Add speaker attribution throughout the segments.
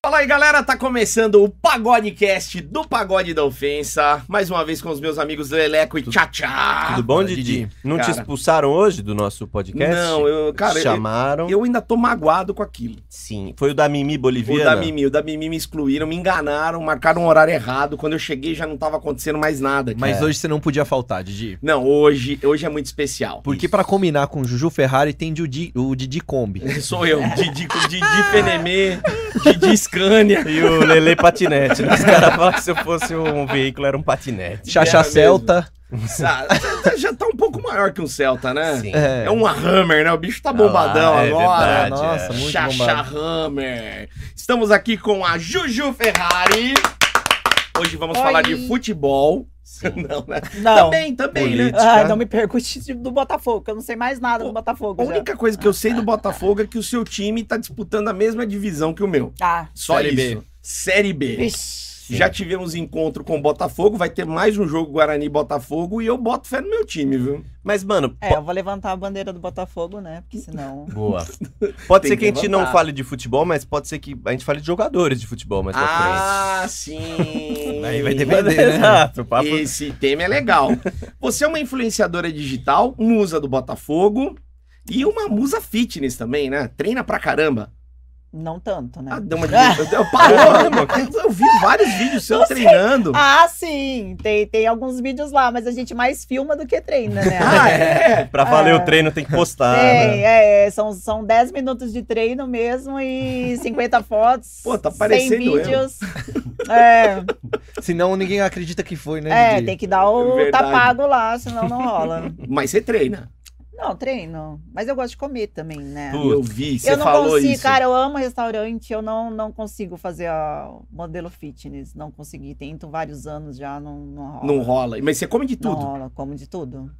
Speaker 1: Fala aí, galera, tá começando o Pagodecast do Pagode da Ofensa, mais uma vez com os meus amigos Leleco e Tchá-Tchá.
Speaker 2: Tudo bom, Didi? Não te
Speaker 1: Ah, Cara.
Speaker 2: expulsaram hoje do nosso podcast?
Speaker 1: Não, eu, cara, eu-
Speaker 2: Chamaram.
Speaker 1: eu ainda tô magoado com aquilo.
Speaker 2: Sim. Foi o da Mimi Boliviana?
Speaker 1: O da Mimi, o da Mimi me excluíram, me enganaram, marcaram um horário errado. Quando eu cheguei já não tava acontecendo mais nada. cara.
Speaker 3: Mas hoje você não podia faltar, Didi.
Speaker 1: Não, hoje, hoje é muito especial.
Speaker 3: Porque pra combinar com o Juju Ferrari tem Didi- o Didi Kombi.
Speaker 1: Sou eu, Didi, Didi Penemê, Didi Scania.
Speaker 2: E o Lele Patinete. né? Os caras falaram que se eu fosse um veículo, era um patinete.
Speaker 3: Xaxá
Speaker 1: Era
Speaker 3: Celta.
Speaker 1: Sa- Já tá um pouco maior que um Celta, né?
Speaker 2: Sim.
Speaker 3: É.
Speaker 1: É uma Hammer, né? O bicho tá bombadão
Speaker 2: Ah, é
Speaker 1: agora.
Speaker 2: verdade,
Speaker 3: Nossa,
Speaker 2: é.
Speaker 3: muito
Speaker 1: Chacha
Speaker 3: bombado.
Speaker 1: Hammer. Estamos aqui com a Juju Ferrari. Hoje vamos
Speaker 4: Oi.
Speaker 1: falar de futebol.
Speaker 2: Sim. Então,
Speaker 1: Não, né?
Speaker 4: Não.
Speaker 1: Também, também, né?
Speaker 2: Política.
Speaker 4: Ah, não me pergunte de- do Botafogo, que eu não sei mais nada
Speaker 1: O-
Speaker 4: do
Speaker 1: A
Speaker 4: Botafogo. já.
Speaker 1: única coisa que eu sei do Botafogo é que o seu time tá disputando a mesma divisão que o meu.
Speaker 4: Ah,
Speaker 1: Só
Speaker 2: Série B.
Speaker 1: isso. Série B.
Speaker 4: vixi.
Speaker 1: Já tivemos encontro com o Botafogo, vai ter mais um jogo Guarani e Botafogo e eu boto fé no meu time, viu?
Speaker 2: Mas, mano,
Speaker 4: É,
Speaker 2: po-
Speaker 4: eu vou levantar a bandeira do Botafogo, né? Porque senão.
Speaker 2: boa. Pode
Speaker 1: Tem
Speaker 2: ser que a
Speaker 1: que
Speaker 2: gente não
Speaker 1: levantar.
Speaker 2: fale de futebol, mas pode ser que a gente fale de jogadores de futebol mais pra
Speaker 1: Ah, sim.
Speaker 2: frente. Aí vai
Speaker 3: depender, né?
Speaker 2: Exato. o papo-
Speaker 1: Esse tema é legal. Você é uma influenciadora digital, musa do Botafogo e uma musa fitness também, né? Treina pra caramba.
Speaker 4: Não tanto, né?
Speaker 1: Ah, deu uma diminuída. Eu- Parou, né, mano? Eu vi vários vídeos seus treinando.
Speaker 4: Ah, sim! Tem, tem alguns vídeos lá, mas a gente mais filma do que treina, né?
Speaker 1: Ah, é?
Speaker 2: Pra valer
Speaker 4: É.
Speaker 2: o treino tem que postar. né?
Speaker 4: Tem, é, é, são, são 10 minutos de treino mesmo e 50 fotos.
Speaker 1: Pô, tá parecendo
Speaker 4: 100
Speaker 1: eu.
Speaker 4: vídeos. É,
Speaker 3: Senão ninguém acredita que foi, né,
Speaker 4: é,
Speaker 3: Didi?
Speaker 4: tem que dar o
Speaker 1: Verdade.
Speaker 4: tapado lá, senão não rola.
Speaker 1: Mas você treina.
Speaker 4: Não, treino. Mas eu gosto de comer também, né?
Speaker 2: Putz,
Speaker 1: Eu vi, você
Speaker 4: eu não
Speaker 1: falou
Speaker 4: consigo,
Speaker 1: isso.
Speaker 4: cara, eu amo restaurante, eu não, não consigo fazer a- o modelo fitness, não consegui, tento vários anos já, não, não rola.
Speaker 1: Não rola. Mas você come de
Speaker 4: Não
Speaker 1: tudo.
Speaker 4: rola, como de tudo.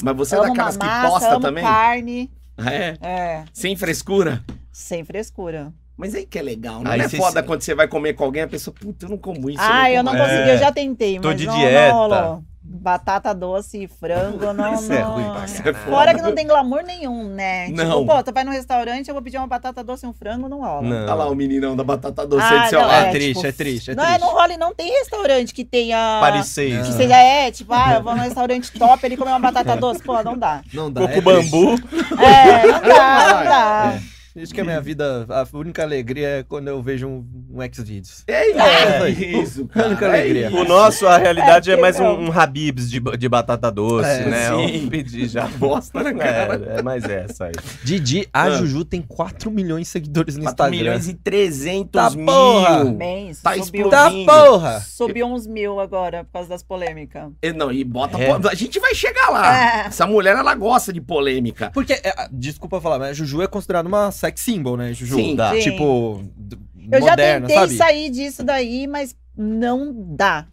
Speaker 1: Mas você é
Speaker 4: amo
Speaker 1: daquelas
Speaker 4: uma massa,
Speaker 1: que posta
Speaker 4: amo
Speaker 1: também?
Speaker 4: carne,
Speaker 1: É.
Speaker 4: é,
Speaker 1: Sem frescura.
Speaker 4: sem frescura.
Speaker 1: Mas aí que é legal, né?
Speaker 2: Aí
Speaker 1: não é
Speaker 2: você
Speaker 1: foda
Speaker 2: se-
Speaker 1: quando você vai comer com alguém, a pessoa, puta, eu não como isso. é
Speaker 4: ah, eu não
Speaker 1: como
Speaker 4: consegui, eu já tentei,
Speaker 2: Tô
Speaker 4: mas
Speaker 2: de
Speaker 4: não,
Speaker 2: dieta.
Speaker 4: não rolou. Batata doce e frango, não,
Speaker 2: Isso
Speaker 4: não.
Speaker 2: é ruim pra
Speaker 1: Isso é foda.
Speaker 4: Fora que não tem glamour nenhum, né?
Speaker 1: Não.
Speaker 4: Tipo, pô, tu vai num restaurante, eu vou pedir uma batata doce e um frango, não rola.
Speaker 2: Não.
Speaker 1: Olha lá o meninão da batata doce
Speaker 4: Ah,
Speaker 1: aí do seu
Speaker 4: não,
Speaker 1: lado.
Speaker 3: É
Speaker 4: É,
Speaker 3: triste,
Speaker 4: tipo,
Speaker 3: é triste, é
Speaker 4: Não, é,
Speaker 3: triste.
Speaker 4: não rola e não tem restaurante que tenha...
Speaker 2: Parecer.
Speaker 4: Que seja, é, tipo, ah, eu vou num restaurante top ali comer uma batata doce. Pô, não dá.
Speaker 3: Não dá.
Speaker 2: Coco
Speaker 3: é
Speaker 2: bambu.
Speaker 4: É, não dá, não dá.
Speaker 3: triste. Acho que é a minha vida, a única alegria é quando eu vejo um, um X-Videos.
Speaker 1: É isso, cara.
Speaker 3: Única
Speaker 1: é
Speaker 3: alegria.
Speaker 1: isso.
Speaker 2: O nosso, a realidade é,
Speaker 4: Assim. É,
Speaker 2: mais um,
Speaker 4: não.
Speaker 2: um Habibs de, ba- de batata doce,
Speaker 3: É,
Speaker 2: né?
Speaker 1: sim.
Speaker 2: Eu pedi já.
Speaker 1: Bosta, né, cara?
Speaker 2: É, é mais essa aí.
Speaker 3: Didi, a
Speaker 1: Ah.
Speaker 3: Juju tem 4 milhões de seguidores no
Speaker 1: 4
Speaker 3: Instagram.
Speaker 1: milhões e 300
Speaker 3: Tá
Speaker 1: mil.
Speaker 3: porra.
Speaker 4: Bem,
Speaker 1: Tá
Speaker 4: subiu,
Speaker 1: explodindo.
Speaker 3: Tá porra!
Speaker 4: subiu uns mil agora por causa das polêmicas.
Speaker 1: E Não, e bota...
Speaker 2: É.
Speaker 1: po- A gente vai chegar lá.
Speaker 4: É.
Speaker 1: Essa mulher, ela gosta de polêmica.
Speaker 3: Porque, é, a- desculpa falar, mas a Juju é considerada uma sex symbol, né, Juju?
Speaker 1: Sim.
Speaker 3: Dá.
Speaker 4: Sim.
Speaker 3: Tipo, d-
Speaker 4: Eu já
Speaker 3: moderna,
Speaker 4: tentei
Speaker 3: sabe?
Speaker 4: sair disso daí, mas não dá.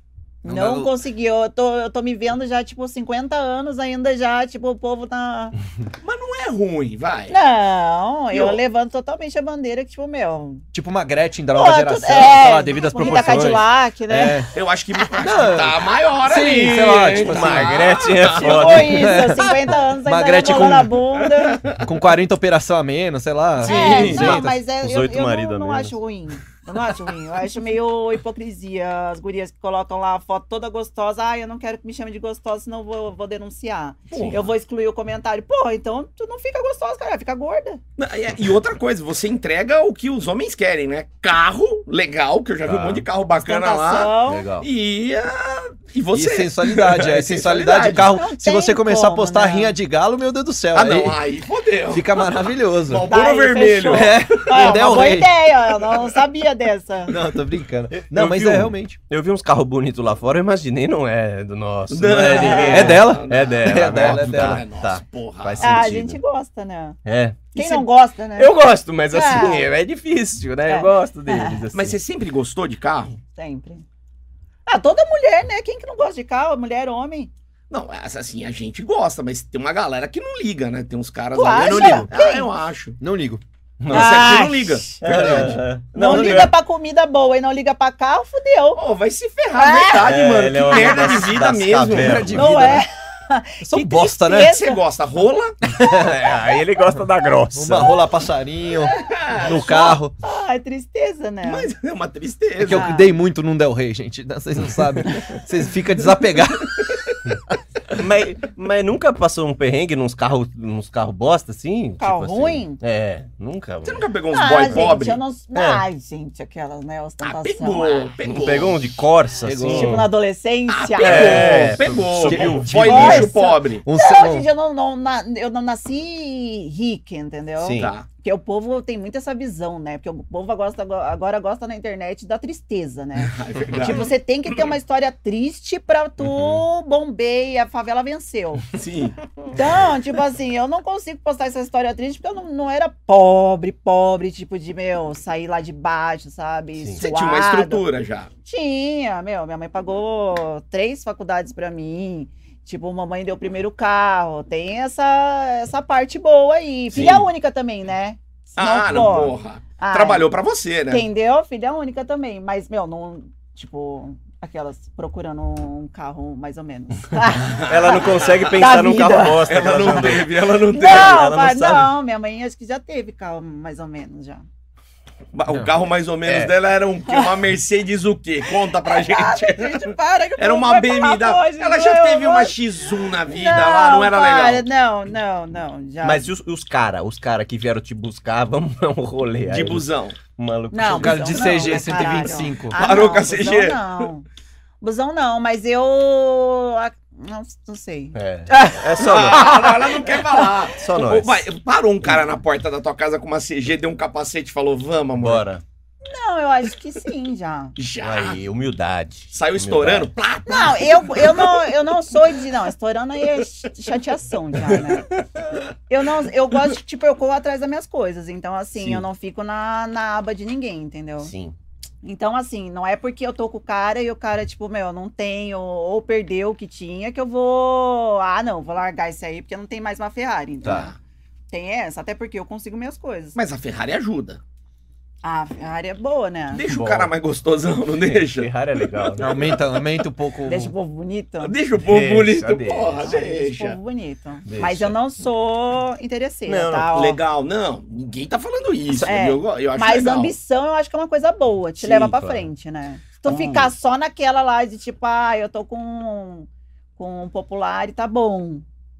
Speaker 3: Não
Speaker 4: Não,
Speaker 3: dá.
Speaker 4: consegui. Eu tô, eu tô me vendo já, tipo, 50 anos ainda já, tipo, o povo tá.
Speaker 1: Não é ruim, vai.
Speaker 4: Não, eu
Speaker 1: Eu-
Speaker 4: levanto totalmente a bandeira que, tipo, meu.
Speaker 3: Tipo uma Gretchen da nova
Speaker 4: Pô, tu-
Speaker 3: geração,
Speaker 4: é,
Speaker 3: sei lá, devido às
Speaker 4: Rita
Speaker 3: proporções.
Speaker 4: Cadillac, né?
Speaker 3: É.
Speaker 1: Eu acho que, acho que
Speaker 3: Não.
Speaker 1: tá maior
Speaker 3: Sim,
Speaker 1: ali.
Speaker 3: sei lá, tipo assim,
Speaker 1: Mas-
Speaker 2: Margarete é
Speaker 4: Tipo, Foi
Speaker 2: foda.
Speaker 4: isso, 50 anos ainda
Speaker 3: Magrete
Speaker 4: rolando
Speaker 3: com-
Speaker 4: a bunda.
Speaker 3: Com 40 operação a menos, sei lá.
Speaker 1: Sim, sim.
Speaker 4: É, não, mas é,
Speaker 2: Os
Speaker 4: eu,
Speaker 2: oito
Speaker 4: eu
Speaker 2: marido a
Speaker 4: não, não
Speaker 2: menos.
Speaker 4: acho ruim. Eu não acho ruim. Eu acho meio hipocrisia. As gurias que colocam lá a foto toda gostosa. Ah, eu não quero que me chame de gostosa, senão eu vou, vou denunciar.
Speaker 1: Porra.
Speaker 4: Eu vou excluir o comentário. Pô, então tu não fica gostosa, cara. Fica gorda.
Speaker 1: Não, e- E outra coisa, você entrega o que os homens querem, né? Carro legal, que eu já vi um
Speaker 2: Tá.
Speaker 1: monte de carro bacana lá. né?
Speaker 4: Tentação.
Speaker 2: Legal.
Speaker 1: E, ah, e
Speaker 3: E
Speaker 1: você.
Speaker 3: sensualidade, é.
Speaker 1: E
Speaker 3: sensualidade,
Speaker 1: sensualidade.
Speaker 3: o carro.
Speaker 4: Não
Speaker 3: Se você
Speaker 4: tem
Speaker 3: começar a
Speaker 4: como,
Speaker 3: postar
Speaker 4: né?
Speaker 3: rinha de galo, meu Deus do céu.
Speaker 1: Ah,
Speaker 3: aí
Speaker 1: não, aí fodeu.
Speaker 3: Fica maravilhoso.
Speaker 1: Malboro
Speaker 4: Daí,
Speaker 1: vermelho.
Speaker 4: fechou.
Speaker 3: É,
Speaker 4: Ah,
Speaker 3: Del
Speaker 4: uma boa
Speaker 3: Rey.
Speaker 4: ideia. Eu não sabia dessa.
Speaker 3: Não, tô brincando. Não,
Speaker 2: eu
Speaker 3: mas
Speaker 2: vi
Speaker 3: é
Speaker 2: um-
Speaker 3: realmente.
Speaker 2: Eu vi uns carros bonitos lá fora, eu imaginei, não é do nosso. Não,
Speaker 1: Não,
Speaker 2: é, de ninguém.
Speaker 3: É dela?
Speaker 2: É dela,
Speaker 3: É dela,
Speaker 2: né?
Speaker 3: é dela.
Speaker 2: Tá,
Speaker 1: É nossa,
Speaker 2: tá.
Speaker 1: porra.
Speaker 2: Faz
Speaker 4: Ah, a
Speaker 2: sentido.
Speaker 4: gente gosta, né?
Speaker 2: É.
Speaker 4: Quem
Speaker 1: cê-
Speaker 4: não gosta, né?
Speaker 2: Eu gosto, mas
Speaker 4: É.
Speaker 2: assim, é, difícil, né? Eu
Speaker 4: É.
Speaker 2: gosto deles. Assim.
Speaker 1: Mas você sempre gostou de carro?
Speaker 4: Sempre. Ah, toda mulher, né? Quem que não gosta de carro? Mulher, homem.
Speaker 1: Não, essa, assim, a gente gosta, mas tem uma galera que não liga, né? Tem uns caras
Speaker 4: Tu
Speaker 1: lá. Eu não
Speaker 4: acha?
Speaker 1: ligo. Ah,
Speaker 4: Quem?
Speaker 1: eu acho.
Speaker 3: Não ligo.
Speaker 1: Não,
Speaker 2: Nossa,
Speaker 1: essa aqui
Speaker 4: Ah,
Speaker 1: não liga.
Speaker 2: é
Speaker 1: Verdade.
Speaker 2: verdade.
Speaker 4: Não, é
Speaker 2: não,
Speaker 4: liga pra comida boa e não liga pra carro, fudeu.
Speaker 1: Ô, vai se ferrar, é
Speaker 2: É,
Speaker 1: verdade, mano.
Speaker 2: ele
Speaker 1: Que
Speaker 2: é o homem
Speaker 1: merda de
Speaker 2: das-
Speaker 1: vida
Speaker 2: das
Speaker 1: mesmo.
Speaker 2: cavernas.
Speaker 3: de
Speaker 4: Não
Speaker 3: vida,
Speaker 4: é.
Speaker 3: né? Eu Sou
Speaker 4: Que
Speaker 3: bosta, né?
Speaker 4: tristeza.
Speaker 1: Você gosta rola?
Speaker 2: É, aí ele gosta da
Speaker 3: Uma
Speaker 2: grossa.
Speaker 3: rola passarinho no carro.
Speaker 4: Ah, é tristeza, né?
Speaker 1: Mas é uma
Speaker 3: É que
Speaker 1: tristeza.
Speaker 3: eu dei muito num Del Rey, gente. Vocês não sabem. Vocês ficam desapegados.
Speaker 2: Mas, mas nunca passou um perrengue nos carros nos carro bosta, assim?
Speaker 4: Carro
Speaker 2: assim.
Speaker 4: ruim?
Speaker 2: É, nunca.
Speaker 1: Você nunca pegou tipo uns
Speaker 4: Ah,
Speaker 1: boy
Speaker 4: gente,
Speaker 1: pobre? É.
Speaker 4: eu não... Ai, gente, aquelas, né,
Speaker 1: Ah,
Speaker 4: ostentação.
Speaker 1: pegou,
Speaker 4: ah.
Speaker 1: pegou. Ah,
Speaker 2: Não pegou um de Corsa,
Speaker 3: Pegou.
Speaker 2: assim?
Speaker 4: Tipo, na adolescência.
Speaker 1: Pegou,
Speaker 2: É,
Speaker 1: pegou.
Speaker 2: subiu o
Speaker 1: Boy
Speaker 2: vidro.
Speaker 1: lixo
Speaker 4: Nossa.
Speaker 1: pobre.
Speaker 3: Um
Speaker 4: Não,
Speaker 3: salão.
Speaker 4: gente, eu não, não na- eu não nasci rica, entendeu?
Speaker 2: Sim.
Speaker 1: Tá.
Speaker 4: Porque o povo tem muito essa visão, né? Porque o povo gosta, agora gosta na internet da tristeza, né?
Speaker 1: É verdade.
Speaker 4: Tipo, você tem que ter uma história triste pra tu
Speaker 1: Uhum.
Speaker 4: bombear e a favela venceu.
Speaker 1: Sim.
Speaker 4: Então, tipo assim, eu não consigo postar essa história triste porque eu não, não era pobre, pobre, tipo de, meu, sair lá de baixo, sabe?
Speaker 2: Sim.
Speaker 1: Você tinha uma
Speaker 4: Suado.
Speaker 1: estrutura já.
Speaker 4: Tinha, meu, minha mãe pagou três faculdades pra mim. Tipo, mamãe deu o primeiro carro. Tem essa, essa parte boa aí.
Speaker 2: Sim.
Speaker 4: Filha única também, né?
Speaker 1: Ah, não,
Speaker 4: pô.
Speaker 1: porra.
Speaker 4: Ah,
Speaker 1: Trabalhou pra você, né?
Speaker 4: Entendeu? Filha única também. Mas, meu, não. Tipo, aquelas procurando um carro mais ou menos.
Speaker 2: Ela não consegue pensar num
Speaker 4: vida.
Speaker 2: carro bosta.
Speaker 1: Ela não teve, ela não
Speaker 4: não,
Speaker 1: teve.
Speaker 2: ela não
Speaker 4: pai, não,
Speaker 2: sabe.
Speaker 4: minha mãe acho que já teve carro mais ou menos já.
Speaker 1: O carro mais ou menos
Speaker 2: É.
Speaker 1: dela era um, uma Mercedes o quê? Conta pra gente.
Speaker 4: Gente, para que o
Speaker 1: Era
Speaker 4: povo
Speaker 1: uma
Speaker 4: vai falar
Speaker 1: BMW. da-
Speaker 4: hoje,
Speaker 1: Ela
Speaker 4: não,
Speaker 1: já
Speaker 4: eu
Speaker 1: teve uma
Speaker 4: vou-
Speaker 1: X1 na vida lá, não era
Speaker 4: para,
Speaker 1: legal.
Speaker 4: Não, não, não. Já.
Speaker 2: Mas e os, os caras? Os caras que vieram te buscar, vamos dar um rolê aí.
Speaker 1: De busão.
Speaker 2: Maluco.
Speaker 4: Não,
Speaker 3: Um cara de
Speaker 4: busão não,
Speaker 3: CG
Speaker 4: né,
Speaker 3: 125.
Speaker 4: Ah,
Speaker 1: Parou
Speaker 4: não,
Speaker 1: com a
Speaker 4: busão
Speaker 1: CG?
Speaker 4: Não. Busão não, mas eu. a- Não, não sei.
Speaker 2: É, é só nós.
Speaker 1: Ah, não, ela não quer falar.
Speaker 2: Só
Speaker 1: Ô,
Speaker 2: nós.
Speaker 1: vai, parou um cara na porta da tua casa com uma CG, deu um capacete e falou: Vamos, amor.
Speaker 2: Bora.
Speaker 4: Não, eu acho que sim, já.
Speaker 1: Já.
Speaker 2: Aí, humildade.
Speaker 1: Saiu
Speaker 2: Humildade.
Speaker 1: estourando. Plá,
Speaker 4: Não, eu, eu não, eu não sou de. Não, estourando aí é ch- chateação já, né? Eu não. Eu gosto, de, tipo, eu corro atrás das minhas coisas. Então, assim,
Speaker 2: Sim.
Speaker 4: eu não fico na, na aba de ninguém, entendeu?
Speaker 2: Sim.
Speaker 4: Então, assim, não é porque eu tô com o cara e o cara, tipo, meu, não tenho, ou perdeu o que tinha, que eu vou. Ah, não, vou largar isso aí, porque não tem mais uma Ferrari. Então,
Speaker 2: Tá.
Speaker 4: tem essa, até porque eu consigo minhas coisas.
Speaker 1: Mas a Ferrari ajuda.
Speaker 4: Ah, A Ferrari é boa, né?
Speaker 1: Deixa
Speaker 2: Bom.
Speaker 1: o cara mais gostosão, não deixa?
Speaker 2: Ferrari é legal, né?
Speaker 3: Aumenta, aumenta um pouco. o-
Speaker 4: Deixa o povo bonito.
Speaker 1: Deixa o povo
Speaker 2: Deixa,
Speaker 1: bonito,
Speaker 2: deixa.
Speaker 1: porra,
Speaker 4: Ah, o
Speaker 1: deixa.
Speaker 4: povo bonito.
Speaker 2: Deixa.
Speaker 4: Mas eu não sou interesseira,
Speaker 2: Não,
Speaker 4: tá? Ó.
Speaker 1: Legal, não. Ninguém tá falando isso.
Speaker 4: É,
Speaker 1: eu, eu acho
Speaker 4: Mas
Speaker 1: legal.
Speaker 4: ambição eu acho que é uma coisa boa, te
Speaker 2: Sim,
Speaker 4: leva pra
Speaker 2: claro.
Speaker 4: frente, né? Se tu
Speaker 1: Hum.
Speaker 4: ficar só naquela lá de tipo, ah, eu tô com, com um popular e tá bom.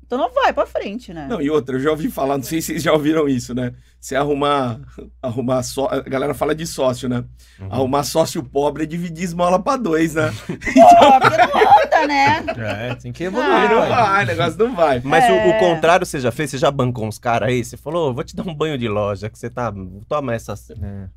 Speaker 4: Tu não vai pra frente, né?
Speaker 1: Não, e outra, eu já ouvi falar, não sei se vocês já ouviram isso, né? Você arrumar. arrumar só, a galera fala de sócio, né?
Speaker 2: Uhum.
Speaker 1: Arrumar sócio pobre é dividir esmola pra dois, né?
Speaker 4: Pô, porque não anda, né?
Speaker 3: É, tem que
Speaker 1: Aí
Speaker 4: Ah.
Speaker 3: evoluir.
Speaker 1: não
Speaker 3: pai.
Speaker 1: vai, o negócio não vai.
Speaker 2: Mas o- o,
Speaker 4: É.
Speaker 2: contrário você já fez? Você já bancou uns caras aí? Você falou, "Ô, vou te dar um banho de loja, que você tá... Toma essas...
Speaker 3: É.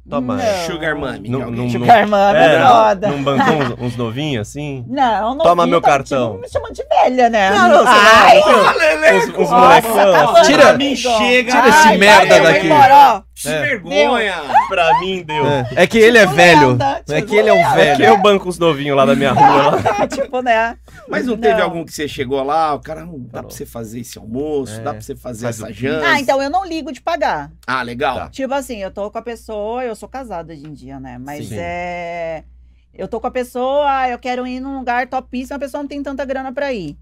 Speaker 2: Toma...
Speaker 4: Não.
Speaker 1: Sugar Mummy.
Speaker 2: Não,
Speaker 1: que alguém
Speaker 2: não,
Speaker 1: chama.
Speaker 4: Sugar Mama,
Speaker 2: É,
Speaker 4: é, foda.
Speaker 2: não bancou uns, uns novinhos, assim?
Speaker 4: Não, não.
Speaker 2: Toma
Speaker 4: vi,
Speaker 2: meu
Speaker 4: tava,
Speaker 2: cartão.
Speaker 4: Tipo, me chamando de velha, né?
Speaker 2: Não, não, você
Speaker 4: Ai,
Speaker 1: Ah, Lelê,
Speaker 2: Uns, uns
Speaker 4: Nossa,
Speaker 2: molecão,
Speaker 4: tá
Speaker 3: Tira-
Speaker 4: falando,
Speaker 1: me
Speaker 4: amigo.
Speaker 1: chega.
Speaker 3: Tira esse
Speaker 4: Ai,
Speaker 3: merda
Speaker 4: valeu,
Speaker 3: daqui.
Speaker 4: vai embora, ó.
Speaker 1: Que
Speaker 2: é.
Speaker 1: vergonha!
Speaker 2: pra mim deu.
Speaker 3: É. É que ele é
Speaker 4: Tipo
Speaker 3: velho.
Speaker 4: lenda,
Speaker 3: É
Speaker 4: tipo
Speaker 3: que ele é um
Speaker 2: É que
Speaker 3: velho.
Speaker 2: eu banco os novinhos lá da minha rua. Lá.
Speaker 4: É, tipo, né?
Speaker 2: Ah,
Speaker 1: Mas não teve
Speaker 4: Não.
Speaker 1: algum que você chegou lá, o cara, não, dá pra você fazer esse almoço,
Speaker 3: É.
Speaker 1: dá pra você fazer
Speaker 2: Faz
Speaker 1: essa
Speaker 2: o-
Speaker 1: janta.
Speaker 4: Ah, então eu não ligo de pagar.
Speaker 1: Ah, legal.
Speaker 2: Tá.
Speaker 4: Tipo assim, eu tô com a pessoa, eu sou casada hoje em dia, né? Mas
Speaker 2: Sim.
Speaker 4: é. Eu tô com a pessoa, ah, eu quero ir num lugar topíssimo, a pessoa não tem tanta grana pra ir.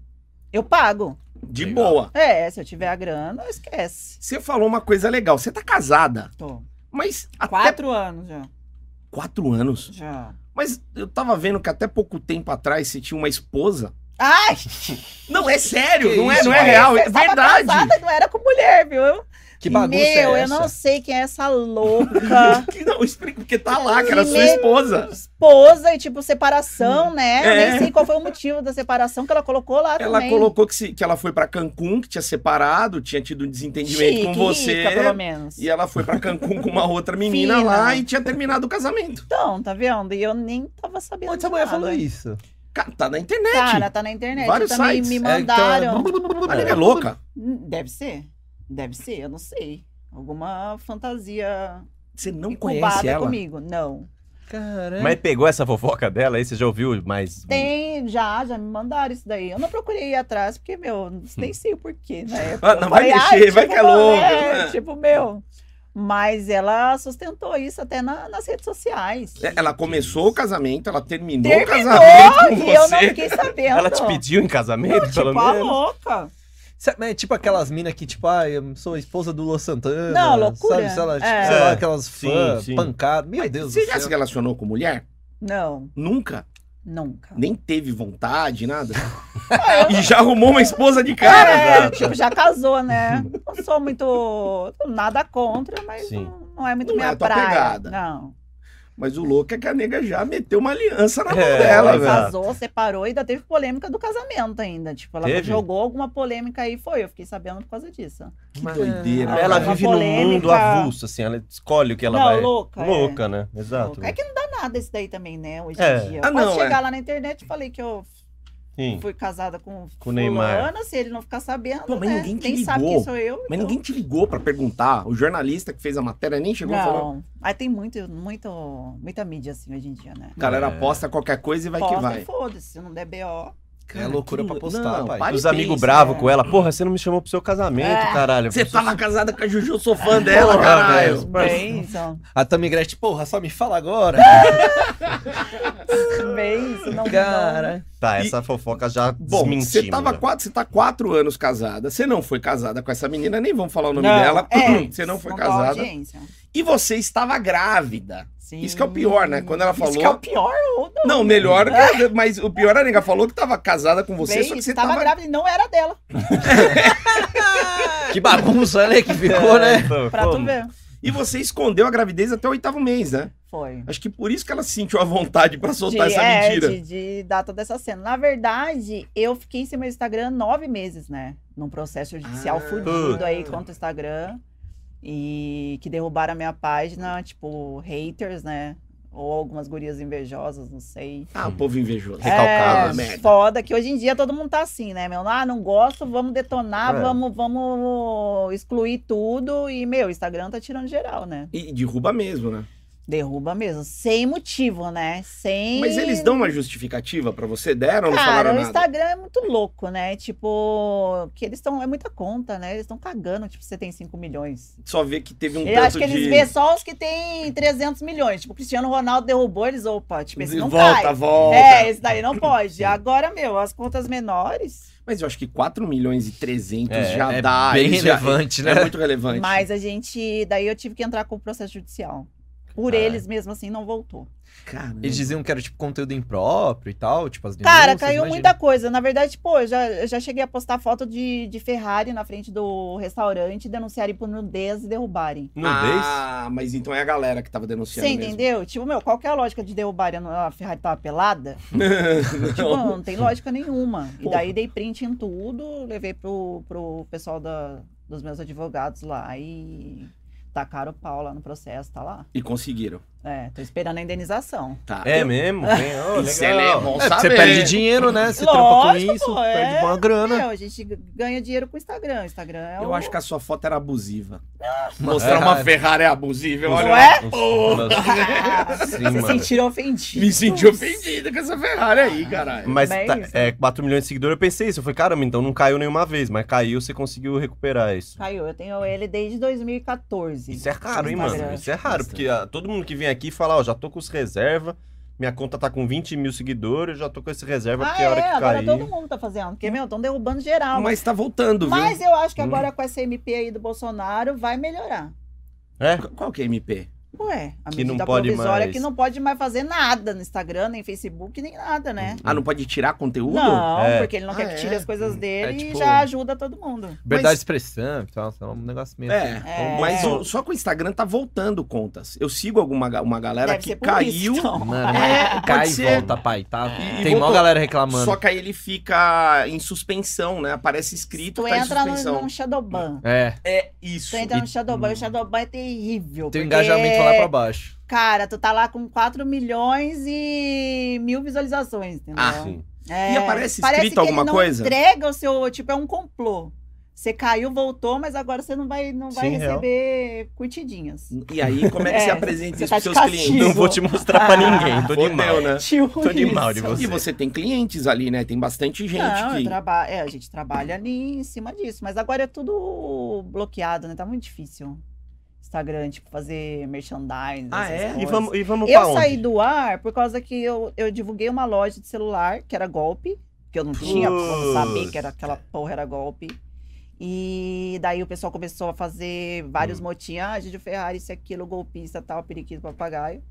Speaker 4: Eu pago.
Speaker 1: De
Speaker 2: Legal.
Speaker 1: boa.
Speaker 4: É, se eu tiver a grana, esquece.
Speaker 1: Você falou uma coisa legal. Você tá casada,
Speaker 4: Tô.
Speaker 1: mas até quatro,
Speaker 4: Quatro anos já.
Speaker 1: anos.
Speaker 4: Já.
Speaker 1: Mas eu tava vendo que até pouco tempo atrás você tinha uma esposa.
Speaker 4: Ai,
Speaker 1: Não, é sério,
Speaker 3: Que
Speaker 1: não é,
Speaker 3: isso,
Speaker 1: não é
Speaker 3: pai?
Speaker 1: real, é
Speaker 4: eu tava
Speaker 1: verdade.
Speaker 4: casada, não era com mulher, viu?
Speaker 3: Que bagunça
Speaker 4: Meu,
Speaker 3: é
Speaker 4: eu
Speaker 3: essa?
Speaker 4: não sei quem é essa louca
Speaker 1: Que Não, explica, porque tá lá, que era sua
Speaker 4: Primeiro-
Speaker 1: esposa.
Speaker 4: esposa e, tipo, separação, né? Eu
Speaker 1: É.
Speaker 4: Nem sei qual foi o motivo da separação que ela colocou lá
Speaker 1: Ela
Speaker 4: também.
Speaker 1: colocou que, se- que ela foi pra Cancún, que tinha separado, tinha tido um desentendimento
Speaker 4: Chique,
Speaker 1: com você.
Speaker 4: rica, pelo menos.
Speaker 1: E ela foi pra Cancún com uma outra menina
Speaker 4: Fina.
Speaker 1: lá e tinha terminado o casamento.
Speaker 4: Então, tá vendo? E eu nem tava sabendo.
Speaker 3: Onde essa
Speaker 4: de
Speaker 3: mulher
Speaker 4: nada.
Speaker 3: falou isso?
Speaker 1: Cara, tá na internet.
Speaker 4: Cara, tá na internet.
Speaker 1: Vários
Speaker 4: também
Speaker 1: sites.
Speaker 4: me
Speaker 1: É,
Speaker 3: então,
Speaker 4: mandaram.
Speaker 1: A menina é louca.
Speaker 4: Hum, Deve ser. Deve ser, eu não sei. Alguma fantasia
Speaker 1: Você não conhece
Speaker 4: incubada
Speaker 1: ela?
Speaker 4: comigo. Não.
Speaker 3: Caramba.
Speaker 2: Mas pegou essa fofoca dela aí? Você já ouviu mais?
Speaker 4: Tem,
Speaker 1: Hum.
Speaker 4: já, já me mandaram isso daí. Eu não procurei ir atrás, porque, meu, nem sei o porquê na época.
Speaker 1: Ah, Hum. não, vai
Speaker 4: Falei, tipo
Speaker 1: mexer, vai que é
Speaker 4: mano,
Speaker 1: louco.
Speaker 4: é,
Speaker 1: né?
Speaker 4: tipo, meu. Mas ela sustentou isso até na- nas redes sociais.
Speaker 1: É, Ela começou o casamento, ela terminou, o casamento com
Speaker 4: Terminou e eu não
Speaker 1: você.
Speaker 4: fiquei sabendo.
Speaker 2: Ela te pediu em casamento, pelo
Speaker 4: Tipo, a
Speaker 2: menos?
Speaker 4: louca.
Speaker 3: Sabe, é tipo aquelas minas que, tipo, ah, eu sou a esposa do Luan Santana.
Speaker 4: Não, loucura.
Speaker 3: Sabe, sei lá, tipo,
Speaker 4: É.
Speaker 3: sei lá, aquelas
Speaker 2: Sim,
Speaker 3: fãs,
Speaker 2: sim.
Speaker 3: pancadas. Meu Deus
Speaker 1: Você
Speaker 3: do
Speaker 1: já
Speaker 3: céu.
Speaker 1: se relacionou com mulher?
Speaker 4: Não,
Speaker 1: Nunca.
Speaker 4: nunca.
Speaker 1: Nem teve vontade, nada. e já arrumou uma esposa de cara.
Speaker 4: É, tipo, já casou, né? Não sou muito. Nada contra, mas
Speaker 2: Sim.
Speaker 4: não, não é muito
Speaker 1: Não é
Speaker 4: minha
Speaker 1: a tua
Speaker 4: praia.
Speaker 1: pegada.
Speaker 4: Não.
Speaker 1: Mas o louco é que a nega já meteu uma aliança na mão
Speaker 2: É,
Speaker 1: dela,
Speaker 2: ela
Speaker 4: Ela
Speaker 1: velho.
Speaker 2: exato.
Speaker 4: casou, separou e ainda teve polêmica do casamento ainda. Tipo, ela
Speaker 2: Teve?
Speaker 4: jogou alguma polêmica aí foi. Eu fiquei sabendo por causa disso.
Speaker 1: Que doideira.
Speaker 4: É,
Speaker 2: Ela
Speaker 4: uma
Speaker 2: vive num mundo
Speaker 4: polêmica.
Speaker 2: avulso, assim, ela escolhe o que ela
Speaker 4: não,
Speaker 2: vai.
Speaker 4: louca. é.
Speaker 2: Louca, né? Exato.
Speaker 4: Louca. É que não dá nada isso daí também, né? Hoje
Speaker 2: É.
Speaker 4: em dia.
Speaker 1: Ah,
Speaker 4: Eu posso
Speaker 1: não,
Speaker 4: chegar
Speaker 1: é.
Speaker 4: lá na internet e falei que eu
Speaker 2: Sim.
Speaker 4: fui casada com,
Speaker 2: Com o Neymar.
Speaker 4: fulana, se ele não ficar sabendo,
Speaker 1: Pô, mas
Speaker 4: né?
Speaker 1: ninguém te
Speaker 4: Nem sabe
Speaker 1: ligou.
Speaker 4: quem sou eu.
Speaker 1: Mas
Speaker 4: então-
Speaker 1: ninguém te ligou pra perguntar. O jornalista que fez a matéria nem chegou falando.
Speaker 4: Não. Aí tem muito, muito, muita mídia assim hoje em dia, né?
Speaker 1: A galera
Speaker 2: É.
Speaker 1: posta qualquer coisa e vai
Speaker 4: Posta
Speaker 1: que
Speaker 4: e
Speaker 1: vai.
Speaker 4: Foda-se, se não der BO.
Speaker 3: É loucura pra postar, pai.
Speaker 1: para e
Speaker 2: Os amigos
Speaker 1: pensa.
Speaker 2: bravos com ela, porra, você não me chamou pro seu casamento,
Speaker 4: É.
Speaker 2: caralho.
Speaker 1: Você
Speaker 2: Você-
Speaker 1: tava casada com a Juju, eu sou fã dela,
Speaker 2: Porra,
Speaker 1: caralho.
Speaker 2: velho.
Speaker 4: Bem então. isso.
Speaker 3: A Tammy Gretchen, porra, só me fala agora.
Speaker 4: Bem isso. Não,
Speaker 3: Cara.
Speaker 2: Tá, essa fofoca já
Speaker 1: Bom,
Speaker 2: desmentimos.
Speaker 1: você tava
Speaker 2: né?
Speaker 1: quatro, você tá quatro anos casada. Você não foi casada com essa menina, nem vamos falar o
Speaker 4: não.
Speaker 1: nome
Speaker 4: Não,
Speaker 1: dela.
Speaker 4: é,
Speaker 1: você não foi
Speaker 4: dá
Speaker 1: casada.
Speaker 4: audiência.
Speaker 1: E você estava grávida.
Speaker 4: Sim.
Speaker 1: Isso que é o pior, né? Quando ela falou.
Speaker 4: Isso que é o pior. ou não.
Speaker 1: Não, melhor. Mas o pior a nega falou que tava casada com você,
Speaker 4: Bem
Speaker 1: só que
Speaker 4: isso,
Speaker 1: você
Speaker 4: tava
Speaker 1: tava.
Speaker 4: grávida e não era dela.
Speaker 3: Que bagunça, né, que ficou, né?
Speaker 2: Então,
Speaker 4: Pra tu
Speaker 2: como?
Speaker 4: ver.
Speaker 1: E você escondeu a gravidez até o oitavo mês, né?
Speaker 4: Foi.
Speaker 1: Acho que por isso que ela se sentiu à vontade pra soltar
Speaker 4: de,
Speaker 1: essa
Speaker 4: é,
Speaker 1: mentira.
Speaker 4: de- de dar toda essa cena. Na verdade, eu fiquei sem meu Instagram nove meses, né? Num processo judicial
Speaker 1: Ah.
Speaker 4: fudido aí
Speaker 1: Puta.
Speaker 4: contra o Instagram. E que derrubaram a minha página, tipo, haters, né? Ou algumas gurias invejosas, não sei.
Speaker 1: Ah, o povo invejoso.
Speaker 2: Recalcadas.
Speaker 1: merda.
Speaker 4: É, foda, que hoje em dia todo mundo tá assim, né, meu? Ah, não gosto, vamos detonar,
Speaker 2: É.
Speaker 4: vamos, vamos excluir tudo. E, meu, o Instagram tá tirando geral, né?
Speaker 1: E derruba mesmo, né?
Speaker 4: Derruba mesmo, sem motivo, né? Sem...
Speaker 1: Mas eles dão uma justificativa pra você? Deram ou não
Speaker 4: Cara,
Speaker 1: falaram
Speaker 4: o
Speaker 1: nada?
Speaker 4: Instagram é muito louco, né? Tipo, que eles estão. É muita conta, né? Eles estão cagando, tipo, você tem 5 milhões.
Speaker 1: Só vê que teve um
Speaker 4: Eu acho
Speaker 1: tanto
Speaker 4: que eles
Speaker 1: de...
Speaker 4: vê só os que tem 300 milhões. Tipo, o Cristiano Ronaldo derrubou, eles, opa, tipo, esse
Speaker 1: de
Speaker 4: não
Speaker 1: volta,
Speaker 4: cai.
Speaker 1: volta.
Speaker 4: É, esse daí não pode. Agora, meu, as contas menores.
Speaker 1: Mas eu acho que 4 milhões e 300
Speaker 2: É,
Speaker 1: já
Speaker 3: é
Speaker 1: dá.
Speaker 3: bem
Speaker 1: eles já-
Speaker 3: relevante,
Speaker 1: É
Speaker 3: né?
Speaker 1: muito relevante.
Speaker 4: Mas a gente. Daí eu tive que entrar com o processo judicial. Por
Speaker 2: Ah.
Speaker 4: eles mesmo assim, não voltou.
Speaker 1: Caramba.
Speaker 3: Eles diziam que era, tipo, conteúdo impróprio e tal, tipo, as
Speaker 4: Cara,
Speaker 3: denúncias,
Speaker 4: caiu
Speaker 3: imagina.
Speaker 4: muita coisa. Na verdade, pô, eu já, eu já cheguei a postar foto de, de Ferrari na frente do restaurante, denunciarem por nudez e derrubarem.
Speaker 2: Nudez?
Speaker 1: Ah, mas então é a galera que tava
Speaker 4: Você
Speaker 1: denunciando mesmo.
Speaker 4: entendeu? Tipo, meu, qual que é a lógica de derrubar a Ferrari tava pelada? Tipo,
Speaker 1: Não.
Speaker 4: não, tem lógica nenhuma. E
Speaker 1: Porra.
Speaker 4: daí dei print em tudo, levei pro, pro pessoal da, dos meus advogados lá e tacaram o pau lá no processo, tá lá.
Speaker 1: E conseguiram.
Speaker 4: É, tô esperando a indenização.
Speaker 1: Tá.
Speaker 2: É
Speaker 1: Eu-
Speaker 2: mesmo? Bem, ó,
Speaker 1: Isso é
Speaker 2: legal.
Speaker 1: bom
Speaker 3: É, porque você
Speaker 1: saber.
Speaker 3: perde dinheiro, né? Você trampa com
Speaker 4: Lógico,
Speaker 3: isso,
Speaker 4: pô,
Speaker 3: perde
Speaker 4: é.
Speaker 3: uma grana.
Speaker 4: Meu, a gente ganha dinheiro com o Instagram. O Instagram é
Speaker 1: Eu
Speaker 4: o...
Speaker 1: acho que a sua foto era abusiva. Mostrar uma Ferrari é abusiva.
Speaker 4: Não
Speaker 1: Olha,
Speaker 4: é?
Speaker 2: é. Sim,
Speaker 4: Vocês
Speaker 2: mano.
Speaker 4: se sentiram ofendidos.
Speaker 1: me senti ofendido com essa Ferrari aí, caralho.
Speaker 2: Mas
Speaker 4: Bem
Speaker 2: tá-
Speaker 4: isso.
Speaker 2: é, 4 milhões de seguidores, eu pensei isso. Eu falei, caramba, então não caiu nenhuma vez, mas caiu, você conseguiu recuperar isso.
Speaker 4: Caiu, eu tenho ele desde 2014.
Speaker 2: Isso é raro, hein,
Speaker 4: Instagram.
Speaker 2: mano? Isso é raro,
Speaker 1: Bastante.
Speaker 2: porque ah, todo mundo que vem aqui fala, ó, já tô com os reserva, minha conta tá com 20 mil seguidores, eu já tô com esse reserva,
Speaker 4: Ah,
Speaker 2: porque a hora
Speaker 4: é,
Speaker 2: que
Speaker 4: agora
Speaker 2: cair...
Speaker 4: todo mundo tá fazendo. Porque, meu, estão derrubando geral.
Speaker 1: Mas tá voltando,
Speaker 2: um
Speaker 1: viu?
Speaker 4: Mas é- eu acho que agora com essa MP aí do Bolsonaro vai melhorar.
Speaker 2: É?
Speaker 1: Qu- Qual que é MP?
Speaker 4: Ué, a
Speaker 2: Que não
Speaker 4: medida
Speaker 2: pode
Speaker 4: provisória
Speaker 2: mais.
Speaker 4: que não pode mais fazer nada no Instagram, nem Facebook, nem nada, né?
Speaker 1: Ah, não pode tirar conteúdo?
Speaker 4: Não,
Speaker 2: É.
Speaker 4: porque ele não
Speaker 1: Ah,
Speaker 4: quer que tire
Speaker 1: é?
Speaker 4: as coisas dele
Speaker 3: tipo-
Speaker 4: e já ajuda todo mundo.
Speaker 3: Verdade de
Speaker 1: Mas-
Speaker 3: expressão e tal, sei lá, um negócio meio assim.
Speaker 1: É.
Speaker 4: É.
Speaker 1: Mas o- só que o Instagram tá voltando contas. Eu sigo alguma ga- uma galera
Speaker 4: Deve
Speaker 1: que
Speaker 4: ser por
Speaker 1: caiu,
Speaker 4: isso, então.
Speaker 3: Mano,
Speaker 1: É,
Speaker 3: cai
Speaker 1: pode
Speaker 3: e
Speaker 1: ser.
Speaker 3: volta, pai, tá?
Speaker 1: E- e
Speaker 3: Tem mó
Speaker 1: voltou.
Speaker 3: galera reclamando.
Speaker 1: só que aí ele fica em suspensão, né? Aparece escrito
Speaker 4: Tu
Speaker 1: que tá em
Speaker 4: entra no,
Speaker 1: suspensão.
Speaker 4: num Shadowban.
Speaker 3: É,
Speaker 1: É isso.
Speaker 4: Tu entra
Speaker 1: E- Hum.
Speaker 4: no Shadowban, o Shadowban é terrível.
Speaker 3: tem um
Speaker 4: porque,
Speaker 3: engajamento
Speaker 4: É.
Speaker 3: lá pra baixo.
Speaker 4: Cara, tu tá lá com 4 milhões e mil visualizações, entendeu?
Speaker 1: Ah,
Speaker 2: Sim.
Speaker 4: É,
Speaker 1: E aparece
Speaker 4: parece
Speaker 1: escrito
Speaker 4: que
Speaker 1: alguma
Speaker 4: ele não
Speaker 1: coisa?
Speaker 4: entrega o seu, tipo, é um complô. Você caiu, voltou, mas agora você não vai, não vai
Speaker 2: Sim, real.
Speaker 4: receber curtidinhas.
Speaker 1: E aí, como é que você
Speaker 4: É,
Speaker 1: apresenta
Speaker 4: você
Speaker 1: isso
Speaker 4: tá
Speaker 1: pros
Speaker 4: de
Speaker 1: seus
Speaker 4: castigo.
Speaker 1: clientes?
Speaker 2: Não vou te mostrar pra ninguém, tô de
Speaker 1: Fodeu,
Speaker 2: mal.
Speaker 1: né?
Speaker 4: Tipo
Speaker 2: Tô de mal de
Speaker 4: isso.
Speaker 2: você.
Speaker 1: E você tem clientes ali, né? Tem bastante gente
Speaker 4: Não, eu
Speaker 1: que.
Speaker 4: traba... é, a gente trabalha ali em cima disso, mas agora é tudo bloqueado, né? Tá muito difícil. Instagram, tipo, fazer merchandising.
Speaker 1: Ah,
Speaker 4: essas
Speaker 1: é?
Speaker 4: coisas.
Speaker 2: E vamos, e vamos pra
Speaker 4: Eu
Speaker 2: onde?
Speaker 4: saí do ar por causa que eu, eu divulguei uma loja de celular, que era golpe, que eu não tinha como saber que era aquela porra era golpe. E daí o pessoal começou a fazer vários motinhos, ah, Gigi Ferrari, isso, aquilo, golpista, tal, periquito, papagaio.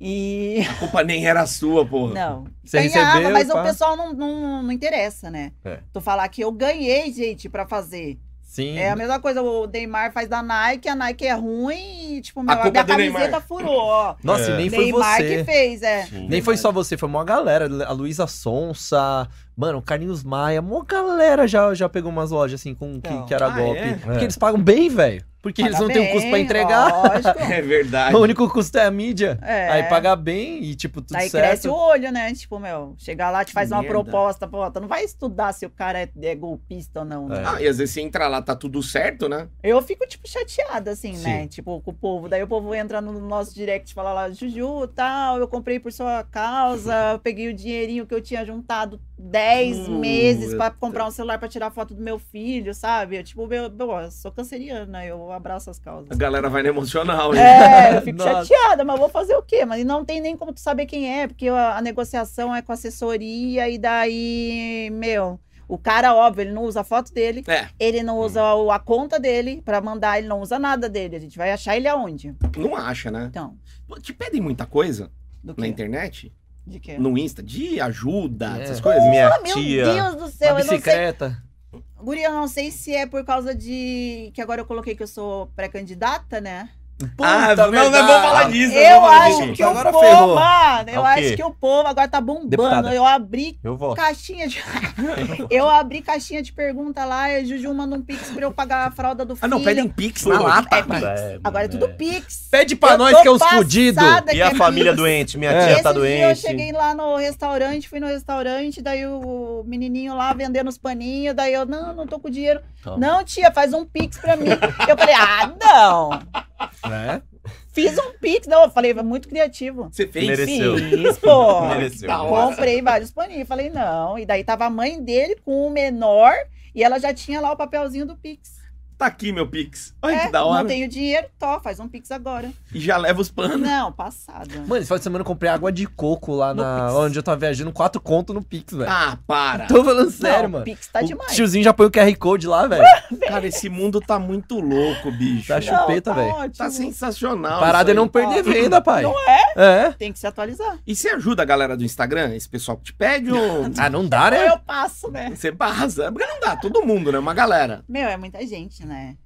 Speaker 4: E
Speaker 1: A culpa nem era sua, porra.
Speaker 4: não.
Speaker 3: Você
Speaker 4: ganhava,
Speaker 3: recebeu,
Speaker 4: mas
Speaker 3: pá.
Speaker 4: o pessoal não, não, não interessa, né?
Speaker 3: É.
Speaker 4: Tu falar que eu ganhei, gente, pra fazer.
Speaker 3: Sim.
Speaker 4: É a mesma coisa, o Neymar faz da Nike, a Nike é ruim e, tipo, meu, a
Speaker 1: culpa
Speaker 4: minha
Speaker 1: é do Neymar.
Speaker 4: camiseta furou, ó.
Speaker 3: Nossa,
Speaker 2: É.
Speaker 3: e nem foi
Speaker 4: Neymar que
Speaker 3: você.
Speaker 4: fez, é.
Speaker 2: Sim.
Speaker 3: Nem foi só você, foi uma galera. A Luísa Sonsa, mano, o Carlinhos Maia, uma galera já, já pegou umas lojas assim com que,
Speaker 4: Então.
Speaker 3: que era
Speaker 1: Ah,
Speaker 3: golpe.
Speaker 1: é?
Speaker 3: Porque eles pagam bem, velho. Porque eles
Speaker 4: Paga
Speaker 3: não têm um custo pra
Speaker 4: bem,
Speaker 3: entregar.
Speaker 4: Lógico.
Speaker 1: É verdade.
Speaker 3: O único custo é a mídia.
Speaker 4: É.
Speaker 3: Aí paga bem e, tipo, tudo
Speaker 4: Aí
Speaker 3: certo.
Speaker 4: cresce o olho, né? Tipo, meu, chegar lá, te faz uma
Speaker 1: Merda.
Speaker 4: proposta, pô, tu não vai estudar se o cara é, é golpista ou não, né?
Speaker 1: Ah, e às vezes você entra lá, tá tudo certo, né?
Speaker 4: Eu fico, tipo, chateada, assim, né? Tipo, com o povo. Daí o povo entra no nosso direct e fala lá, Juju, tal, eu comprei por sua causa, eu peguei o dinheirinho que eu tinha juntado 10
Speaker 1: Puta.
Speaker 4: meses pra comprar um celular pra tirar foto do meu filho, sabe? Eu, tipo, meu, meu, eu sou canceriana, eu abraço as causas.
Speaker 1: A galera vai no emocional, né?
Speaker 4: É, eu fico
Speaker 3: Nossa.
Speaker 4: chateada, mas vou fazer o quê? Mas e não tem nem como tu saber quem é, porque a, a negociação é com assessoria e daí, meu, o cara, óbvio, ele não usa a foto dele,
Speaker 1: É.
Speaker 4: ele não usa
Speaker 3: Hum.
Speaker 4: o- a conta dele pra mandar, ele não usa nada dele. A gente vai achar ele aonde?
Speaker 1: Não acha, né?
Speaker 4: Então,
Speaker 1: Pô, Te pedem muita coisa
Speaker 4: do
Speaker 1: na
Speaker 4: que?
Speaker 1: internet,
Speaker 4: De quê?
Speaker 1: no Insta, de ajuda,
Speaker 3: É.
Speaker 1: essas coisas.
Speaker 2: Minha
Speaker 4: Ah, meu
Speaker 2: tia.
Speaker 4: Deus do
Speaker 3: Na
Speaker 4: céu, eu não sei.
Speaker 3: bicicleta.
Speaker 4: Guria, eu não sei se é por causa de. que agora eu coloquei que eu sou pré-candidata, né?
Speaker 1: Ah,
Speaker 3: Puta
Speaker 1: não, não é bom
Speaker 3: verdade.
Speaker 1: falar disso. não é bom
Speaker 4: Eu
Speaker 1: falar
Speaker 4: acho
Speaker 1: disso.
Speaker 4: que o
Speaker 3: Agora
Speaker 4: povo,
Speaker 3: ferrou.
Speaker 4: mano, eu
Speaker 2: Ah, o quê?
Speaker 4: acho que o povo agora tá bombando.
Speaker 3: Deputada.
Speaker 4: Eu abri
Speaker 2: Eu volto.
Speaker 4: caixinha de. eu abri caixinha de pergunta lá, e a Juju manda um pix pra eu pagar a fralda do filho.
Speaker 1: Ah, não, pedem Pix na lata.
Speaker 4: É Pix. Agora é tudo pix.
Speaker 3: Pede pra
Speaker 4: Eu
Speaker 3: nós
Speaker 4: tô
Speaker 3: que é os
Speaker 4: passada
Speaker 3: fudidos.
Speaker 4: que
Speaker 2: E
Speaker 4: é
Speaker 2: a família
Speaker 4: Pix.
Speaker 2: doente, minha
Speaker 3: É.
Speaker 2: tia tá
Speaker 4: Esses dias Eu
Speaker 2: doente.
Speaker 4: cheguei lá no restaurante, fui no restaurante, daí o menininho lá vendendo os paninhos, daí eu, não, não tô com dinheiro.
Speaker 3: Toma.
Speaker 4: Não, tia, faz um pix pra mim. eu falei, ah, não.
Speaker 3: Né?
Speaker 4: Fiz um pix. Não, eu falei, é muito criativo.
Speaker 1: Você fez?
Speaker 2: Merece- Mereceu.
Speaker 4: Fiz, pô.
Speaker 2: Mereceu.
Speaker 1: Da hora.
Speaker 4: Comprei vários paninhos. Falei, não. E daí tava a mãe dele com o menor e ela já tinha lá o papelzinho do Pix.
Speaker 1: Tá aqui meu Pix. Olha
Speaker 4: É,
Speaker 1: que da hora.
Speaker 4: Não tenho dinheiro, tó, faz um Pix agora.
Speaker 1: E já leva os panos.
Speaker 4: Não, passada.
Speaker 3: Mano, esse final de semana eu comprei água de coco lá
Speaker 1: No
Speaker 3: na.
Speaker 1: Pix.
Speaker 3: Onde eu tava viajando, quatro conto no Pix, velho.
Speaker 1: Ah, para.
Speaker 3: Tô falando sério,
Speaker 4: não,
Speaker 3: mano.
Speaker 4: Pix tá
Speaker 3: o
Speaker 4: demais.
Speaker 3: tiozinho já põe o QR Code lá, velho.
Speaker 1: Cara, esse mundo tá muito louco, bicho.
Speaker 3: Tá
Speaker 4: Não,
Speaker 3: chupeta,
Speaker 4: tá
Speaker 3: velho.
Speaker 4: ótimo.
Speaker 1: Tá sensacional.
Speaker 3: Parada é
Speaker 1: isso
Speaker 3: não
Speaker 1: aí.
Speaker 3: perder venda, pai.
Speaker 4: Não é?
Speaker 3: É.
Speaker 4: Tem que se atualizar.
Speaker 1: E você ajuda a galera do Instagram? Esse pessoal que te pede ou...
Speaker 3: Ah, não dá,
Speaker 4: Ou
Speaker 3: né?
Speaker 4: eu passo, né?
Speaker 1: Você barra, porque não dá, todo mundo, né? Uma galera.
Speaker 4: Meu, é muita gente, né?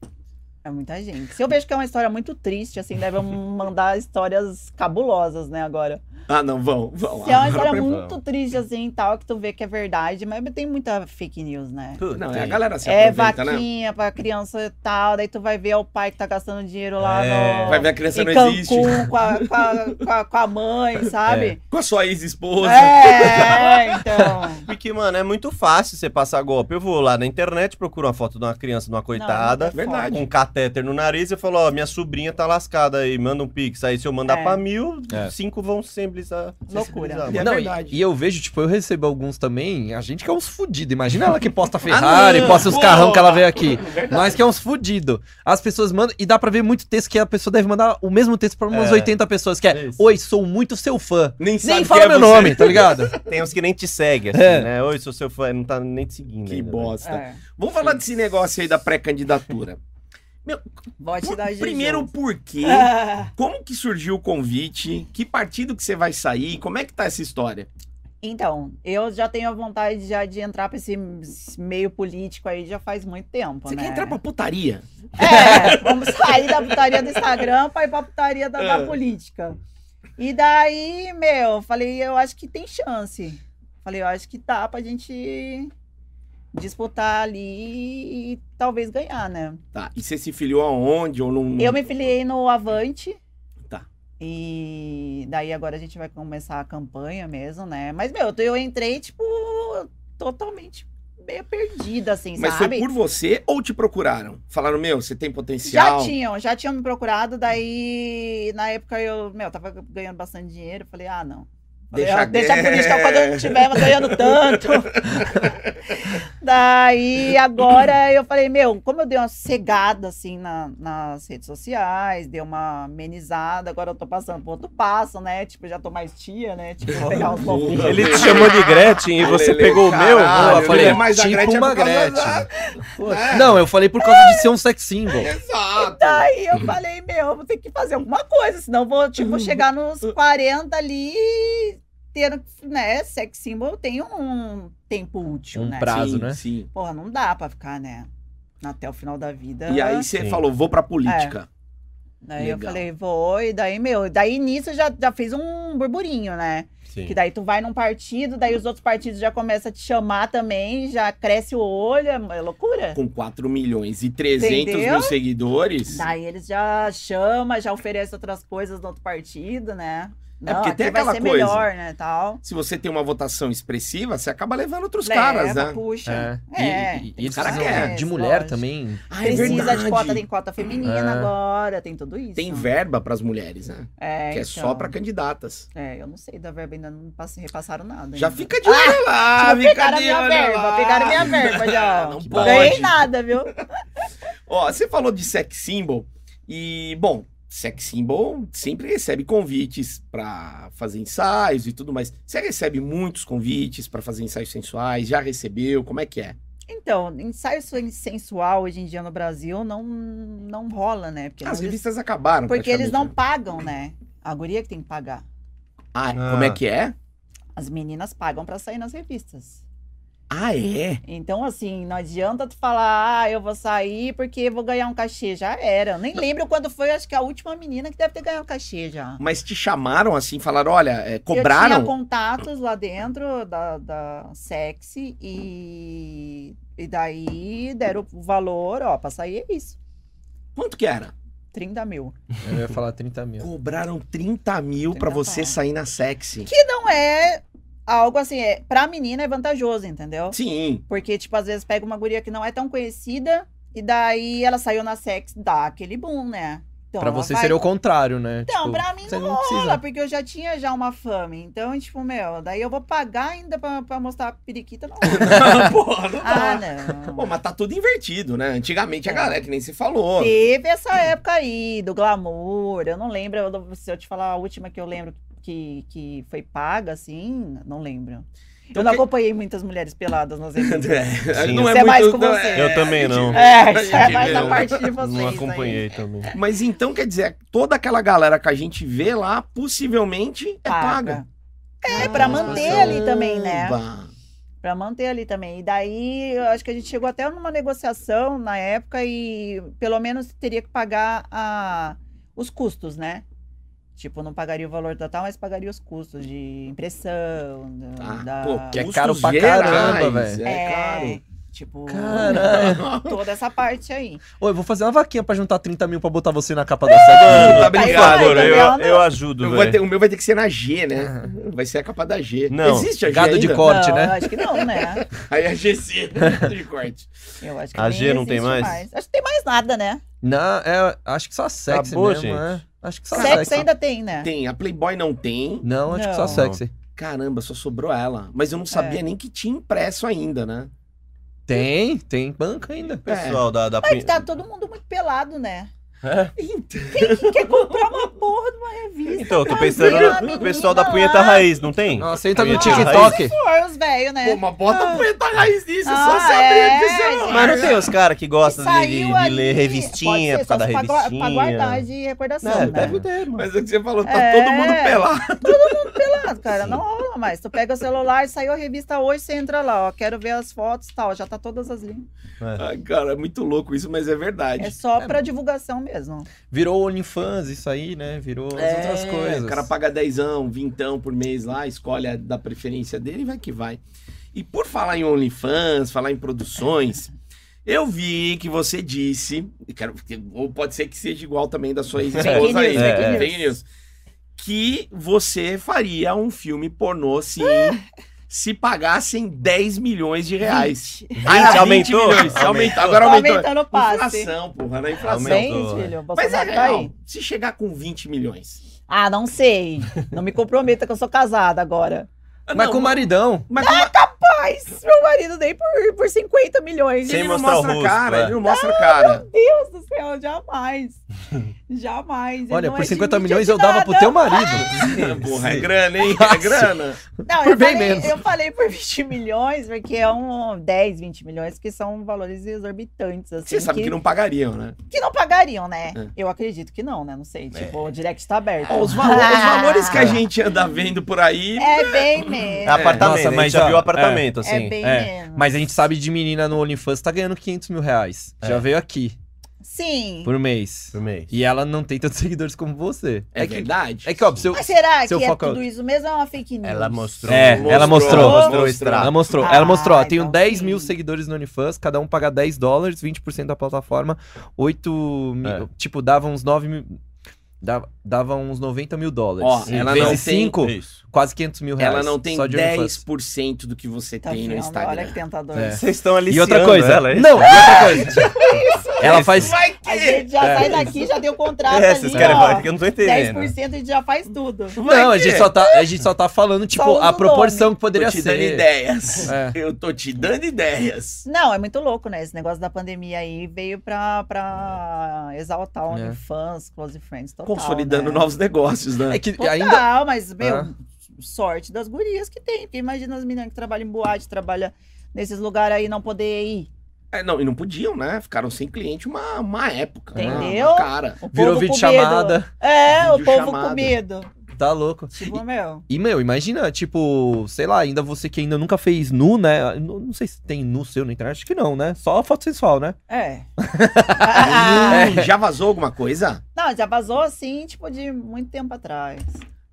Speaker 4: É muita gente. Se eu vejo que é uma história muito triste, assim, devem mandar histórias cabulosas, né, agora.
Speaker 1: Ah, não, vão, vão.
Speaker 4: Se é uma
Speaker 1: Agora
Speaker 4: história
Speaker 1: pra-
Speaker 4: muito triste, assim, tal, que tu vê que é verdade, mas tem muita fake news, né?
Speaker 1: Não, é a galera se
Speaker 4: É
Speaker 1: aproveita, né?
Speaker 4: vaquinha pra criança e tal, daí tu vai ver o pai que tá gastando dinheiro lá
Speaker 3: É.
Speaker 4: no.
Speaker 1: Vai ver a criança
Speaker 4: em
Speaker 1: não
Speaker 4: Cancún
Speaker 1: existe. É.
Speaker 4: Com, a, com, a, com, a, com a mãe, sabe?
Speaker 1: Com a sua ex-esposa.
Speaker 4: É, então.
Speaker 2: Porque, mano, é muito fácil você passar golpe. Eu vou lá na internet, procuro uma foto de uma criança, de uma coitada,
Speaker 4: Não, não dá
Speaker 1: Verdade.
Speaker 2: com um catéter no nariz e falo, ó, minha sobrinha tá lascada aí, manda um pix. Aí se eu mandar
Speaker 4: É.
Speaker 2: pra mil,
Speaker 3: É.
Speaker 2: cinco vão sensibilizar.
Speaker 4: Loucura.
Speaker 2: sensibilizar,
Speaker 1: E é
Speaker 2: mano.
Speaker 3: Tá não,
Speaker 1: verdade.
Speaker 3: E, e eu vejo, tipo, eu recebo alguns também, a gente que é uns fudido. Imagina ela que posta Ferrari,
Speaker 1: Ah, não,
Speaker 3: posta os
Speaker 1: pô!
Speaker 3: carrão que ela veio aqui.
Speaker 1: Verdade.
Speaker 3: Nós que é uns fudido. As pessoas mandam, e dá pra ver muito texto que a pessoa deve mandar o mesmo texto pra umas
Speaker 2: É.
Speaker 3: 80 pessoas, que é,
Speaker 2: Isso.
Speaker 3: oi, sou muito seu fã.
Speaker 1: Nem
Speaker 3: Nem
Speaker 1: sabe
Speaker 3: fala
Speaker 1: quem é
Speaker 3: meu
Speaker 1: você.
Speaker 3: nome, tá ligado?
Speaker 2: Tem uns que nem te seguem, assim,
Speaker 3: É.
Speaker 2: né? Oi, sou seu fã, não tá nem te seguindo.
Speaker 1: Que
Speaker 2: ainda,
Speaker 1: bosta.
Speaker 4: É.
Speaker 1: Vamos falar desse negócio aí da pré-candidatura.
Speaker 4: Bote
Speaker 1: Por-
Speaker 4: da Juju.
Speaker 1: primeiro, o porquê?
Speaker 4: Ah,
Speaker 1: Como que surgiu o convite? Que partido que você vai sair? Como é que tá essa história?
Speaker 4: Então, eu já tenho a vontade já de entrar pra esse esse meio político aí já faz muito tempo,
Speaker 1: Você
Speaker 4: né?
Speaker 1: quer entrar pra putaria?
Speaker 4: É, vamos sair da putaria do Instagram pra ir pra putaria da, da
Speaker 1: É.
Speaker 4: política. E daí, meu, eu falei, eu acho que tem chance. Falei, eu acho que dá pra gente disputar ali e talvez ganhar, né?
Speaker 1: Tá. E você se filiou aonde ou não?
Speaker 4: Eu me filiei no Avante.
Speaker 1: Hum. Tá.
Speaker 4: E daí agora a gente vai começar a campanha mesmo, né? Mas, meu, eu entrei, tipo, totalmente meio perdida, assim,
Speaker 1: Mas
Speaker 4: sabe?
Speaker 1: foi por você ou te procuraram? Falaram, meu, você tem
Speaker 4: Já
Speaker 1: potencial?
Speaker 4: tinham, já tinham me procurado, daí na época eu, meu, tava ganhando bastante dinheiro, eu falei, ah, não,
Speaker 1: Deixa,
Speaker 4: Eu- deixa a
Speaker 1: quieto.
Speaker 4: política quando eu estiver ganhando tanto. Daí, agora eu falei, meu, como eu dei uma cegada assim na- nas redes sociais, dei uma amenizada, agora eu tô passando por outro passo, né? Tipo, já tô mais tia, né? Tipo, vou pegar uns
Speaker 1: Porra,
Speaker 4: novinhos.
Speaker 2: Ele
Speaker 1: velho.
Speaker 2: te chamou de Gretchen e você
Speaker 1: Lele,
Speaker 2: pegou o meu?
Speaker 1: caralho,
Speaker 2: Não, eu falei,
Speaker 1: Lele, mas a
Speaker 3: tipo
Speaker 1: Gretchen é
Speaker 3: uma
Speaker 1: por causa da- É.
Speaker 3: Poxa. Não, eu falei por causa de ser um sex symbol.
Speaker 1: Exato.
Speaker 4: Daí
Speaker 1: Uhum.
Speaker 4: eu falei, meu, eu vou ter que fazer alguma coisa, senão eu vou, tipo, chegar nos
Speaker 1: Uhum.
Speaker 4: 40 ali e ter, né, sex symbol tem um tempo útil,
Speaker 3: Um
Speaker 4: né?
Speaker 3: prazo.
Speaker 1: Sim,
Speaker 3: né?
Speaker 1: Sim.
Speaker 4: Porra, não dá pra ficar, né? Até o final da vida.
Speaker 1: E aí você
Speaker 2: Sim.
Speaker 1: falou, vou pra política.
Speaker 4: Daí eu
Speaker 1: Legal.
Speaker 4: falei, vou, e daí, meu, daí nisso eu já, já fez um burburinho, né?
Speaker 2: Sim.
Speaker 4: Que daí tu vai num partido, daí os outros partidos já começam a te chamar também, já cresce o olho, é é loucura.
Speaker 1: Com 4 milhões e 300 mil
Speaker 4: Entendeu?
Speaker 1: seguidores.
Speaker 4: Daí eles já chama, já oferece outras coisas no outro partido, né?
Speaker 1: É,
Speaker 4: Não,
Speaker 1: porque
Speaker 4: aqui
Speaker 1: tem
Speaker 4: vai
Speaker 1: aquela
Speaker 4: ser
Speaker 1: coisa.
Speaker 4: melhor, né, tal.
Speaker 1: Se você tem uma votação expressiva, você acaba levando outros
Speaker 4: Leva,
Speaker 1: caras, né?
Speaker 4: puxa.
Speaker 3: É.
Speaker 4: É.
Speaker 3: E, e, e eles
Speaker 1: Cara,
Speaker 3: precisam
Speaker 1: quer.
Speaker 3: de mulher
Speaker 4: Lógico.
Speaker 3: também.
Speaker 1: Ah, é
Speaker 4: Precisa
Speaker 1: verdade.
Speaker 4: de cota, tem cota feminina
Speaker 3: É.
Speaker 4: agora, tem tudo isso.
Speaker 1: Tem verba pras mulheres, né?
Speaker 4: É,
Speaker 1: que é só
Speaker 4: então.
Speaker 1: pra candidatas.
Speaker 4: É, eu não sei da verba, ainda não passe- repassaram nada.
Speaker 1: Já
Speaker 4: ainda.
Speaker 1: fica de olho lá,
Speaker 4: Tipo,
Speaker 1: fica
Speaker 4: pegaram
Speaker 1: de
Speaker 4: minha
Speaker 1: olho
Speaker 4: verba,
Speaker 1: lá.
Speaker 4: pegaram minha verba já.
Speaker 1: Não
Speaker 4: Não
Speaker 1: pode.
Speaker 4: Ganhei nada, viu?
Speaker 1: Ó, você falou de sex symbol e, bom, sex symbol sempre recebe convites pra fazer ensaios e tudo mais. Você recebe muitos convites pra fazer ensaios sensuais? Já recebeu? Como é que é?
Speaker 4: Então, ensaio sen- sensual hoje em dia no Brasil não, não rola, né? Porque,
Speaker 1: As
Speaker 4: não-
Speaker 1: revistas acabaram.
Speaker 4: porque eles não
Speaker 1: Ah, é praticamente,
Speaker 4: pagam, né? A guria que tem que pagar.
Speaker 1: né? Ah,
Speaker 2: Ah.
Speaker 1: como é que é?
Speaker 4: As meninas pagam pra sair nas revistas.
Speaker 1: Ah, é?
Speaker 4: Então, assim, não adianta tu falar, ah, eu vou sair porque vou ganhar um cachê. Já era. Eu nem lembro quando foi, acho que a última menina que deve ter ganhado um cachê já.
Speaker 1: Mas te chamaram assim, falaram, olha, é,
Speaker 4: Eu tinha
Speaker 1: cobraram?
Speaker 4: contatos lá dentro da, da Sexy e, e daí deram o valor, ó, pra sair é isso.
Speaker 1: Quanto que era?
Speaker 4: 30 mil.
Speaker 3: Eu ia falar 30 mil.
Speaker 1: Cobraram 30 mil pra
Speaker 4: 30
Speaker 1: você
Speaker 4: pau.
Speaker 1: sair na sexy.
Speaker 4: Não é algo assim, é, pra menina é vantajoso, entendeu?
Speaker 1: Sim.
Speaker 4: Porque, tipo, às vezes pega uma guria que não é tão conhecida e daí ela saiu na Sexy, dá aquele boom, né? Então,
Speaker 3: Pra
Speaker 4: ela
Speaker 3: você
Speaker 4: vai-
Speaker 3: seria o contrário, né?
Speaker 4: Então, pra mim
Speaker 3: você
Speaker 4: não rola, porque eu já tinha já uma fama. Então, tipo, meu, daí eu vou pagar ainda pra, pra mostrar a periquita, não.
Speaker 1: Porra, não dá.
Speaker 4: ah, não.
Speaker 1: Bom, mas tá tudo invertido, né? Antigamente a
Speaker 4: É.
Speaker 1: galera, que nem se falou.
Speaker 4: Teve essa época aí do glamour. Eu não lembro, eu- se eu te falar a última que eu lembro que, que foi paga, assim, não lembro.
Speaker 1: Então
Speaker 4: eu não
Speaker 1: que-
Speaker 4: acompanhei muitas mulheres peladas nas revistas.
Speaker 1: É,
Speaker 2: Sim.
Speaker 1: não é
Speaker 4: Isso é
Speaker 1: muito,
Speaker 4: mais com
Speaker 1: não
Speaker 4: você.
Speaker 1: é-
Speaker 2: Eu também não.
Speaker 4: É, isso é
Speaker 1: Entendi,
Speaker 4: mais
Speaker 1: não.
Speaker 4: a parte de vocês.
Speaker 2: Não
Speaker 4: aí.
Speaker 2: acompanhei também.
Speaker 1: Mas então, quer dizer, toda aquela galera que a gente vê lá, possivelmente é paga. tá.
Speaker 4: Paga. É, pra manter ali também, né?
Speaker 1: Caramba.
Speaker 4: Pra manter ali também. E daí, eu acho que a gente chegou até numa negociação na época e pelo menos teria que pagar a, os custos, né? Tipo, não pagaria o valor total, mas pagaria os custos de impressão, da-
Speaker 1: Tá.
Speaker 4: da...
Speaker 1: Pô,
Speaker 3: que é
Speaker 1: custos
Speaker 3: caro pra
Speaker 1: gerais,
Speaker 3: caramba, velho.
Speaker 1: É, caro.
Speaker 4: Tipo,
Speaker 3: Caralho.
Speaker 4: toda essa parte aí.
Speaker 3: Ô, eu vou fazer uma vaquinha pra juntar 30 mil pra botar você na capa da série.
Speaker 1: tá
Speaker 4: Aí
Speaker 2: Por
Speaker 1: brincando.
Speaker 4: vai,
Speaker 2: favor,
Speaker 4: tá
Speaker 2: eu,
Speaker 4: vendo?
Speaker 2: eu ajudo,
Speaker 1: Eu vou ter-
Speaker 2: velho.
Speaker 1: o meu vai ter que ser na G, né? Vai ser a capa da G.
Speaker 2: Não.
Speaker 1: Existe a G
Speaker 3: Gado de
Speaker 1: ainda?
Speaker 3: cor. Corte,
Speaker 4: não,
Speaker 3: né?
Speaker 4: eu acho que não, né?
Speaker 1: Aí a GC de corte.
Speaker 4: Eu acho que
Speaker 2: A
Speaker 4: nem
Speaker 2: G não tem
Speaker 4: existe
Speaker 2: mais?
Speaker 4: Acho que tem mais nada, né?
Speaker 3: Não, é, acho que só sexy
Speaker 2: Acabou,
Speaker 3: mesmo,
Speaker 2: gente.
Speaker 3: é. Acho que só
Speaker 4: Sexo
Speaker 3: sexy.
Speaker 4: ainda tem, né?
Speaker 1: Tem, a Playboy não tem.
Speaker 3: Não, acho que só
Speaker 4: Não.
Speaker 3: sexy.
Speaker 1: Caramba, só sobrou ela. Mas
Speaker 4: É.
Speaker 1: eu não sabia nem que tinha impresso ainda, né?
Speaker 3: Tem, tem banca ainda.
Speaker 2: Pessoal da... da...
Speaker 4: Mas tá todo mundo muito pelado, né?
Speaker 2: É?
Speaker 1: Então,
Speaker 4: Quem quer comprar uma porra de uma revista?
Speaker 2: Então, eu tô
Speaker 4: Mas
Speaker 2: pensando
Speaker 4: vira uma
Speaker 2: no pessoal da
Speaker 4: menina
Speaker 2: punheta
Speaker 4: lá.
Speaker 2: raiz, não tem?
Speaker 3: Nossa, entra no
Speaker 2: Punheta
Speaker 3: TikTok.
Speaker 4: For os velhos, né?
Speaker 1: pô, mas bota a punheta raiz nisso, só
Speaker 4: Ah,
Speaker 1: se abrir
Speaker 4: é,
Speaker 1: aqui, sei lá.
Speaker 4: gente.
Speaker 2: Mas não tem os caras que gostam de, de-
Speaker 4: Saiu
Speaker 2: de
Speaker 4: ali,
Speaker 2: ler revistinha
Speaker 4: pode ser,
Speaker 2: por causa da
Speaker 4: só se pra gua-
Speaker 2: revistinha.
Speaker 4: Pra guardar de recordação,
Speaker 2: É,
Speaker 4: né?
Speaker 2: deve
Speaker 3: ter, mano.
Speaker 1: Mas é o que você falou, tá
Speaker 4: É.
Speaker 1: todo mundo pelado.
Speaker 4: Pelado, cara, não rola mais. Tu pega o celular, saiu a revista hoje, você entra lá, ó, quero ver as fotos e tal, já tá todas as linhas.
Speaker 1: Ai, cara, é muito louco isso, mas é verdade.
Speaker 4: É só pra divulgação mesmo.
Speaker 3: Virou OnlyFans isso aí, né? Virou as
Speaker 4: É,
Speaker 3: outras coisas.
Speaker 1: O cara paga dezão, vintão por mês lá, escolhe a da preferência dele e vai que vai. E por falar em OnlyFans, falar em produções, eu vi que você disse, e quero- ou pode ser que seja igual também da sua
Speaker 4: Fake news,
Speaker 1: ex-esposa aí,
Speaker 2: fake
Speaker 1: né?
Speaker 4: news.
Speaker 1: fake news, que você faria um filme pornô sim, se pagassem 10 milhões de reais. Ah, era 20
Speaker 2: aumentou?
Speaker 1: milhões,
Speaker 2: Aumentou.
Speaker 1: aumentou, agora
Speaker 4: Tá
Speaker 1: aumentou.
Speaker 4: aumentando o passe. Tá
Speaker 1: Inflação, porra, na inflação.
Speaker 2: Aumentou.
Speaker 4: Bem, filho, o
Speaker 1: Mas é
Speaker 4: Bolsonaro tá
Speaker 1: real,
Speaker 4: aí.
Speaker 1: se chegar com 20 milhões,
Speaker 4: Ah, não sei. Não me comprometa que eu sou casada agora.
Speaker 3: Mas com o maridão.
Speaker 1: Mas como-
Speaker 4: Mas meu marido nem por, por 50 milhões.
Speaker 2: Sem
Speaker 1: ele não
Speaker 2: mostrar o
Speaker 1: mostra a
Speaker 2: rosto,
Speaker 1: cara,
Speaker 2: é.
Speaker 1: ele não mostra a cara.
Speaker 4: Meu Deus do céu, jamais. jamais. Ele
Speaker 3: Olha,
Speaker 4: não é
Speaker 3: por 50
Speaker 4: admite
Speaker 3: milhões eu dava pro
Speaker 4: nada.
Speaker 3: teu marido.
Speaker 1: Porra, é
Speaker 3: Sim.
Speaker 1: grana, hein? É
Speaker 3: Fácil.
Speaker 1: grana.
Speaker 4: Não,
Speaker 3: Por
Speaker 4: eu,
Speaker 3: bem
Speaker 4: falei,
Speaker 3: menos.
Speaker 4: eu falei por 20 milhões, porque é um 10, 20 milhões, que são valores exorbitantes, assim.
Speaker 1: Você sabe que não pagariam, né?
Speaker 4: que não pagariam, né?
Speaker 1: É.
Speaker 4: Eu acredito que não, né? Não sei. Tipo, o direct tá aberto.
Speaker 1: Ó, os, valo- os
Speaker 3: Ah.
Speaker 1: valores que a gente anda vendo por aí.
Speaker 4: É bem menos.
Speaker 2: apartamento,
Speaker 3: Nossa,
Speaker 2: a
Speaker 3: mas
Speaker 2: gente já
Speaker 3: ó,
Speaker 2: viu apartamento, assim.
Speaker 4: é bem
Speaker 3: é.
Speaker 4: menos.
Speaker 3: Mas a gente sabe de menina no OnlyFans que tá ganhando 500 mil reais. Já
Speaker 2: É.
Speaker 3: veio aqui,
Speaker 4: Sim.
Speaker 3: por mês.
Speaker 2: Por mês.
Speaker 3: E ela não tem tantos seguidores como você.
Speaker 1: É,
Speaker 3: que,
Speaker 1: verdade.
Speaker 3: é que, óbvio, se eu-
Speaker 4: Mas será que
Speaker 3: seu
Speaker 4: é
Speaker 3: foco-
Speaker 4: tudo isso mesmo ou é uma fake news?
Speaker 2: Ela mostrou.
Speaker 3: É, ela
Speaker 2: mostrou
Speaker 3: mostrou,
Speaker 2: o
Speaker 3: ela
Speaker 1: Tá.
Speaker 2: extrato.
Speaker 3: mostrou,
Speaker 4: Ah,
Speaker 3: ela mostrou, ó, tenho
Speaker 4: então
Speaker 3: 10
Speaker 4: sim.
Speaker 3: mil seguidores no OnlyFans, cada um paga 10 dólares, 20% da plataforma, 8 mil,
Speaker 2: É.
Speaker 3: tipo, dava uns 9 mil, dava, dava uns 90 mil dólares.
Speaker 1: Ó, ela
Speaker 3: Vezes
Speaker 1: não tem-
Speaker 3: 5,
Speaker 2: Isso.
Speaker 3: quase 500 mil reais.
Speaker 1: Ela não tem
Speaker 3: só de OnlyFans.
Speaker 1: 10% do que você
Speaker 4: Tá
Speaker 1: tem no
Speaker 4: vendo? Olha
Speaker 1: Instagram.
Speaker 4: que tentador.
Speaker 3: É.
Speaker 2: Vocês estão ali.
Speaker 3: E outra coisa,
Speaker 1: é
Speaker 3: não, e outra coisa, ela faz,
Speaker 1: Vai
Speaker 4: A gente já
Speaker 3: É.
Speaker 4: sai daqui, já deu o contrato
Speaker 2: É,
Speaker 4: ali,
Speaker 2: vocês querem falar que
Speaker 4: ó.
Speaker 2: eu não tô entendendo.
Speaker 4: 10% a gente já faz tudo.
Speaker 1: Vai
Speaker 3: não, a
Speaker 1: que-
Speaker 3: gente só tá, a gente só tá falando, tipo,
Speaker 4: usa o
Speaker 3: a proporção que
Speaker 1: Tô
Speaker 3: poderia
Speaker 1: te dando
Speaker 3: ser.
Speaker 1: ideias.
Speaker 3: É.
Speaker 1: Eu tô te dando ideias.
Speaker 4: Não, é muito louco, né? Esse negócio da pandemia aí veio pra, pra exaltar o
Speaker 3: É.
Speaker 4: OnlyFans, Close Friends, total.
Speaker 1: Consolidando
Speaker 4: né?
Speaker 1: novos negócios, né?
Speaker 3: É que
Speaker 4: Total,
Speaker 3: ainda,
Speaker 4: mas, meu,
Speaker 3: Ah.
Speaker 4: sorte das gurias que tem. Porque imagina as meninas que trabalham em boate, trabalham nesses lugares aí, não poder ir.
Speaker 1: É, não, e não podiam, né? Ficaram sem cliente uma, uma época. né?
Speaker 4: Entendeu?
Speaker 1: Uma cara.
Speaker 4: O
Speaker 3: virou
Speaker 4: povo
Speaker 3: vídeo
Speaker 4: com medo.
Speaker 3: chamada,
Speaker 4: É, o
Speaker 1: Vídeo
Speaker 4: povo
Speaker 1: chamada.
Speaker 4: com medo.
Speaker 3: tá louco.
Speaker 4: Tipo, meu.
Speaker 3: E, meu, imagina, tipo, sei lá, ainda você que ainda nunca fez nu, né? Não, não sei se tem nu seu na internet, acho que não, né? Só foto sensual, né?
Speaker 4: É.
Speaker 3: Ah.
Speaker 1: Hum, Já vazou alguma coisa?
Speaker 4: Não, já vazou assim, tipo, de muito tempo atrás.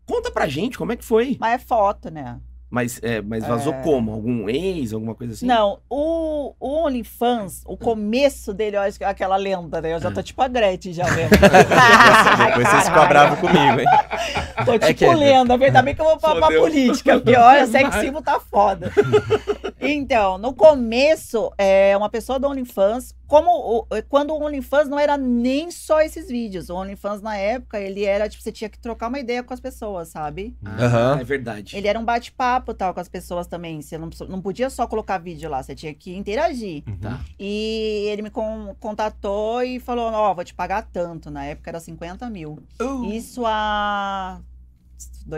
Speaker 1: Conta pra gente como é que foi.
Speaker 4: Mas é foto, né?
Speaker 1: Mas, é, mas vazou
Speaker 4: É.
Speaker 1: como? Algum ex, alguma coisa assim?
Speaker 4: Não, o, o OnlyFans, o começo dele, eu acho que é aquela lenda, né? Eu já tô
Speaker 3: É.
Speaker 4: tipo a Gretchen já lembro.
Speaker 2: Depois vocês ficam bravos comigo, hein?
Speaker 4: Tô tipo
Speaker 3: que é-
Speaker 4: lenda, ainda bem que eu vou pra, pra
Speaker 1: Fodeu.
Speaker 4: política, porque olha, sex symbol tá foda. Então, no começo, é, uma pessoa do OnlyFans, como o- é, quando o OnlyFans não era nem só esses vídeos. O OnlyFans, na época, ele era, tipo, você tinha que trocar uma ideia com as pessoas, sabe?
Speaker 1: Ah,
Speaker 3: Aham.
Speaker 1: É verdade.
Speaker 4: Ele era um bate-papo tal com as pessoas também. Você não, não podia só colocar vídeo lá, você tinha que interagir.
Speaker 2: Uhum.
Speaker 1: Tá.
Speaker 4: E ele me con- contatou e falou: Ó, vou te pagar tanto. Na época era 50 mil.
Speaker 2: Oh.
Speaker 4: Isso há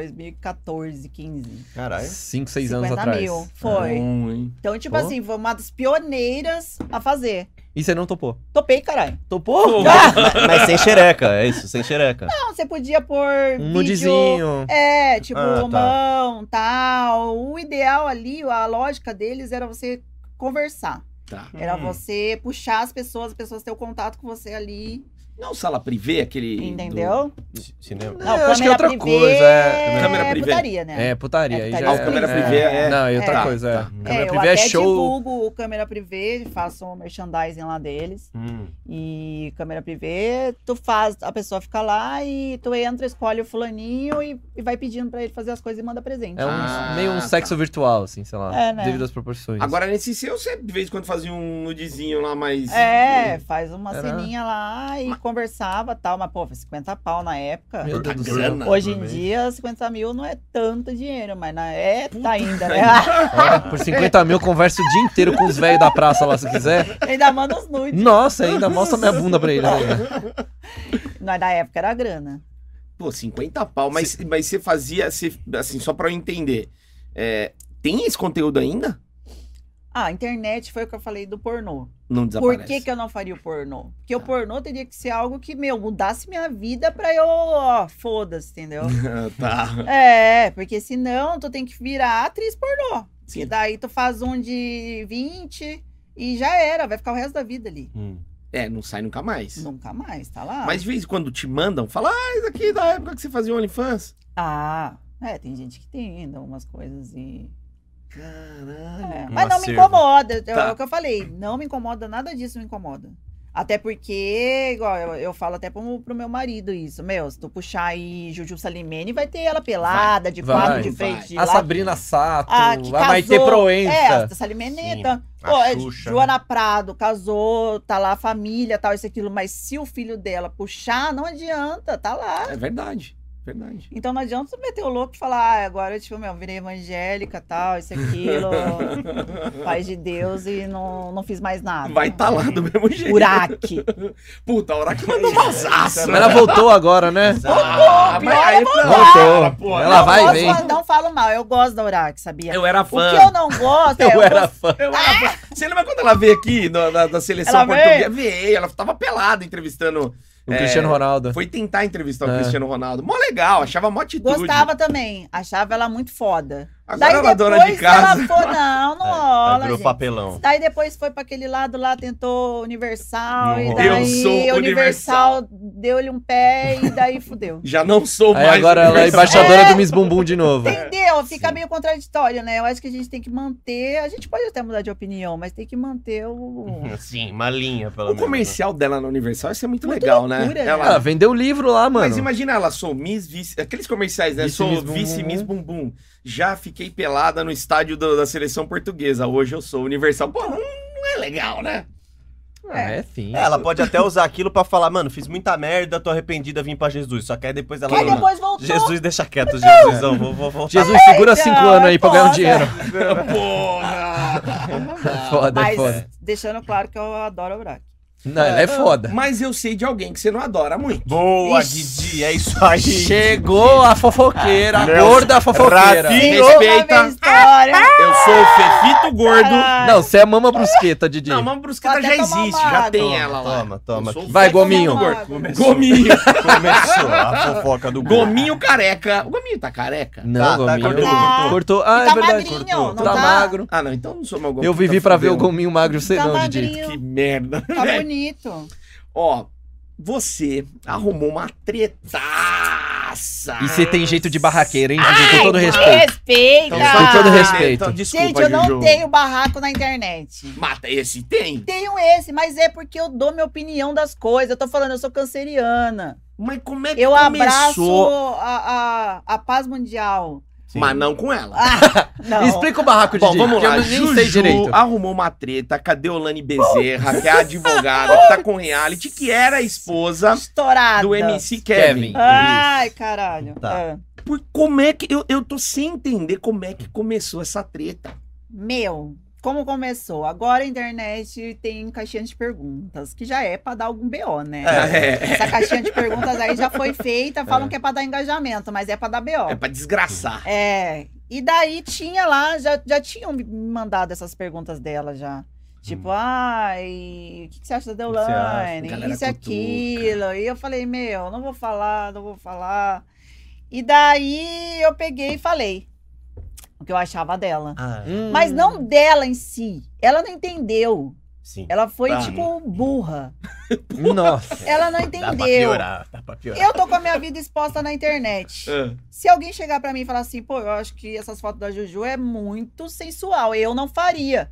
Speaker 4: 2014, 15.
Speaker 2: Caralho.
Speaker 3: 5, 6 anos atrás. Ah.
Speaker 4: mil. Foi.
Speaker 1: Tá Bom, hein?
Speaker 4: Então, tipo
Speaker 3: Pô.
Speaker 4: assim, foi uma das pioneiras a fazer.
Speaker 3: E você não topou?
Speaker 4: Topei, caralho.
Speaker 3: Topou?
Speaker 2: Mas, mas sem xereca, é isso, sem xereca.
Speaker 4: Não, Então, você podia pôr.
Speaker 3: Um
Speaker 4: vídeo-
Speaker 3: nudezinho.
Speaker 4: É, tipo,
Speaker 2: Ah, tá.
Speaker 4: mão, tal. O ideal ali, a lógica deles era você conversar.
Speaker 1: Tá.
Speaker 4: Era
Speaker 3: Uhum.
Speaker 2: Hum.
Speaker 4: você puxar as pessoas, as pessoas terem o contato com você ali.
Speaker 1: Não sala privê, aquele. do-
Speaker 4: Entendeu?
Speaker 2: Ci- Cinema.
Speaker 3: É, eu acho que é outra coisa, é.
Speaker 1: Câmera
Speaker 4: é
Speaker 1: privê.
Speaker 4: putaria, né?
Speaker 3: É, putaria.
Speaker 4: É,
Speaker 3: Aí
Speaker 4: putaria.
Speaker 3: já
Speaker 1: Ah, o câmera privê é-
Speaker 3: Não, e outra
Speaker 1: Tá,
Speaker 3: coisa, é.
Speaker 1: tá.
Speaker 3: Câmera
Speaker 4: eu
Speaker 3: privê é
Speaker 4: até
Speaker 3: show.
Speaker 4: divulgo o câmera privê, faço um merchandising lá deles.
Speaker 2: Hum.
Speaker 4: E câmera privê, tu faz, a pessoa fica lá e tu entra, escolhe o fulaninho e, e vai pedindo pra ele fazer as coisas e manda presente.
Speaker 3: É um,
Speaker 1: Ah,
Speaker 3: meio um
Speaker 1: tá.
Speaker 3: sexo virtual, assim, sei lá.
Speaker 4: tipo, É, né?
Speaker 3: Devido às proporções.
Speaker 1: Agora, nesse seu, você de vez em quando fazia um nudezinho lá, mas.
Speaker 4: É, faz uma
Speaker 3: Era-
Speaker 4: ceninha lá e conversava e tal. Mas, pô, foi 50 pau na época.
Speaker 3: Meu
Speaker 1: Puta
Speaker 3: Deus do céu.
Speaker 1: grana.
Speaker 4: Hoje em
Speaker 2: Por mês.
Speaker 4: dia, 50 mil não é tanto dinheiro, mas na... é
Speaker 1: Puta
Speaker 4: tá ainda, né?
Speaker 3: Ah, Por 50 mil, eu converso o dia inteiro com os velhos da praça lá, se quiser.
Speaker 4: ainda manda os nudes.
Speaker 3: Nossa, ainda mostra minha bunda pra ele. né?
Speaker 4: Mas na época era grana.
Speaker 1: Pô, 50 pau. Mas, mas você fazia, você- assim, só pra eu entender. é, tem esse conteúdo ainda?
Speaker 4: Ah, a internet foi o que eu falei do pornô.
Speaker 1: Não
Speaker 4: Por
Speaker 1: desaparece.
Speaker 4: que, que eu não faria o pornô? Porque o
Speaker 1: Tá.
Speaker 4: pornô teria que ser algo que, meu, mudasse minha vida pra eu, ó, foda-se, entendeu?
Speaker 1: Ah, tá.
Speaker 4: é, porque senão tu tem que virar atriz pornô.
Speaker 1: Sim.
Speaker 4: E daí tu faz um de 20 e já era, vai ficar o resto da vida ali.
Speaker 2: Hum.
Speaker 1: É, não sai nunca mais.
Speaker 4: Nunca mais, tá lá.
Speaker 1: Mas de vez em quando te mandam, fala, ah, isso aqui é da época que você fazia OnlyFans.
Speaker 4: Ah, é, tem gente que tem ainda umas coisas e.
Speaker 1: Caralho.
Speaker 4: É,
Speaker 2: Um
Speaker 4: mas não me
Speaker 2: acervo.
Speaker 4: incomoda, é
Speaker 1: Tá.
Speaker 4: o que eu falei. Não me incomoda, nada disso me incomoda. Até porque, igual, eu, eu falo até pro, pro meu marido isso. Meu, se tu puxar aí Juju Salimene, vai ter ela pelada, de
Speaker 3: Vai,
Speaker 4: quatro, de
Speaker 1: vai.
Speaker 4: frente, de
Speaker 3: A
Speaker 4: lá.
Speaker 3: Sabrina Sato,
Speaker 4: Ah,
Speaker 3: a
Speaker 4: que
Speaker 3: Maite
Speaker 4: casou. É,
Speaker 3: Proença.
Speaker 4: a Salimeneta.
Speaker 2: Sim, a
Speaker 4: Pô, é,
Speaker 2: Xuxa. né?
Speaker 4: Joana Prado casou, tá lá a família, tal, isso, aquilo. Mas se o filho dela puxar, não adianta, tá lá.
Speaker 1: É verdade. Verdade.
Speaker 4: Então não adianta você meter o louco e falar, ah, agora tipo, meu, virei evangélica, tal, isso, aquilo, paz de Deus e não, não fiz mais nada.
Speaker 1: Vai estar lá do mesmo jeito.
Speaker 4: Uraque.
Speaker 1: Puta, o Uraque mandou um alzaço.
Speaker 3: Ela voltou agora,
Speaker 4: Hum.
Speaker 3: né?
Speaker 1: Ah, mas aí-
Speaker 3: Voltou.
Speaker 1: pô,
Speaker 3: Ela
Speaker 4: não,
Speaker 3: vai e
Speaker 4: gosto-
Speaker 3: vem.
Speaker 4: Não falo mal, eu gosto da Uraque, sabia?
Speaker 1: Eu era
Speaker 4: O
Speaker 1: fã.
Speaker 4: que eu não gosto é...
Speaker 3: Eu era
Speaker 4: gosto-
Speaker 3: fã.
Speaker 1: Eu era fã. Você lembra quando ela veio aqui na, na- na seleção
Speaker 4: Ela
Speaker 1: portuguesa? Veio, ela tava pelada entrevistando.
Speaker 3: O Cristiano Ronaldo.
Speaker 1: Foi tentar entrevistar o
Speaker 3: É.
Speaker 1: Cristiano Ronaldo. Mó legal, achava mó atitude.
Speaker 4: Gostava também, achava ela muito foda.
Speaker 1: Agora
Speaker 4: Daí
Speaker 1: ela é dona de
Speaker 4: depois
Speaker 1: casa. É, tá
Speaker 4: ela foi, não, não
Speaker 2: Aí
Speaker 4: rola,
Speaker 2: virou
Speaker 4: gente.
Speaker 2: papelão.
Speaker 4: Daí depois foi pra aquele lado lá, tentou Universal,
Speaker 2: Não
Speaker 4: e
Speaker 2: rola.
Speaker 4: daí
Speaker 1: Eu sou
Speaker 4: Universal deu-lhe um pé e daí fudeu.
Speaker 1: Já não sou
Speaker 3: Aí
Speaker 1: mais.
Speaker 3: agora ela é
Speaker 1: universal.
Speaker 3: embaixadora do Miss Bumbum de novo. É,
Speaker 4: Entendeu? Fica
Speaker 2: Sim.
Speaker 4: meio contraditório, né? Eu acho que a gente tem que manter. A gente pode até mudar de opinião, mas tem que manter
Speaker 3: Uhum.
Speaker 4: o.
Speaker 2: Sim, uma linha,
Speaker 1: O
Speaker 2: pelo menos.
Speaker 1: comercial dela na Universal, isso é muito, legal, né?
Speaker 4: loucura, né?
Speaker 1: Ela
Speaker 3: né? Ela vendeu o livro lá, mano.
Speaker 1: Mas imagina ela, sou Miss Vice. Aqueles comerciais, né?
Speaker 3: Vice
Speaker 1: sou
Speaker 3: Miss Bumbum.
Speaker 1: Vice Miss Bumbum. Já fiquei pelada no estádio do- da seleção portuguesa. Hoje eu sou Universal. Pô, não, não é legal, né?
Speaker 3: Ah, é sim.
Speaker 2: É, ela pode até usar aquilo pra falar, mano, fiz muita merda, tô arrependida, vim pra Jesus. Só que aí depois ela...
Speaker 4: Aí
Speaker 2: fala,
Speaker 4: depois voltou.
Speaker 2: Jesus, deixa quieto, Jesusão, vou, vou, vou.
Speaker 3: Jesus, segura
Speaker 4: Eita,
Speaker 3: cinco anos aí pra ganhar um
Speaker 4: então, foda.
Speaker 3: dinheiro.
Speaker 1: Porra!
Speaker 3: Foda, é
Speaker 4: mas
Speaker 3: foda.
Speaker 4: deixando claro que eu adoro o Brack.
Speaker 3: Não, ela é foda.
Speaker 1: Mas eu sei de alguém que você não adora muito.
Speaker 2: Boa,
Speaker 4: Ixi.
Speaker 2: Didi, é isso aí.
Speaker 3: Chegou a fofoqueira, a
Speaker 2: Nelson.
Speaker 3: gorda fofoqueira.
Speaker 2: Rafinha.
Speaker 1: Respeita.
Speaker 4: história. Tá
Speaker 1: Eu sou o Fefito Gordo.
Speaker 4: Caralho.
Speaker 3: Ah, Não, você é mama brusqueta, Didi.
Speaker 1: Não, mas Brusqueta
Speaker 4: Vou
Speaker 1: já
Speaker 4: até tomar
Speaker 1: existe,
Speaker 4: uma
Speaker 1: já
Speaker 4: água.
Speaker 1: tem
Speaker 2: Toma,
Speaker 1: ela lá.
Speaker 2: toma, toma
Speaker 1: Eu sou um o
Speaker 3: Vai,
Speaker 1: Fefito
Speaker 3: Gominho.
Speaker 1: Gordo.
Speaker 2: Começou.
Speaker 1: Gominho.
Speaker 2: Começou a fofoca do Gomes.
Speaker 1: Gominho careca. O Gominho tá careca?
Speaker 2: Tá,
Speaker 3: Não,
Speaker 2: tá,
Speaker 3: Gominho.
Speaker 2: cortou,
Speaker 3: cortou.
Speaker 4: cortou.
Speaker 3: Ah,
Speaker 4: E tá
Speaker 3: é verdade.
Speaker 4: magrinho,
Speaker 3: cortou.
Speaker 4: não
Speaker 3: tá,
Speaker 4: tá?
Speaker 3: magro.
Speaker 1: Ah, não, então eu não sou meu Gominho.
Speaker 3: Eu vivi
Speaker 1: tá
Speaker 3: pra ver o
Speaker 1: fudendo.
Speaker 3: Gominho magro você
Speaker 4: Tá
Speaker 3: não, Didi.
Speaker 4: magrinho,
Speaker 1: Que merda.
Speaker 4: tá bonito.
Speaker 1: Ó, você arrumou uma tretaça.
Speaker 3: E você tem jeito de barraqueira, hein, Didi?
Speaker 4: Ai,
Speaker 3: Com todo
Speaker 4: me
Speaker 3: respeito.
Speaker 4: Respeita!
Speaker 3: Então, com todo respeito.
Speaker 1: desculpa,
Speaker 4: Gente, eu não
Speaker 1: Juju.
Speaker 4: tenho barraco na internet.
Speaker 1: Mata esse tem.
Speaker 4: Tenho esse, mas é porque eu dou minha opinião das coisas. Eu tô falando, eu sou canceriana.
Speaker 1: Mas como é que
Speaker 4: Eu
Speaker 1: começou?
Speaker 4: abraço a, a, a paz mundial.
Speaker 1: Mas não com ela.
Speaker 4: Ah, não.
Speaker 3: Explica o barraco, Didi.
Speaker 1: Bom, vamos
Speaker 3: que
Speaker 1: lá.
Speaker 3: Eu nem sei
Speaker 1: Juju
Speaker 3: direito.
Speaker 1: arrumou uma treta. Cadê Olane Bezerra, que é a advogada que tá com reality, que era a esposa
Speaker 4: Estourada.
Speaker 1: do MC Kevin.
Speaker 3: Kevin.
Speaker 4: Ai, caralho.
Speaker 2: Tá.
Speaker 4: Ah,
Speaker 1: Por como é que... Eu, eu tô sem entender como é que começou essa treta.
Speaker 4: meu, como começou? Agora a internet tem caixinha de perguntas, que já é pra dar algum BO, né?
Speaker 1: É,
Speaker 4: Essa caixinha de perguntas aí já foi feita, falam que é pra dar engajamento, mas é pra dar BO.
Speaker 1: é pra desgraçar.
Speaker 4: É. E daí tinha lá, já, já tinham me mandado essas perguntas dela já. Tipo, ai, o que, que você acha da
Speaker 2: Hum. que você acha?
Speaker 4: Deolane?
Speaker 1: Galera
Speaker 4: Isso e
Speaker 1: cutuca.
Speaker 4: aquilo. E eu falei, meu, não vou falar, não vou falar. E daí eu peguei e falei o que eu achava dela.
Speaker 2: Ah,
Speaker 3: Hum.
Speaker 4: Mas não dela em si. Ela não entendeu.
Speaker 2: sim.
Speaker 4: Ela foi,
Speaker 1: Tá.
Speaker 4: tipo, burra.
Speaker 3: Nossa.
Speaker 4: Ela não
Speaker 2: Dá pra
Speaker 4: entendeu.
Speaker 2: piorar, dá pra piorar.
Speaker 4: Eu tô com a minha vida exposta na internet.
Speaker 1: Ah,
Speaker 4: Se alguém chegar pra mim e falar assim, pô, eu acho que essas fotos da Juju é muito sensual, eu não faria.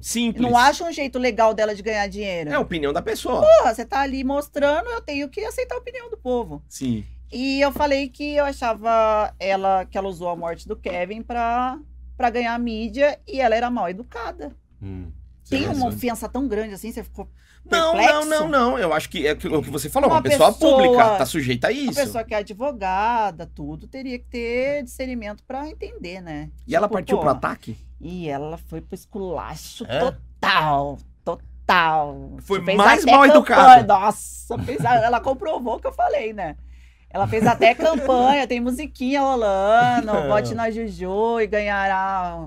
Speaker 1: Simples.
Speaker 4: Não acho um jeito legal dela de ganhar dinheiro.
Speaker 1: É a opinião da pessoa.
Speaker 4: Porra, você tá ali mostrando, eu tenho que aceitar a opinião do povo.
Speaker 1: Sim.
Speaker 4: E eu falei que eu achava ela que ela usou a morte do Kevin pra, pra ganhar mídia e ela era mal educada.
Speaker 2: Hum.
Speaker 4: Tem uma
Speaker 1: razão.
Speaker 4: ofensa tão grande assim, você ficou
Speaker 1: Não, não,
Speaker 4: Perplexo?
Speaker 1: não, não. Eu acho que é o que você falou. Uma,
Speaker 4: Uma
Speaker 1: pessoa,
Speaker 4: pessoa-
Speaker 1: pública tá sujeita a
Speaker 4: uma
Speaker 1: isso.
Speaker 4: pessoa que é advogada, tudo, teria que ter discernimento pra entender, né?
Speaker 1: E ela
Speaker 4: Tipo,
Speaker 1: partiu pro
Speaker 4: porra.
Speaker 1: ataque?
Speaker 4: E ela foi pro esculacho
Speaker 2: É?
Speaker 4: total. Total.
Speaker 1: Foi
Speaker 4: Fez
Speaker 1: mais
Speaker 4: até
Speaker 1: mal
Speaker 4: campanha.
Speaker 1: educada.
Speaker 4: Nossa, fez a- ela comprovou o que eu falei, né? Ela fez até campanha, tem musiquinha rolando, vote na Juju e ganhará.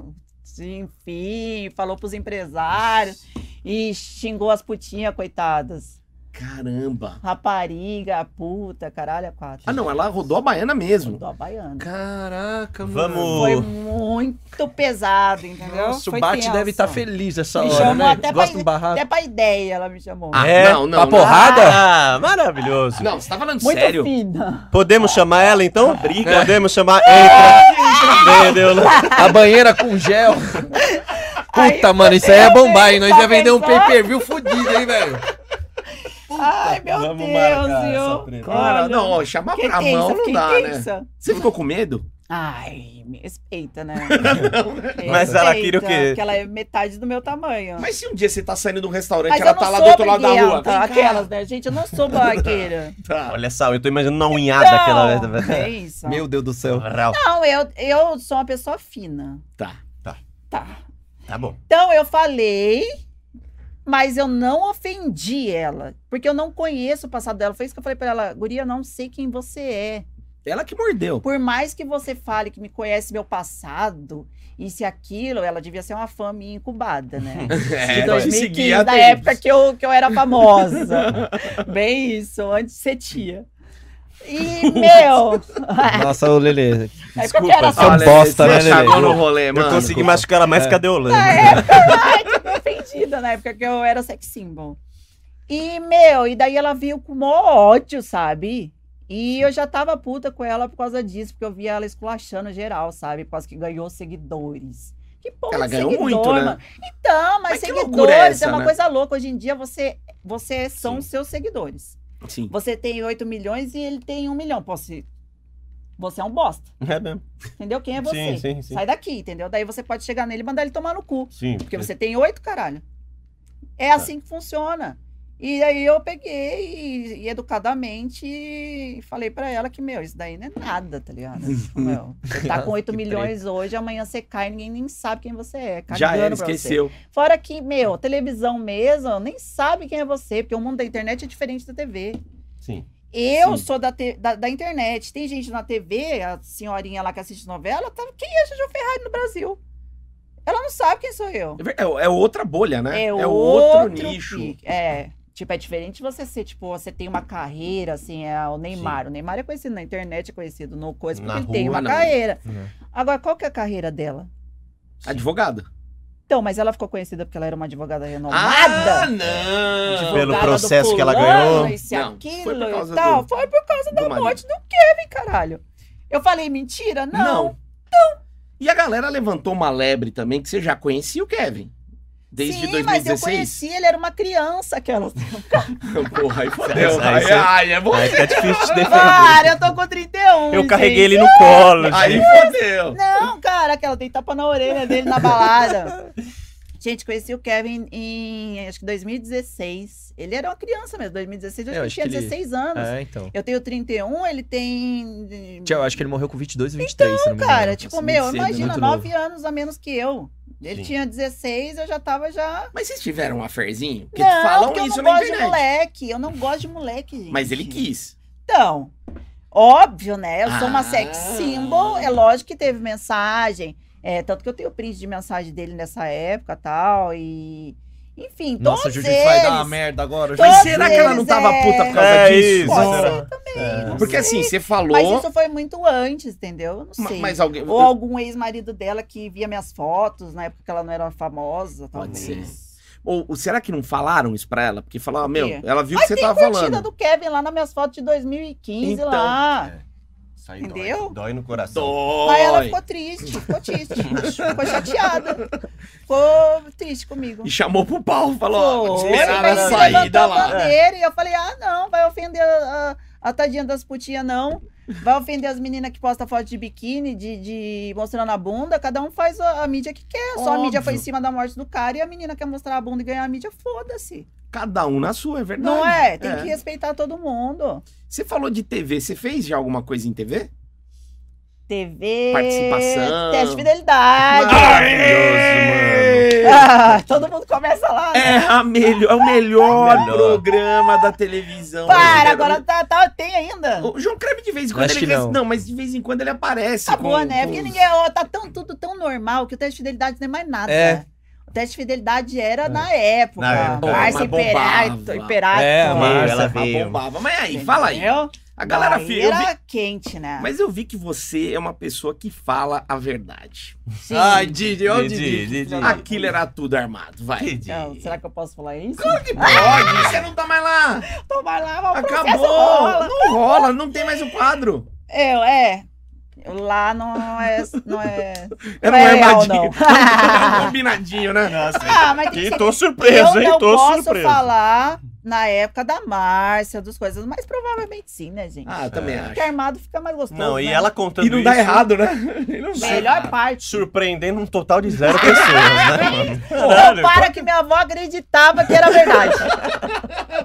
Speaker 4: Enfim, falou pros empresários e xingou as putinhas, coitadas.
Speaker 1: Caramba.
Speaker 4: Rapariga, puta, caralho, a quatro.
Speaker 1: Ah, não, ela rodou a baiana mesmo.
Speaker 4: Mandou a baiana.
Speaker 3: Caraca, mano.
Speaker 2: Vamos.
Speaker 4: Foi muito pesado, entendeu?
Speaker 3: Nossa,
Speaker 4: Foi
Speaker 3: o Bate
Speaker 4: tenso.
Speaker 3: deve
Speaker 1: tá
Speaker 3: estar feliz essa
Speaker 4: Me
Speaker 3: hora,
Speaker 4: chamou
Speaker 3: né? Gosta
Speaker 4: até pra-
Speaker 3: de um barraco.
Speaker 4: Até pra ideia ela me chamou.
Speaker 1: Ah,
Speaker 2: É?
Speaker 1: não, não.
Speaker 3: Pra
Speaker 1: não.
Speaker 3: porrada?
Speaker 2: Ah, maravilhoso.
Speaker 1: Não, você tá falando
Speaker 4: Muito
Speaker 1: sério?
Speaker 4: fina.
Speaker 2: Podemos chamar ela então? Briga. Podemos chamar. Entra. Entendeu?
Speaker 4: Ah!
Speaker 3: A banheira com gel. Puta, mano, isso aí é bombar,
Speaker 4: "Tá
Speaker 3: hein? Nós ia vender um pay per view fudido, hein, velho?
Speaker 4: Ai, meu
Speaker 2: Vamos marcar essa
Speaker 4: Deus,
Speaker 2: treta.
Speaker 4: viu?
Speaker 1: Cara, Ah, não, ó, chamar
Speaker 4: Fiquei
Speaker 1: pra
Speaker 4: tensa,
Speaker 1: mão não
Speaker 4: fiquei
Speaker 1: dá, né?
Speaker 4: tensa.
Speaker 1: Você ficou com medo?
Speaker 4: Ai, me respeita, né?
Speaker 2: Mas ela queria o quê?
Speaker 4: Respeita, Porque ela é metade do meu tamanho.
Speaker 1: Mas se um dia você tá saindo de um restaurante,
Speaker 4: Mas
Speaker 1: ela
Speaker 4: eu não
Speaker 1: tá lá
Speaker 4: sou
Speaker 1: do outro lado da rua.
Speaker 4: briguenta, Aquelas, né? Gente, eu não sou barraqueira.
Speaker 1: Tá.
Speaker 2: Olha só, eu tô imaginando uma unhada
Speaker 4: Não,
Speaker 2: aquela.
Speaker 4: é isso.
Speaker 3: Meu Deus do céu.
Speaker 2: Vral.
Speaker 4: Não, eu, eu sou uma pessoa fina.
Speaker 1: Tá.
Speaker 4: Tá.
Speaker 2: Tá bom.
Speaker 4: Então eu falei, mas eu não ofendi ela. Porque eu não conheço o passado dela. Foi isso que eu falei pra ela, Guria, eu não sei quem você é.
Speaker 1: Ela que mordeu.
Speaker 4: Por mais que você fale que me conhece meu passado, isso e aquilo, ela devia ser uma fã minha incubada, né?
Speaker 1: É,
Speaker 4: De
Speaker 1: ela te
Speaker 4: 2015, da
Speaker 1: tempos.
Speaker 4: época que eu, que eu era famosa. Bem isso, antes de ser tia. E, meu,
Speaker 3: Nossa, ô Lelê.
Speaker 4: é porque eu era
Speaker 3: Você é um
Speaker 1: Olha,
Speaker 3: bosta, né,
Speaker 1: você chegou
Speaker 3: Lelê?
Speaker 1: no rolê,
Speaker 2: Eu
Speaker 1: mano.
Speaker 2: consegui machucar ela mais que a Deolane.
Speaker 4: Na época, ai, que ofendida na época que eu era sex symbol. E, meu, e daí ela veio com mó ódio, sabe? E eu já tava puta com ela por causa disso, porque eu via ela esculachando geral, sabe? Por causa que ganhou seguidores. Que porra
Speaker 1: Ela
Speaker 4: de
Speaker 1: ganhou
Speaker 4: seguidor,
Speaker 1: muito, né?
Speaker 4: mano. Então, mas,
Speaker 1: Mas que loucura é
Speaker 4: seguidores é,
Speaker 1: essa,
Speaker 4: uma
Speaker 1: né?
Speaker 4: coisa louca. Hoje em dia, você, você são
Speaker 1: Sim.
Speaker 4: seus seguidores.
Speaker 1: Sim.
Speaker 4: Você tem 8 milhões e ele tem 1 milhão. Pô, se- você é um bosta,
Speaker 2: É mesmo.
Speaker 4: entendeu? Quem é você?
Speaker 2: Sim, sim, sim.
Speaker 4: Sai daqui, entendeu? Daí você pode chegar nele e mandar ele tomar no cu.
Speaker 2: Sim.
Speaker 4: Porque você tem oito, caralho. É
Speaker 1: Tá.
Speaker 4: assim que funciona. E aí eu peguei e, e educadamente falei pra ela que, meu, isso daí não é nada, tá ligado? Tipo, meu, você tá com 8
Speaker 3: Que
Speaker 4: milhões hoje, amanhã você cai, ninguém nem sabe quem você é. Cagando
Speaker 1: Já era,
Speaker 4: pra você.
Speaker 1: esqueceu.
Speaker 4: Fora que, meu, televisão mesmo, nem sabe quem é você, porque o mundo da internet é diferente da TV.
Speaker 2: Sim.
Speaker 4: Eu
Speaker 1: Sim.
Speaker 4: sou da, te- da, da internet. Tem gente na TV, a senhorinha lá que assiste novela, tá... quem é Jojo Ferrari no Brasil? Ela não sabe quem sou eu.
Speaker 1: É ver- É, é outra bolha, né?
Speaker 4: É,
Speaker 1: outro,
Speaker 4: outro,
Speaker 1: nicho.
Speaker 4: pique. É. Tipo, é diferente você ser, tipo, você tem uma carreira, assim, é o Neymar. O Neymar é conhecido na internet, é conhecido no coisa, porque
Speaker 2: Na
Speaker 4: ele tem
Speaker 2: rua,
Speaker 4: uma
Speaker 1: não.
Speaker 4: carreira.
Speaker 3: Não.
Speaker 4: Agora, qual que é a carreira dela?
Speaker 1: Advogada.
Speaker 4: Então, mas ela ficou conhecida porque ela era uma advogada renomada.
Speaker 1: Ah, não!
Speaker 2: Pelo
Speaker 4: advogada do
Speaker 2: processo que ela
Speaker 4: fulano,
Speaker 2: ganhou.
Speaker 4: Isso, e
Speaker 1: Não,
Speaker 4: aquilo
Speaker 1: foi por causa
Speaker 4: e tal.
Speaker 1: do-
Speaker 4: Foi por causa
Speaker 1: do
Speaker 4: da
Speaker 1: marido.
Speaker 4: morte do Kevin, caralho. Eu falei mentira?
Speaker 1: Não. Então,
Speaker 4: Não.
Speaker 1: E a galera levantou uma lebre também, que você já conhecia o Kevin. Desde
Speaker 4: Sim, mas eu
Speaker 1: 2016.
Speaker 4: conheci, ele era uma criança, aquela.
Speaker 1: Porra, aí fodeu.
Speaker 2: Aí
Speaker 1: Aí,
Speaker 2: você-
Speaker 1: ai, é bom.
Speaker 2: Aí fica difícil de defender.
Speaker 4: Para, eu tô com 31.
Speaker 2: Eu carreguei
Speaker 4: gente.
Speaker 2: ele no colo.
Speaker 1: Aí
Speaker 2: gente.
Speaker 1: fodeu.
Speaker 4: Não, cara, aquela tem tapa na orelha dele na balada. Gente, conheci o Kevin em acho que 2016. Ele era uma criança mesmo, 2016, eu
Speaker 1: É,
Speaker 3: Eu
Speaker 4: acho que
Speaker 3: acho
Speaker 4: tinha
Speaker 3: que ele-
Speaker 4: 16 anos.
Speaker 3: É, então.
Speaker 4: Eu tenho 31, ele tem.
Speaker 3: Tchau, acho que ele morreu com 22 e 23, se não me engano.
Speaker 4: Cara, tipo,
Speaker 1: muito
Speaker 4: meu,
Speaker 1: cedo,
Speaker 4: imagina,
Speaker 3: muito
Speaker 4: 9 anos a menos que eu. Ele
Speaker 2: Sim.
Speaker 4: tinha 16, eu já tava já.
Speaker 1: Mas vocês tiveram um aferzinho? Porque
Speaker 4: não,
Speaker 1: falam
Speaker 4: porque eu
Speaker 1: isso
Speaker 4: não
Speaker 1: na
Speaker 4: gosto de
Speaker 1: internet.
Speaker 4: moleque. Eu não gosto de moleque, gente.
Speaker 1: Mas ele quis.
Speaker 4: Então, óbvio, né? Eu sou
Speaker 1: Ah.
Speaker 4: uma sex symbol, é lógico que teve mensagem. É, tanto que eu tenho print de mensagem dele nessa época tal, e. Enfim,
Speaker 3: Nossa,
Speaker 4: todos
Speaker 3: Judith
Speaker 4: eles.
Speaker 3: vai dar uma merda agora.
Speaker 4: Todos
Speaker 1: Mas
Speaker 3: Judith.
Speaker 1: será que ela não
Speaker 4: eles,
Speaker 1: tava
Speaker 4: é.
Speaker 1: puta por causa
Speaker 2: É
Speaker 1: disso?
Speaker 2: isso.
Speaker 4: Pode
Speaker 2: Será?
Speaker 4: ser também,
Speaker 3: É.
Speaker 4: não
Speaker 1: Porque
Speaker 4: sei.
Speaker 1: assim, você falou.
Speaker 4: Mas isso foi muito antes, entendeu? Eu não
Speaker 1: ma-
Speaker 4: sei.
Speaker 1: mas alguém.
Speaker 4: Ou algum ex-marido dela que via minhas fotos na época que ela não era famosa,
Speaker 1: Pode
Speaker 4: talvez.
Speaker 1: Ou, ou será que não falaram isso pra ela? Porque falaram, ah, meu,
Speaker 4: quê?
Speaker 1: ela viu o que
Speaker 4: Mas
Speaker 1: você
Speaker 4: tem
Speaker 3: tá
Speaker 1: tava
Speaker 4: curtida
Speaker 1: falando.
Speaker 4: do Kevin lá nas minhas fotos de 2015
Speaker 1: Então,
Speaker 4: lá.
Speaker 2: Isso aí dói.
Speaker 4: Entendeu?
Speaker 2: Dói no coração.
Speaker 1: Dói.
Speaker 4: Aí ela ficou triste, ficou triste, ficou chateada. Ficou triste comigo.
Speaker 1: E chamou pro pau, falou, ó, vou te
Speaker 4: Foi,
Speaker 1: esperar
Speaker 4: mas
Speaker 1: na
Speaker 4: ele
Speaker 1: saída
Speaker 4: levantou a
Speaker 1: lá. É.
Speaker 4: bandeira E eu falei, ah, não, vai ofender a, a, a tadinha das putinhas, não. Vai ofender as meninas que postam foto de biquíni, de, de mostrando a bunda. Cada um faz a, a mídia que quer. Só a mídia foi em
Speaker 1: Óbvio.
Speaker 4: cima da morte do cara e a menina quer mostrar a bunda e ganhar a mídia, foda-se.
Speaker 1: Cada um na sua, é verdade.
Speaker 4: Não é? Tem
Speaker 1: É.
Speaker 4: que respeitar todo mundo.
Speaker 1: Você falou de TV, você fez já alguma coisa em TV?
Speaker 4: TV.
Speaker 1: Participação.
Speaker 4: Teste de fidelidade.
Speaker 2: Maravilhoso,
Speaker 1: mano.
Speaker 4: Ah, todo mundo começa lá. né?
Speaker 1: É, a melhor, é o melhor,
Speaker 2: É o melhor.
Speaker 1: programa da televisão.
Speaker 4: Para,
Speaker 1: brasileira.
Speaker 4: agora tá, tá- tem ainda.
Speaker 1: O João Creme de vez em quando
Speaker 3: Acho
Speaker 1: ele
Speaker 3: que
Speaker 1: res-
Speaker 3: não.
Speaker 1: mas de vez em quando ele aparece.
Speaker 4: Tá boa,
Speaker 1: Tipo, com-
Speaker 4: né?
Speaker 1: com
Speaker 4: Porque
Speaker 1: os-
Speaker 4: ninguém. Ó, tá tão, tudo tão normal que o teste de fidelidade não é mais nada.
Speaker 3: É.
Speaker 4: O teste de fidelidade era
Speaker 3: É.
Speaker 4: na época.
Speaker 2: Na época.
Speaker 4: Márcia
Speaker 1: Mas
Speaker 4: Imperato,
Speaker 1: bombava.
Speaker 4: Imperato.
Speaker 3: É,
Speaker 1: Ah, ela
Speaker 3: Márcia,
Speaker 2: ela veio.
Speaker 1: bombava. Mas aí, fala aí.
Speaker 4: Entendeu?
Speaker 1: A galera
Speaker 4: Daí
Speaker 1: fi- eu vi-
Speaker 4: Era quente, né?
Speaker 1: Mas eu vi que você é uma pessoa que fala a verdade.
Speaker 4: Sim.
Speaker 3: Ai, Didi, ó, o
Speaker 2: Didi,
Speaker 3: Didi.
Speaker 2: Didi.
Speaker 1: Aquilo era tudo armado, vai.
Speaker 4: Não, será que eu posso falar isso?
Speaker 1: Claro que pode, você não tá mais lá.
Speaker 4: Então vai lá, vai pro processo,
Speaker 1: Acabou!
Speaker 4: rola.
Speaker 1: Não rola, não tem mais o quadro.
Speaker 4: Eu, é. Eu Lá não é. Não é...
Speaker 1: É
Speaker 4: Não é
Speaker 1: um
Speaker 4: real,
Speaker 1: armadinho.
Speaker 4: não.
Speaker 1: É um combinadinho, né?
Speaker 2: Nossa.
Speaker 4: Ah, mas tem que
Speaker 2: E
Speaker 4: ser
Speaker 2: tô
Speaker 4: Eu
Speaker 2: surpreso, hein?
Speaker 4: não
Speaker 2: Tô
Speaker 4: posso
Speaker 2: surpreso.
Speaker 4: falar na época da Márcia, das coisas, mas provavelmente sim, né, gente?
Speaker 1: Ah, eu
Speaker 2: É.
Speaker 1: também acho.
Speaker 4: Porque armado fica mais gostoso.
Speaker 2: Não, e
Speaker 4: né?
Speaker 2: ela contando
Speaker 1: E não dá
Speaker 2: isso,
Speaker 1: errado, né? E não Ah, dá
Speaker 4: Melhor
Speaker 1: errado.
Speaker 4: parte.
Speaker 2: surpreendendo um total de zero pessoas, né, mano?
Speaker 4: Não para que minha avó acreditava que era verdade.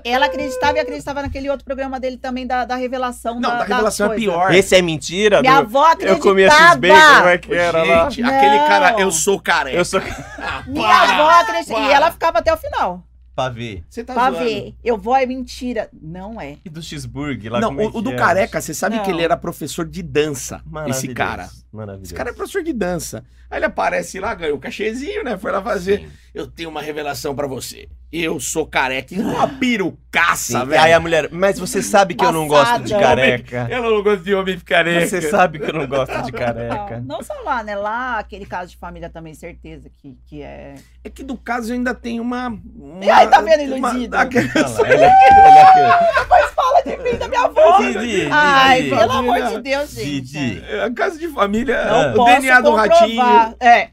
Speaker 4: ela acreditava e acreditava naquele outro programa dele também da, da revelação.
Speaker 1: Não, da revelação é
Speaker 4: coisa.
Speaker 1: pior.
Speaker 2: Esse é mentira?
Speaker 4: Minha
Speaker 2: do-
Speaker 4: avó acreditava.
Speaker 2: Eu comi esses bacon, como é que era lá?
Speaker 1: Gente, aquele
Speaker 4: Não.
Speaker 1: cara, eu sou careca.
Speaker 2: Eu sou...
Speaker 1: Ah,
Speaker 4: Minha
Speaker 1: para,
Speaker 4: avó acreditava. E
Speaker 1: para.
Speaker 4: ela ficava até o final.
Speaker 2: pra ver.
Speaker 1: Você tá
Speaker 4: pra
Speaker 1: zoando.
Speaker 4: ver. Eu vou é mentira. Não é.
Speaker 2: E do cheeseburger lá,
Speaker 1: Não,
Speaker 2: como é
Speaker 1: o, o
Speaker 2: que
Speaker 1: do
Speaker 2: é?
Speaker 1: careca, você sabe
Speaker 4: Não.
Speaker 1: que ele era professor de dança,
Speaker 2: Maravilhoso,
Speaker 1: esse cara.
Speaker 2: Maravilhoso.
Speaker 1: Esse cara é professor de dança. Aí ele aparece lá, ganhou o cachezinho, né? Foi lá fazer.
Speaker 2: Sim.
Speaker 1: Eu tenho uma revelação pra você. Eu sou careca. E Uma
Speaker 2: Sim.
Speaker 1: pirucaça,
Speaker 2: E Aí
Speaker 1: velho.
Speaker 2: a mulher, mas você sabe que eu não
Speaker 4: Passada.
Speaker 2: gosto de careca.
Speaker 1: Ela não gosta de homem careca.
Speaker 2: Você sabe que eu não gosto de
Speaker 4: Não,
Speaker 2: careca.
Speaker 4: não só lá, né? Lá, aquele caso de família também, certeza que, que é.
Speaker 1: É que do caso ainda tem uma. uma
Speaker 4: E aí, tá vendo,
Speaker 1: uma-
Speaker 4: iludido?
Speaker 1: aquela-
Speaker 2: Olha lá, ele é-
Speaker 4: Mas fala de mim, da minha avó.
Speaker 2: ele é- Didi,
Speaker 4: Ai, assim,
Speaker 2: Didi,
Speaker 4: pelo amor de Deus, gente.
Speaker 2: Didi. Ah.
Speaker 1: É, A casa de família,
Speaker 4: Não
Speaker 1: o
Speaker 4: posso
Speaker 1: DNA do ratinho.
Speaker 4: É.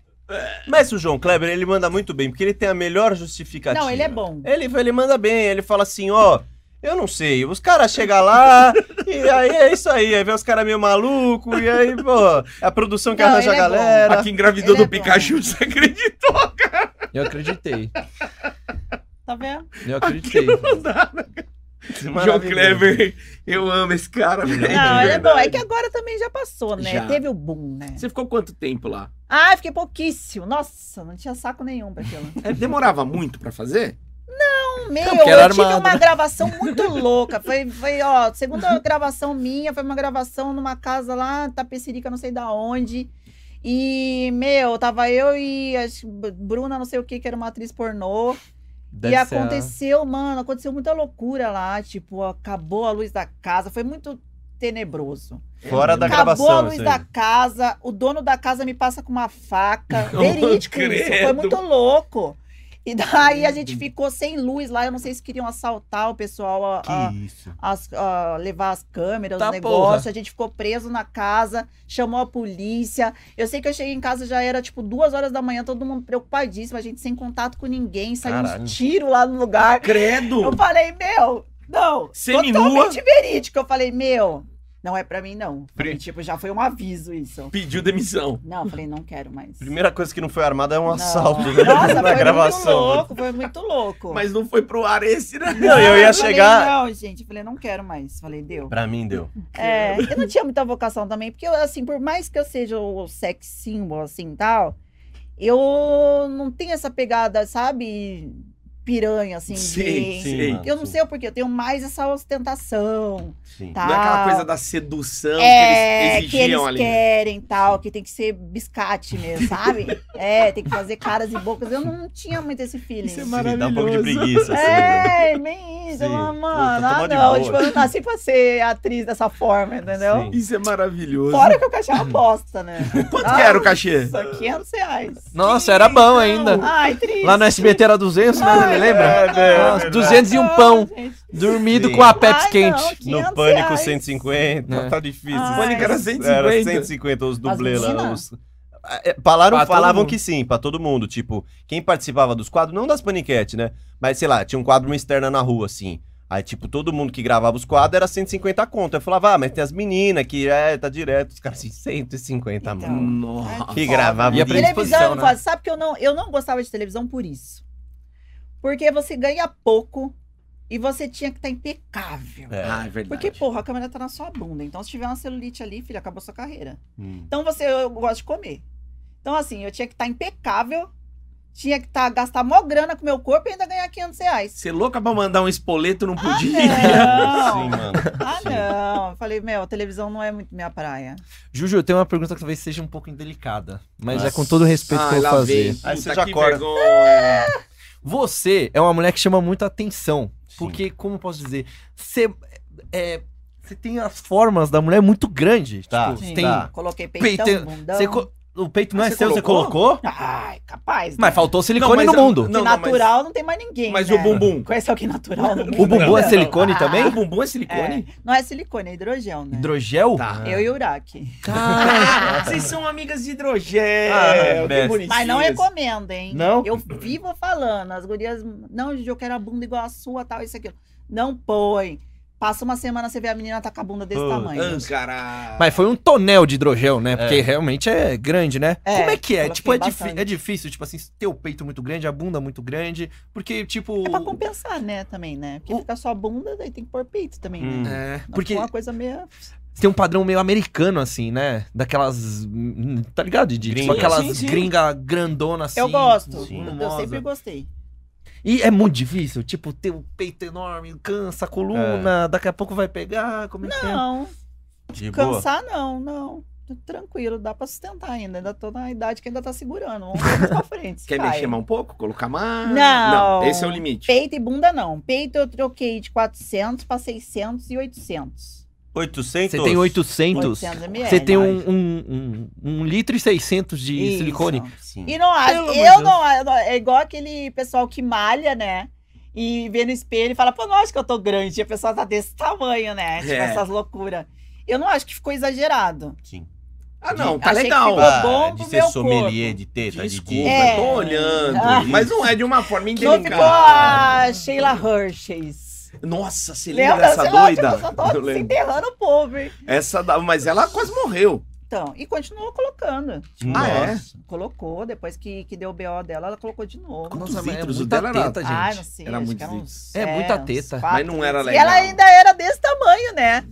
Speaker 2: Mas o João Kleber, ele manda muito bem, porque ele tem a melhor justificativa.
Speaker 4: Não, ele é bom.
Speaker 2: Ele, ele manda bem, ele fala assim, ó, eu não sei, os caras chegam lá, e aí é isso aí, aí vê os caras meio maluco, e aí, pô, a produção que
Speaker 4: Não,
Speaker 2: arranja a
Speaker 4: ele é bom.
Speaker 2: galera.
Speaker 1: A que engravidou do
Speaker 4: Ele é
Speaker 1: Pikachu, você acreditou?
Speaker 3: Eu acreditei.
Speaker 4: Tá vendo?
Speaker 3: Eu acreditei.
Speaker 1: Não dá, né? João
Speaker 2: Maravilhoso.
Speaker 1: Clever, eu amo esse cara. velho,
Speaker 4: é Não,
Speaker 1: de
Speaker 4: ele é bom.
Speaker 1: verdade.
Speaker 4: É que agora também já passou, né?
Speaker 1: Já.
Speaker 4: Teve o boom, né?
Speaker 1: Você ficou quanto tempo lá?
Speaker 4: Ah, fiquei pouquíssimo. Nossa, não tinha saco nenhum pra aquilo.
Speaker 1: É, demorava muito pra fazer?
Speaker 4: Meu,
Speaker 3: porque era
Speaker 4: eu tive
Speaker 3: armado,
Speaker 4: uma
Speaker 3: né?
Speaker 4: gravação muito louca. Foi, foi, ó, segunda gravação minha, foi uma gravação numa casa lá, Tapecerica, não sei da onde. E, meu, tava eu e a Bruna, não sei o que, que era uma atriz pornô.
Speaker 3: Deve
Speaker 4: e
Speaker 3: ser a-
Speaker 4: aconteceu, mano, aconteceu muita loucura lá. Tipo, acabou a luz da casa, foi muito tenebroso.
Speaker 2: Fora da
Speaker 4: acabou
Speaker 2: Tá
Speaker 4: a
Speaker 2: gravação. assim.
Speaker 4: luz
Speaker 2: isso aí.
Speaker 4: da casa, o dono da casa me passa com uma faca.
Speaker 1: Não
Speaker 4: Verídico isso,
Speaker 1: credo.
Speaker 4: foi muito louco. E daí a gente ficou sem luz lá. Eu não sei se queriam assaltar o pessoal, a-
Speaker 1: Ah.
Speaker 4: a-
Speaker 2: Que isso.
Speaker 4: as- a levar as câmeras,
Speaker 3: Tá
Speaker 4: os negócios.
Speaker 3: porra.
Speaker 4: A gente ficou preso na casa, chamou a polícia. Eu sei que eu cheguei em casa, já era tipo duas horas da manhã, todo mundo preocupadíssimo, a gente sem contato com ninguém, saiu
Speaker 2: Caralho.
Speaker 4: uns tiros lá no lugar. Eu
Speaker 1: Credo!
Speaker 4: falei, meu, não.
Speaker 1: Seminua.
Speaker 4: Totalmente verídico. Eu falei, meu, não é pra mim, não. Falei,
Speaker 2: Pri-
Speaker 4: tipo, já foi um aviso isso.
Speaker 1: Pediu demissão.
Speaker 4: Não, eu falei, não quero mais.
Speaker 2: Primeira coisa que não foi armada é um
Speaker 4: Não.
Speaker 2: assalto né?
Speaker 4: Nossa,
Speaker 2: na
Speaker 4: foi
Speaker 2: gravação. né?
Speaker 4: muito louco, foi muito louco.
Speaker 1: Mas não foi pro ar esse, né?
Speaker 2: Não, eu ia
Speaker 4: falei,
Speaker 2: chegar.
Speaker 4: não, gente, eu falei, não quero mais. Falei, deu.
Speaker 2: Pra mim deu.
Speaker 4: É, eu não tinha muita vocação também, porque, eu, assim, por mais que eu seja o sex symbol, assim, tal, eu não tenho essa pegada, sabe, piranha, assim, de...
Speaker 1: Sim,
Speaker 2: Sim, mano,
Speaker 4: Eu não
Speaker 2: sim,
Speaker 4: sei o porquê, eu tenho mais essa ostentação,
Speaker 2: sim.
Speaker 4: tá?
Speaker 1: Não é aquela coisa da sedução
Speaker 4: É,
Speaker 1: que eles
Speaker 4: que eles
Speaker 1: exigiam ali. né?
Speaker 4: querem tal, que tem que ser biscate mesmo, sabe? é, tem que fazer caras e bocas. Eu não tinha muito esse feeling.
Speaker 1: Isso é
Speaker 2: Sim, dá um pouco de preguiça. assim, né?
Speaker 4: É, nem isso,
Speaker 2: Sim.
Speaker 4: mano.
Speaker 2: Puta,
Speaker 4: ah,
Speaker 2: toma de
Speaker 4: não,
Speaker 2: boa.
Speaker 4: tipo, eu não nasci pra ser atriz dessa forma, entendeu?
Speaker 2: Sim. Uhum.
Speaker 1: Isso é maravilhoso.
Speaker 4: Fora que eu cachei uma bosta, né?
Speaker 1: Quanto que era o cachê?
Speaker 4: Nossa, 500 reais.
Speaker 3: Nossa, era bom ainda.
Speaker 4: Ai, triste.
Speaker 3: Lá no SBT era 200, né? Você lembra?
Speaker 2: É, né, é
Speaker 3: Nossa,
Speaker 2: verdade.
Speaker 3: 200 e um pão. Dormido
Speaker 2: Sim.
Speaker 3: com a Pepsi
Speaker 4: Ai,
Speaker 3: quente.
Speaker 4: não, que-
Speaker 2: No
Speaker 4: 500
Speaker 2: Pânico
Speaker 4: reais. Ah,
Speaker 2: 150,
Speaker 3: É.
Speaker 2: tá difícil.
Speaker 4: Ai.
Speaker 1: Pânico era 150.
Speaker 2: Era 150 os dublês
Speaker 4: Mas
Speaker 2: lá.
Speaker 4: menina.
Speaker 2: Os... Ah, é, Falaram,
Speaker 3: Pra todo
Speaker 2: falavam
Speaker 3: mundo.
Speaker 2: que sim, pra todo mundo. Tipo, quem participava dos quadros, não das paniquete, né? Mas sei lá, tinha um quadro uma externa na rua, assim. Aí, tipo, todo mundo que gravava os quadros era 150 conto. Eu falava, ah, mas tem as meninas que é, tá direto. Os caras assim, 150,
Speaker 4: Então.
Speaker 2: mano.
Speaker 1: Nossa.
Speaker 2: Que gravava
Speaker 3: E a
Speaker 2: o dia
Speaker 4: Televisão eu não
Speaker 3: né?
Speaker 4: gosto. Sabe que eu não, eu não gostava de televisão por isso. Porque você ganha pouco e você tinha que estar impecável.
Speaker 2: É.
Speaker 1: Ah, é verdade.
Speaker 4: Porque, porra, a câmera tá na sua bunda. Então, se tiver uma celulite ali, filho, acabou sua carreira.
Speaker 2: Hum.
Speaker 4: Então, você, eu gosto de comer. Então, assim, eu tinha que estar impecável, tinha que tá, gastar mó grana com meu corpo e ainda ganhar 500 reais.
Speaker 1: Você louca pra mandar um espoleto,
Speaker 4: Ah,
Speaker 1: não podia?
Speaker 4: é.
Speaker 1: Ah,
Speaker 2: Sim,
Speaker 4: Não!
Speaker 2: mano.
Speaker 4: ah,
Speaker 2: sim.
Speaker 4: não! Eu Falei, meu, a televisão não é muito minha praia.
Speaker 3: Juju, eu tenho uma pergunta que talvez seja um pouco indelicada. Mas
Speaker 2: Nossa.
Speaker 3: é com todo o respeito que eu vou
Speaker 1: Ah, lá vem.
Speaker 3: fazer.
Speaker 2: Aí você
Speaker 1: Puta,
Speaker 2: já
Speaker 1: que
Speaker 2: acorda.
Speaker 1: vergonha.
Speaker 3: Você é uma mulher que chama muita atenção.
Speaker 2: Sim.
Speaker 3: Porque, como eu posso dizer, você é, você tem as formas da mulher muito grande.
Speaker 2: Tá,
Speaker 3: tipo,
Speaker 4: sim.
Speaker 3: tem
Speaker 2: tá.
Speaker 4: Coloquei peitão,
Speaker 3: Peitão-
Speaker 4: bundão.
Speaker 3: Você co- O peito não
Speaker 1: Ah,
Speaker 3: é
Speaker 1: você
Speaker 3: seu, você
Speaker 1: colocou?
Speaker 3: colocou?
Speaker 4: Ai, capaz. né?
Speaker 3: Mas faltou silicone
Speaker 1: mas
Speaker 3: no
Speaker 1: a-
Speaker 3: mundo.
Speaker 1: não,
Speaker 4: de
Speaker 1: não,
Speaker 4: natural não, tem mais ninguém.
Speaker 1: Mas
Speaker 4: né?
Speaker 1: o bumbum?
Speaker 4: Conhece alguém natural? no
Speaker 3: O
Speaker 4: mundo?
Speaker 3: bumbum
Speaker 1: Não,
Speaker 3: é
Speaker 1: não.
Speaker 3: silicone
Speaker 4: Ah.
Speaker 1: O
Speaker 3: também?
Speaker 1: bumbum é
Speaker 4: É,
Speaker 1: silicone?
Speaker 4: não é silicone, é hidrogel, né?
Speaker 3: Hidrogel?
Speaker 1: Tá.
Speaker 4: Eu e o Uraque.
Speaker 1: Ah, vocês são amigas de hidrogel.
Speaker 2: Ah,
Speaker 1: que
Speaker 2: best.
Speaker 1: bonitinhas.
Speaker 4: Mas não é recomendo, hein?
Speaker 3: Não?
Speaker 4: Eu vivo falando. As gurias, não, Gigi, eu quero a bunda igual a sua, tal, isso, aquilo. Não põe. Passa uma semana, você vê a menina tá com a bunda desse
Speaker 2: Ah,
Speaker 4: tamanho.
Speaker 1: Ah, caralho.
Speaker 3: Mas foi um tonel de hidrogel, né? Porque
Speaker 2: É.
Speaker 3: realmente é grande, né?
Speaker 4: É,
Speaker 3: Como é que é?
Speaker 4: coloquei
Speaker 3: Tipo, é,
Speaker 4: bastante.
Speaker 3: difi- é difícil, tipo assim, ter o peito muito grande, a bunda muito grande. Porque, tipo.
Speaker 4: É pra compensar, né, também, né? Porque
Speaker 3: O-
Speaker 4: fica só a bunda, daí tem que pôr peito também,
Speaker 2: Hum.
Speaker 3: É,
Speaker 4: né? Não,
Speaker 3: porque
Speaker 4: ficou uma coisa meio...
Speaker 3: tem um padrão meio americano, assim, né? Daquelas. hum, Tá ligado? De, tipo,
Speaker 2: Gringa.
Speaker 3: aquelas
Speaker 1: Sim, sim.
Speaker 3: gringa grandona assim.
Speaker 4: eu gosto.
Speaker 2: sim.
Speaker 4: Eu
Speaker 3: volumosa.
Speaker 4: sempre gostei.
Speaker 3: E é muito difícil, tipo, ter o peito enorme, cansa a coluna, daqui a pouco vai pegar, como é que é?
Speaker 4: Não,
Speaker 2: De boa.
Speaker 4: cansar não, não. Tranquilo, dá pra sustentar ainda. Ainda tô na idade que ainda tá segurando. Vamos ver pra frente.
Speaker 1: Quer
Speaker 4: vai.
Speaker 1: mexer mais um pouco? Colocar mais?
Speaker 4: Não.
Speaker 1: Esse é o limite.
Speaker 4: Peito e bunda não. Peito eu troquei de 400 pra 600 e 800.
Speaker 2: 800?
Speaker 3: Você tem 800.
Speaker 4: 800 ml.
Speaker 3: Você tem um, um, um, um litro e 600 de
Speaker 4: Isso.
Speaker 3: silicone.
Speaker 2: Sim.
Speaker 4: E não acho.
Speaker 3: Pelo amor de
Speaker 4: Eu
Speaker 3: Deus.
Speaker 4: não acho. É igual aquele pessoal que malha, né? E vê no espelho e fala, pô, não acho que eu tô grande. E a pessoa tá desse tamanho, né? Tipo,
Speaker 1: É.
Speaker 4: essas loucuras. Eu não acho que ficou exagerado.
Speaker 2: Sim.
Speaker 1: Ah, não, tá
Speaker 4: Achei que
Speaker 1: legal.
Speaker 4: ficou
Speaker 1: Ah,
Speaker 4: bom
Speaker 2: de
Speaker 4: pro
Speaker 2: ser
Speaker 4: meu
Speaker 2: sommelier
Speaker 4: corpo.
Speaker 2: de teta,
Speaker 1: Desculpa,
Speaker 2: de... de-
Speaker 4: É.
Speaker 1: tô olhando.
Speaker 4: Ah.
Speaker 1: Mas não é de uma forma
Speaker 4: Não ficou
Speaker 1: indelicada.
Speaker 4: a Sheila Hershey's.
Speaker 1: Nossa, você lembra,
Speaker 4: Lembra?
Speaker 1: dessa
Speaker 4: Sei lá, tipo,
Speaker 1: doida?
Speaker 4: eu só tô
Speaker 1: Eu lembro.
Speaker 4: desenterrando o povo, hein?
Speaker 1: Essa da... Mas ela quase morreu.
Speaker 4: Então, e continuou colocando. Tipo,
Speaker 1: Ah, é?
Speaker 2: Nossa.
Speaker 4: Colocou, depois que, que deu o BO dela, ela colocou de novo.
Speaker 1: Quantos
Speaker 3: Nossa, mas é
Speaker 1: litros? O
Speaker 3: muita
Speaker 1: dela era-
Speaker 3: teta, gente.
Speaker 4: Ah, não sei.
Speaker 1: Era
Speaker 4: acho
Speaker 1: muito
Speaker 4: que
Speaker 1: difícil.
Speaker 4: uns-
Speaker 3: É muita
Speaker 4: uns
Speaker 3: teta.
Speaker 4: quatro,
Speaker 1: Mas não era
Speaker 4: cinco. E
Speaker 1: legal.
Speaker 4: ela ainda era desse tamanho, né?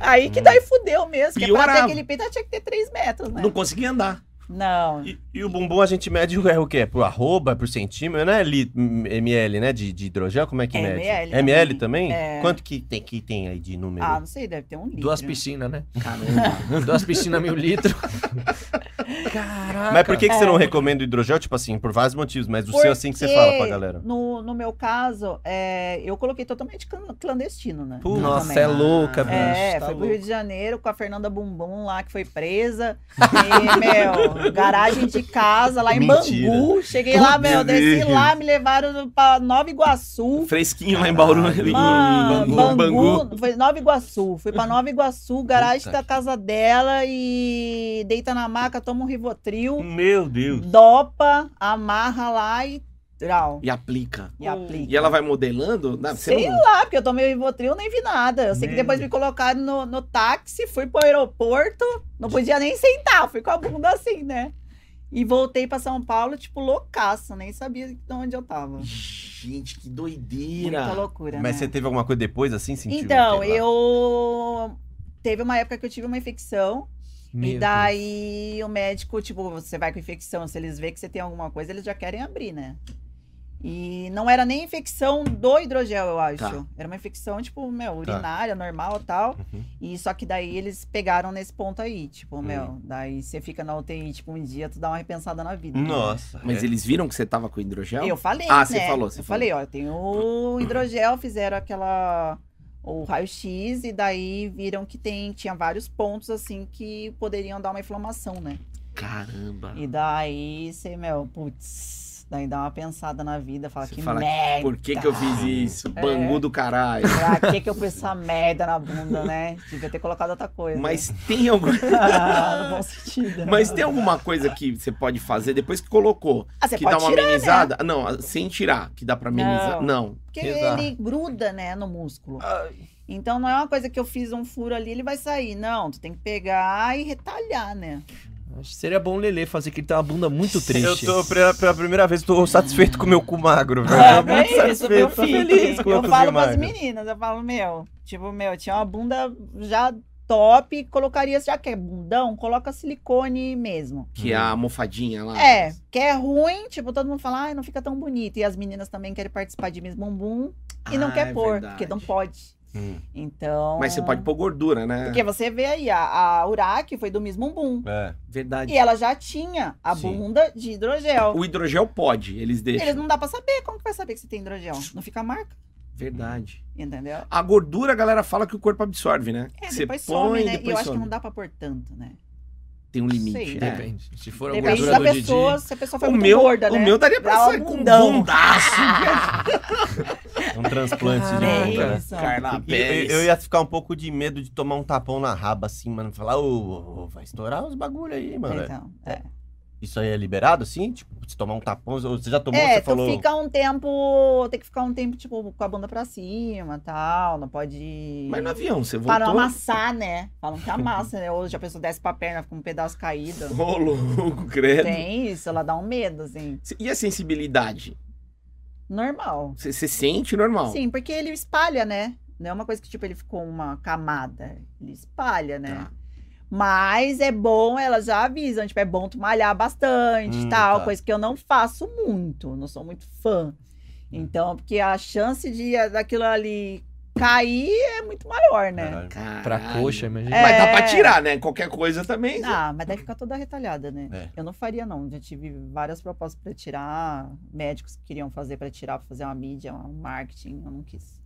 Speaker 4: Aí que
Speaker 2: Hum.
Speaker 4: daí fudeu mesmo. Que é pra ter
Speaker 1: Piorava.
Speaker 4: aquele peito, ela tinha que ter 3 metros, né?
Speaker 1: Não conseguia andar.
Speaker 4: Não.
Speaker 2: E, e o bumbum a gente mede o, é o quê? Por arroba, por centímetro, né? Li- m- ml, né? De, de hidrogel, como é que
Speaker 4: É
Speaker 2: mede?
Speaker 4: ML
Speaker 2: ML também?
Speaker 4: É.
Speaker 2: Quanto que tem, que tem aí de número?
Speaker 4: Ah, não sei, deve ter um litro.
Speaker 3: Duas piscinas, né?
Speaker 1: Caramba.
Speaker 3: Duas piscinas, mil litro. Caraca.
Speaker 2: mas por que, que você
Speaker 4: É.
Speaker 2: não recomenda o hidrogel? Tipo assim, por vários motivos, mas o
Speaker 4: Porque
Speaker 2: seu assim que você fala pra galera.
Speaker 4: No, no meu caso, é, eu coloquei totalmente clan- clandestino, né?
Speaker 2: Puta.
Speaker 3: Nossa,
Speaker 4: Também.
Speaker 3: é louca,
Speaker 1: É,
Speaker 3: bicho.
Speaker 4: É,
Speaker 3: tá
Speaker 4: foi pro
Speaker 3: louco.
Speaker 4: Rio de Janeiro com a Fernanda Bumbum lá, que foi presa. E, meu, garagem de casa lá em
Speaker 2: Mentira.
Speaker 4: Bangu. Cheguei lá,
Speaker 1: Meu
Speaker 4: meu, desci
Speaker 1: Deus.
Speaker 4: lá, me levaram no- pra Nova Iguaçu.
Speaker 1: Fresquinho lá em Bauru. em
Speaker 4: Uhum. Mano,
Speaker 1: Bangu.
Speaker 4: Bangu, foi Nova Iguaçu. Fui pra Nova Iguaçu, garagem
Speaker 3: Puta
Speaker 4: da casa dela e deita na maca, toma um Rivotril,
Speaker 2: Meu Deus.
Speaker 4: dopa, amarra lá e trau.
Speaker 1: E aplica.
Speaker 4: E aplica.
Speaker 1: E ela vai modelando? Não, você
Speaker 4: Sei
Speaker 1: não-
Speaker 4: lá, Ah, porque eu tomei o Rivotril, nem vi nada. Eu sei que
Speaker 2: Meu
Speaker 4: depois me colocaram no, no táxi, fui pro aeroporto, não podia nem sentar, fui com a bunda assim, né? E voltei pra São Paulo, tipo, loucaça, nem sabia de onde eu tava.
Speaker 1: Gente, que
Speaker 4: Muita
Speaker 1: doideira.
Speaker 4: loucura,
Speaker 2: Mas
Speaker 4: né?
Speaker 2: você teve alguma coisa depois, assim, sentiu?
Speaker 4: Então,
Speaker 2: sei lá?
Speaker 4: eu. Teve uma época que eu tive uma infecção. e
Speaker 3: Meu
Speaker 4: daí o médico, tipo, você vai com infecção, se eles vêem que você tem alguma coisa, eles já querem abrir, né? E não era nem infecção do hidrogel, eu acho.
Speaker 1: Tá.
Speaker 4: Era uma infecção, tipo, meu, urinária, normal e tal.
Speaker 2: Uhum.
Speaker 4: E só que daí eles pegaram nesse ponto aí, tipo,
Speaker 1: Hum.
Speaker 4: meu, daí você fica na UTI, tipo, um dia tu dá uma repensada na vida. né?
Speaker 2: Nossa. é.
Speaker 1: Mas eles viram que você tava com hidrogel?
Speaker 4: Eu falei,
Speaker 1: Ah,
Speaker 4: né?
Speaker 1: você falou, você
Speaker 4: eu falei, ó, tem o hidrogel, fizeram aquela o raio-x e daí viram que tem tinha vários pontos assim que poderiam dar uma inflamação, né?
Speaker 1: Caramba.
Speaker 4: E daí você, meu, putz, daí dá uma pensada na vida, fala
Speaker 1: Você
Speaker 4: que
Speaker 1: fala,
Speaker 4: merda.
Speaker 1: Por que que eu fiz
Speaker 4: É.
Speaker 1: isso? Bangu do caralho.
Speaker 4: Pra que que eu pus essa merda na bunda, né? Devia ter colocado outra coisa.
Speaker 1: Mas tem algum...
Speaker 4: no bom sentido.
Speaker 1: Mas tem alguma coisa que você pode fazer depois que colocou?
Speaker 4: ah, você
Speaker 1: que
Speaker 4: pode
Speaker 1: dá uma
Speaker 4: tirar,
Speaker 1: amenizada? Não, sem tirar, que dá pra amenizar.
Speaker 4: Não.
Speaker 1: Não.
Speaker 4: porque
Speaker 3: Exato.
Speaker 4: ele gruda, né, no músculo. Então não é uma coisa que eu fiz um furo ali, ele vai sair. Não, tu tem que pegar e retalhar, né?
Speaker 3: Deus. Acho que seria bom o Lelê fazer que ele tem uma bunda muito
Speaker 2: Eu
Speaker 3: triste.
Speaker 2: tô, pela, pela primeira vez, tô satisfeito com o meu cu magro, velho.
Speaker 4: É,
Speaker 2: Eu tô muito
Speaker 4: é isso, meu
Speaker 2: Ah, satisfeito, tô
Speaker 4: filho.
Speaker 2: feliz com o
Speaker 4: eu
Speaker 2: meu
Speaker 4: falo
Speaker 2: cozinho
Speaker 4: pras
Speaker 2: magro.
Speaker 4: meninas, eu falo, meu, tipo, meu, tinha uma bunda já top, colocaria, já que é bundão, coloca silicone mesmo.
Speaker 1: Que é a almofadinha lá.
Speaker 4: É, que é ruim, tipo, todo mundo fala, ai, não fica tão bonito. E as meninas também querem participar de Miss Bumbum e não
Speaker 1: Ah,
Speaker 4: quer
Speaker 1: é
Speaker 4: pôr,
Speaker 1: verdade.
Speaker 4: porque não pode.
Speaker 2: Hum,
Speaker 4: Então.
Speaker 1: Mas você pode pôr gordura, né?
Speaker 4: Porque você vê aí, a, a Uraki foi do Miss Bumbum.
Speaker 2: é.
Speaker 1: Verdade.
Speaker 4: E ela já tinha a
Speaker 2: Sim.
Speaker 4: bunda de hidrogel.
Speaker 1: O hidrogel pode, eles deixam.
Speaker 4: Eles não dá pra saber. Como que vai saber que você tem hidrogel? Não fica a marca,
Speaker 1: Verdade.
Speaker 4: entendeu?
Speaker 1: A gordura, a galera fala que o corpo absorve, né?
Speaker 4: É,
Speaker 1: Você
Speaker 4: depois
Speaker 1: põe,
Speaker 4: some, né?
Speaker 1: depois
Speaker 4: e eu acho
Speaker 1: some.
Speaker 4: que não dá pra pôr tanto, né?
Speaker 1: tem um limite,
Speaker 4: Sei,
Speaker 1: né?
Speaker 3: Depende.
Speaker 5: Se for a
Speaker 4: Depende
Speaker 5: gordura
Speaker 4: da
Speaker 5: do
Speaker 4: pessoa,
Speaker 5: Didi.
Speaker 4: se a pessoa for
Speaker 1: O
Speaker 4: muito
Speaker 1: meu,
Speaker 4: gorda, né?
Speaker 1: o meu daria pra
Speaker 4: Dá um
Speaker 1: sair com um
Speaker 4: bundão.
Speaker 1: bundaço.
Speaker 2: É um transplante de
Speaker 4: Caralho.
Speaker 2: onda, né?
Speaker 1: Carla
Speaker 2: E
Speaker 1: Pérez.
Speaker 2: Eu, eu ia ficar um pouco de medo de tomar um tapão na raba, assim, mano. Falar, ô, ô, vai estourar os bagulho aí, mano.
Speaker 4: Então, é.
Speaker 2: Isso aí é liberado, assim? Tipo, se tomar um tapão, ou você já tomou,
Speaker 4: É,
Speaker 2: você
Speaker 4: tu
Speaker 2: falou.
Speaker 4: fica um tempo. Tem que ficar um tempo, tipo, com a bunda pra cima e tal. Não pode.
Speaker 1: Mas no avião, você
Speaker 4: Para não
Speaker 1: voltou...
Speaker 4: amassar, né? Falam que amassa, né? Hoje a pessoa desce pra perna, fica um pedaço caído.
Speaker 1: Ô, louco, credo.
Speaker 4: Tem isso, ela dá um medo, assim.
Speaker 1: E a sensibilidade?
Speaker 4: Normal.
Speaker 1: Você você sente normal?
Speaker 4: Sim, porque ele espalha, né? Não é uma coisa que, tipo, ele ficou uma camada. Ele espalha, né?
Speaker 1: Tá.
Speaker 4: Mas é bom, elas já avisam, tipo, é bom tu malhar bastante
Speaker 2: Hum,
Speaker 4: tal,
Speaker 2: tá.
Speaker 4: coisa que eu não faço muito, não sou muito fã. Então, porque a chance de a- daquilo ali cair é muito maior,
Speaker 2: Caralho.
Speaker 4: né?
Speaker 1: Caralho.
Speaker 3: Pra coxa, imagina.
Speaker 4: É.
Speaker 1: Mas dá pra tirar, né? Qualquer coisa também.
Speaker 4: Ah, mas deve ficar toda retalhada, né?
Speaker 2: É.
Speaker 4: Eu não faria, não. Já tive várias propostas pra tirar, médicos que queriam fazer pra tirar, pra fazer uma mídia, um marketing, eu não quis.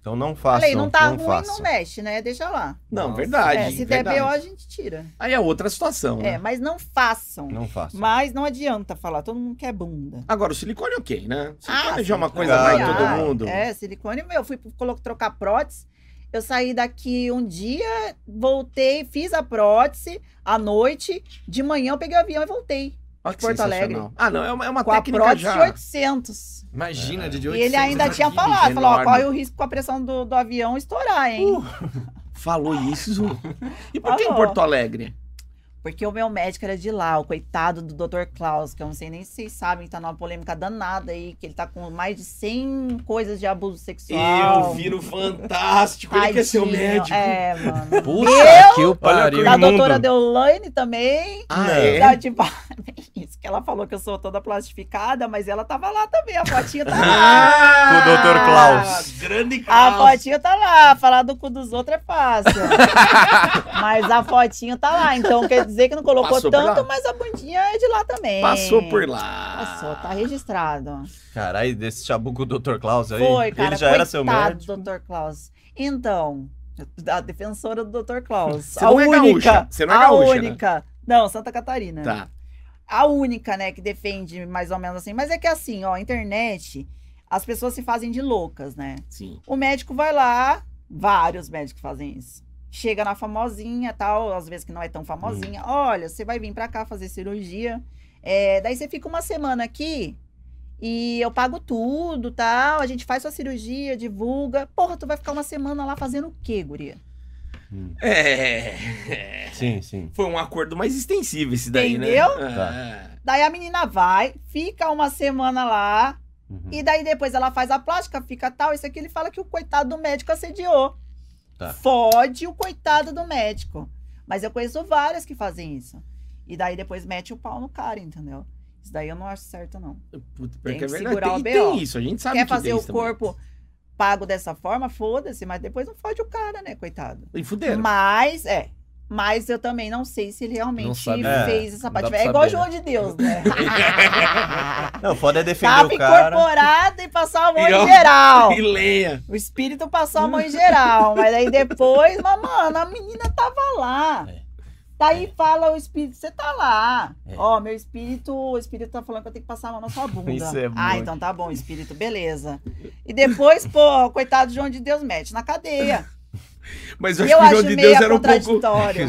Speaker 2: Então não faça.
Speaker 4: Falei, não tá ruim, não
Speaker 2: façam.
Speaker 4: mexe, né? Deixa lá.
Speaker 1: Não,
Speaker 3: Nossa.
Speaker 1: verdade.
Speaker 4: É, se der
Speaker 1: verdade.
Speaker 4: BO, a gente tira.
Speaker 1: Aí é outra situação,
Speaker 4: É,
Speaker 1: né?
Speaker 4: mas não façam.
Speaker 2: Não faça.
Speaker 4: Mas não adianta falar, todo mundo quer bunda.
Speaker 1: Agora, o silicone ok, né?
Speaker 4: Ah,
Speaker 1: Silicone já é uma
Speaker 4: sim,
Speaker 1: coisa
Speaker 2: claro.
Speaker 1: mais
Speaker 2: Ah,
Speaker 1: todo mundo.
Speaker 4: É, silicone, meu, fui colo- trocar prótese. Eu saí daqui um dia, voltei, fiz a prótese à noite, de manhã eu peguei o avião e voltei.
Speaker 1: Olha que
Speaker 4: Porto
Speaker 1: sensacional.
Speaker 4: Alegre.
Speaker 1: Ah, não, é uma, é uma
Speaker 4: Com a
Speaker 1: técnica
Speaker 4: prótese
Speaker 1: já.
Speaker 4: de 800.
Speaker 5: Imagina, Didi.
Speaker 4: E ele ainda tinha falado, falou, ó, corre o risco com a pressão do, do avião estourar, hein?
Speaker 1: Uh. Falou isso, Zu? E por que em
Speaker 4: Ah. Falou.
Speaker 1: Porto Alegre?
Speaker 4: Porque o meu médico era de lá, o coitado do Dr. Klaus, que eu não sei nem se vocês sabem, tá numa polêmica danada aí, que ele tá com mais de 100 coisas de abuso sexual.
Speaker 1: viro fantástico.
Speaker 4: Tadinho, É, mano.
Speaker 3: Puta que o pariu.
Speaker 4: Da
Speaker 2: Imundo.
Speaker 4: doutora Deolane também.
Speaker 1: Ah,
Speaker 2: Não.
Speaker 1: é?
Speaker 4: Da de... ba- Isso, que ela falou que eu sou toda plastificada, mas ela tava lá também, a fotinha tá lá.
Speaker 1: Ah,
Speaker 2: Com o Dr. Klaus.
Speaker 1: Grande
Speaker 4: A fotinha tá lá, falar do cu dos outros é fácil. mas a fotinha tá lá, então quer dizer que não colocou
Speaker 1: Passou por
Speaker 4: tanto,
Speaker 1: lá?
Speaker 4: mas a bundinha é de lá também.
Speaker 1: Passou por lá.
Speaker 4: Passou, tá registrado.
Speaker 2: Caralho, desse chabuco do Dr. Klaus aí.
Speaker 4: Foi, cara.
Speaker 2: ele já era seu
Speaker 4: coitado
Speaker 2: médico.
Speaker 4: do Dr. Klaus. Então, a defensora do Dr. Klaus.
Speaker 1: Você
Speaker 4: a
Speaker 1: não é
Speaker 4: única,
Speaker 1: gaúcha, você não é
Speaker 4: a
Speaker 1: gaúcha, né?
Speaker 4: única. Não, Santa Catarina.
Speaker 1: Tá.
Speaker 4: a única, né, que defende mais ou menos assim. Mas é que assim, ó, a internet, as pessoas se fazem de loucas, né?
Speaker 1: Sim.
Speaker 4: O médico vai lá, vários médicos fazem isso. Chega na famosinha, tal, às vezes que não é tão famosinha.
Speaker 1: Hum.
Speaker 4: Olha, você vai vir pra cá fazer cirurgia. é, daí você fica uma semana aqui e eu pago tudo, tal. A gente faz sua cirurgia, divulga. Porra, tu vai ficar uma semana lá fazendo o quê, guria?
Speaker 1: É.
Speaker 2: Hum. Sim, sim.
Speaker 1: Foi um acordo mais extensivo esse daí,
Speaker 4: Entendeu?
Speaker 1: né?
Speaker 2: Tá.
Speaker 1: É.
Speaker 4: Daí a menina vai, fica uma semana lá,
Speaker 2: Uhum.
Speaker 4: E daí depois ela faz a plástica, fica tal, isso aqui ele fala que o coitado do médico assediou.
Speaker 2: Tá.
Speaker 4: Fode o coitado do médico. Mas eu conheço várias que fazem isso. E daí depois mete o pau no cara, entendeu? Isso daí eu não acho certo, não.
Speaker 1: Puta, pior
Speaker 4: Tem
Speaker 1: que é
Speaker 4: que
Speaker 1: verdade.
Speaker 4: segurar
Speaker 1: Tem,
Speaker 4: o
Speaker 1: tem
Speaker 4: BO.
Speaker 1: isso, a gente sabe
Speaker 4: Quer
Speaker 1: que
Speaker 4: fazer
Speaker 1: tem
Speaker 4: o
Speaker 1: isso também.
Speaker 4: corpo pago dessa forma, foda-se, mas depois não fode o cara, né, coitado.
Speaker 1: E fuderam.
Speaker 4: Mas, é. Mas eu também não sei se ele
Speaker 3: Não
Speaker 4: realmente
Speaker 3: sabe.
Speaker 4: fez
Speaker 3: É,
Speaker 4: essa
Speaker 3: não
Speaker 4: parte.
Speaker 3: dá pra
Speaker 4: É igual
Speaker 3: saber,
Speaker 4: o João de Deus, né?
Speaker 2: Não, foda é defender
Speaker 4: Tava
Speaker 2: o cara.
Speaker 4: incorporado e passar a mão
Speaker 1: E ó,
Speaker 4: em geral.
Speaker 1: E leia.
Speaker 4: O espírito passou a mão
Speaker 1: Hum.
Speaker 4: em geral, mas aí depois, mas, mano, a menina tava lá.
Speaker 2: É.
Speaker 4: Daí fala o espírito, você tá lá.
Speaker 2: É.
Speaker 4: Ó, meu espírito, o espírito tá falando que eu tenho que passar a mão na sua bunda.
Speaker 2: Isso é
Speaker 4: ah,
Speaker 2: muito.
Speaker 4: então tá bom, espírito, beleza. E depois, pô, coitado de João de Deus mete na cadeia.
Speaker 1: Mas eu
Speaker 4: Eu,
Speaker 1: acho que o
Speaker 4: acho
Speaker 1: João de
Speaker 4: meio
Speaker 1: Deus era um pouco.
Speaker 4: contraditório.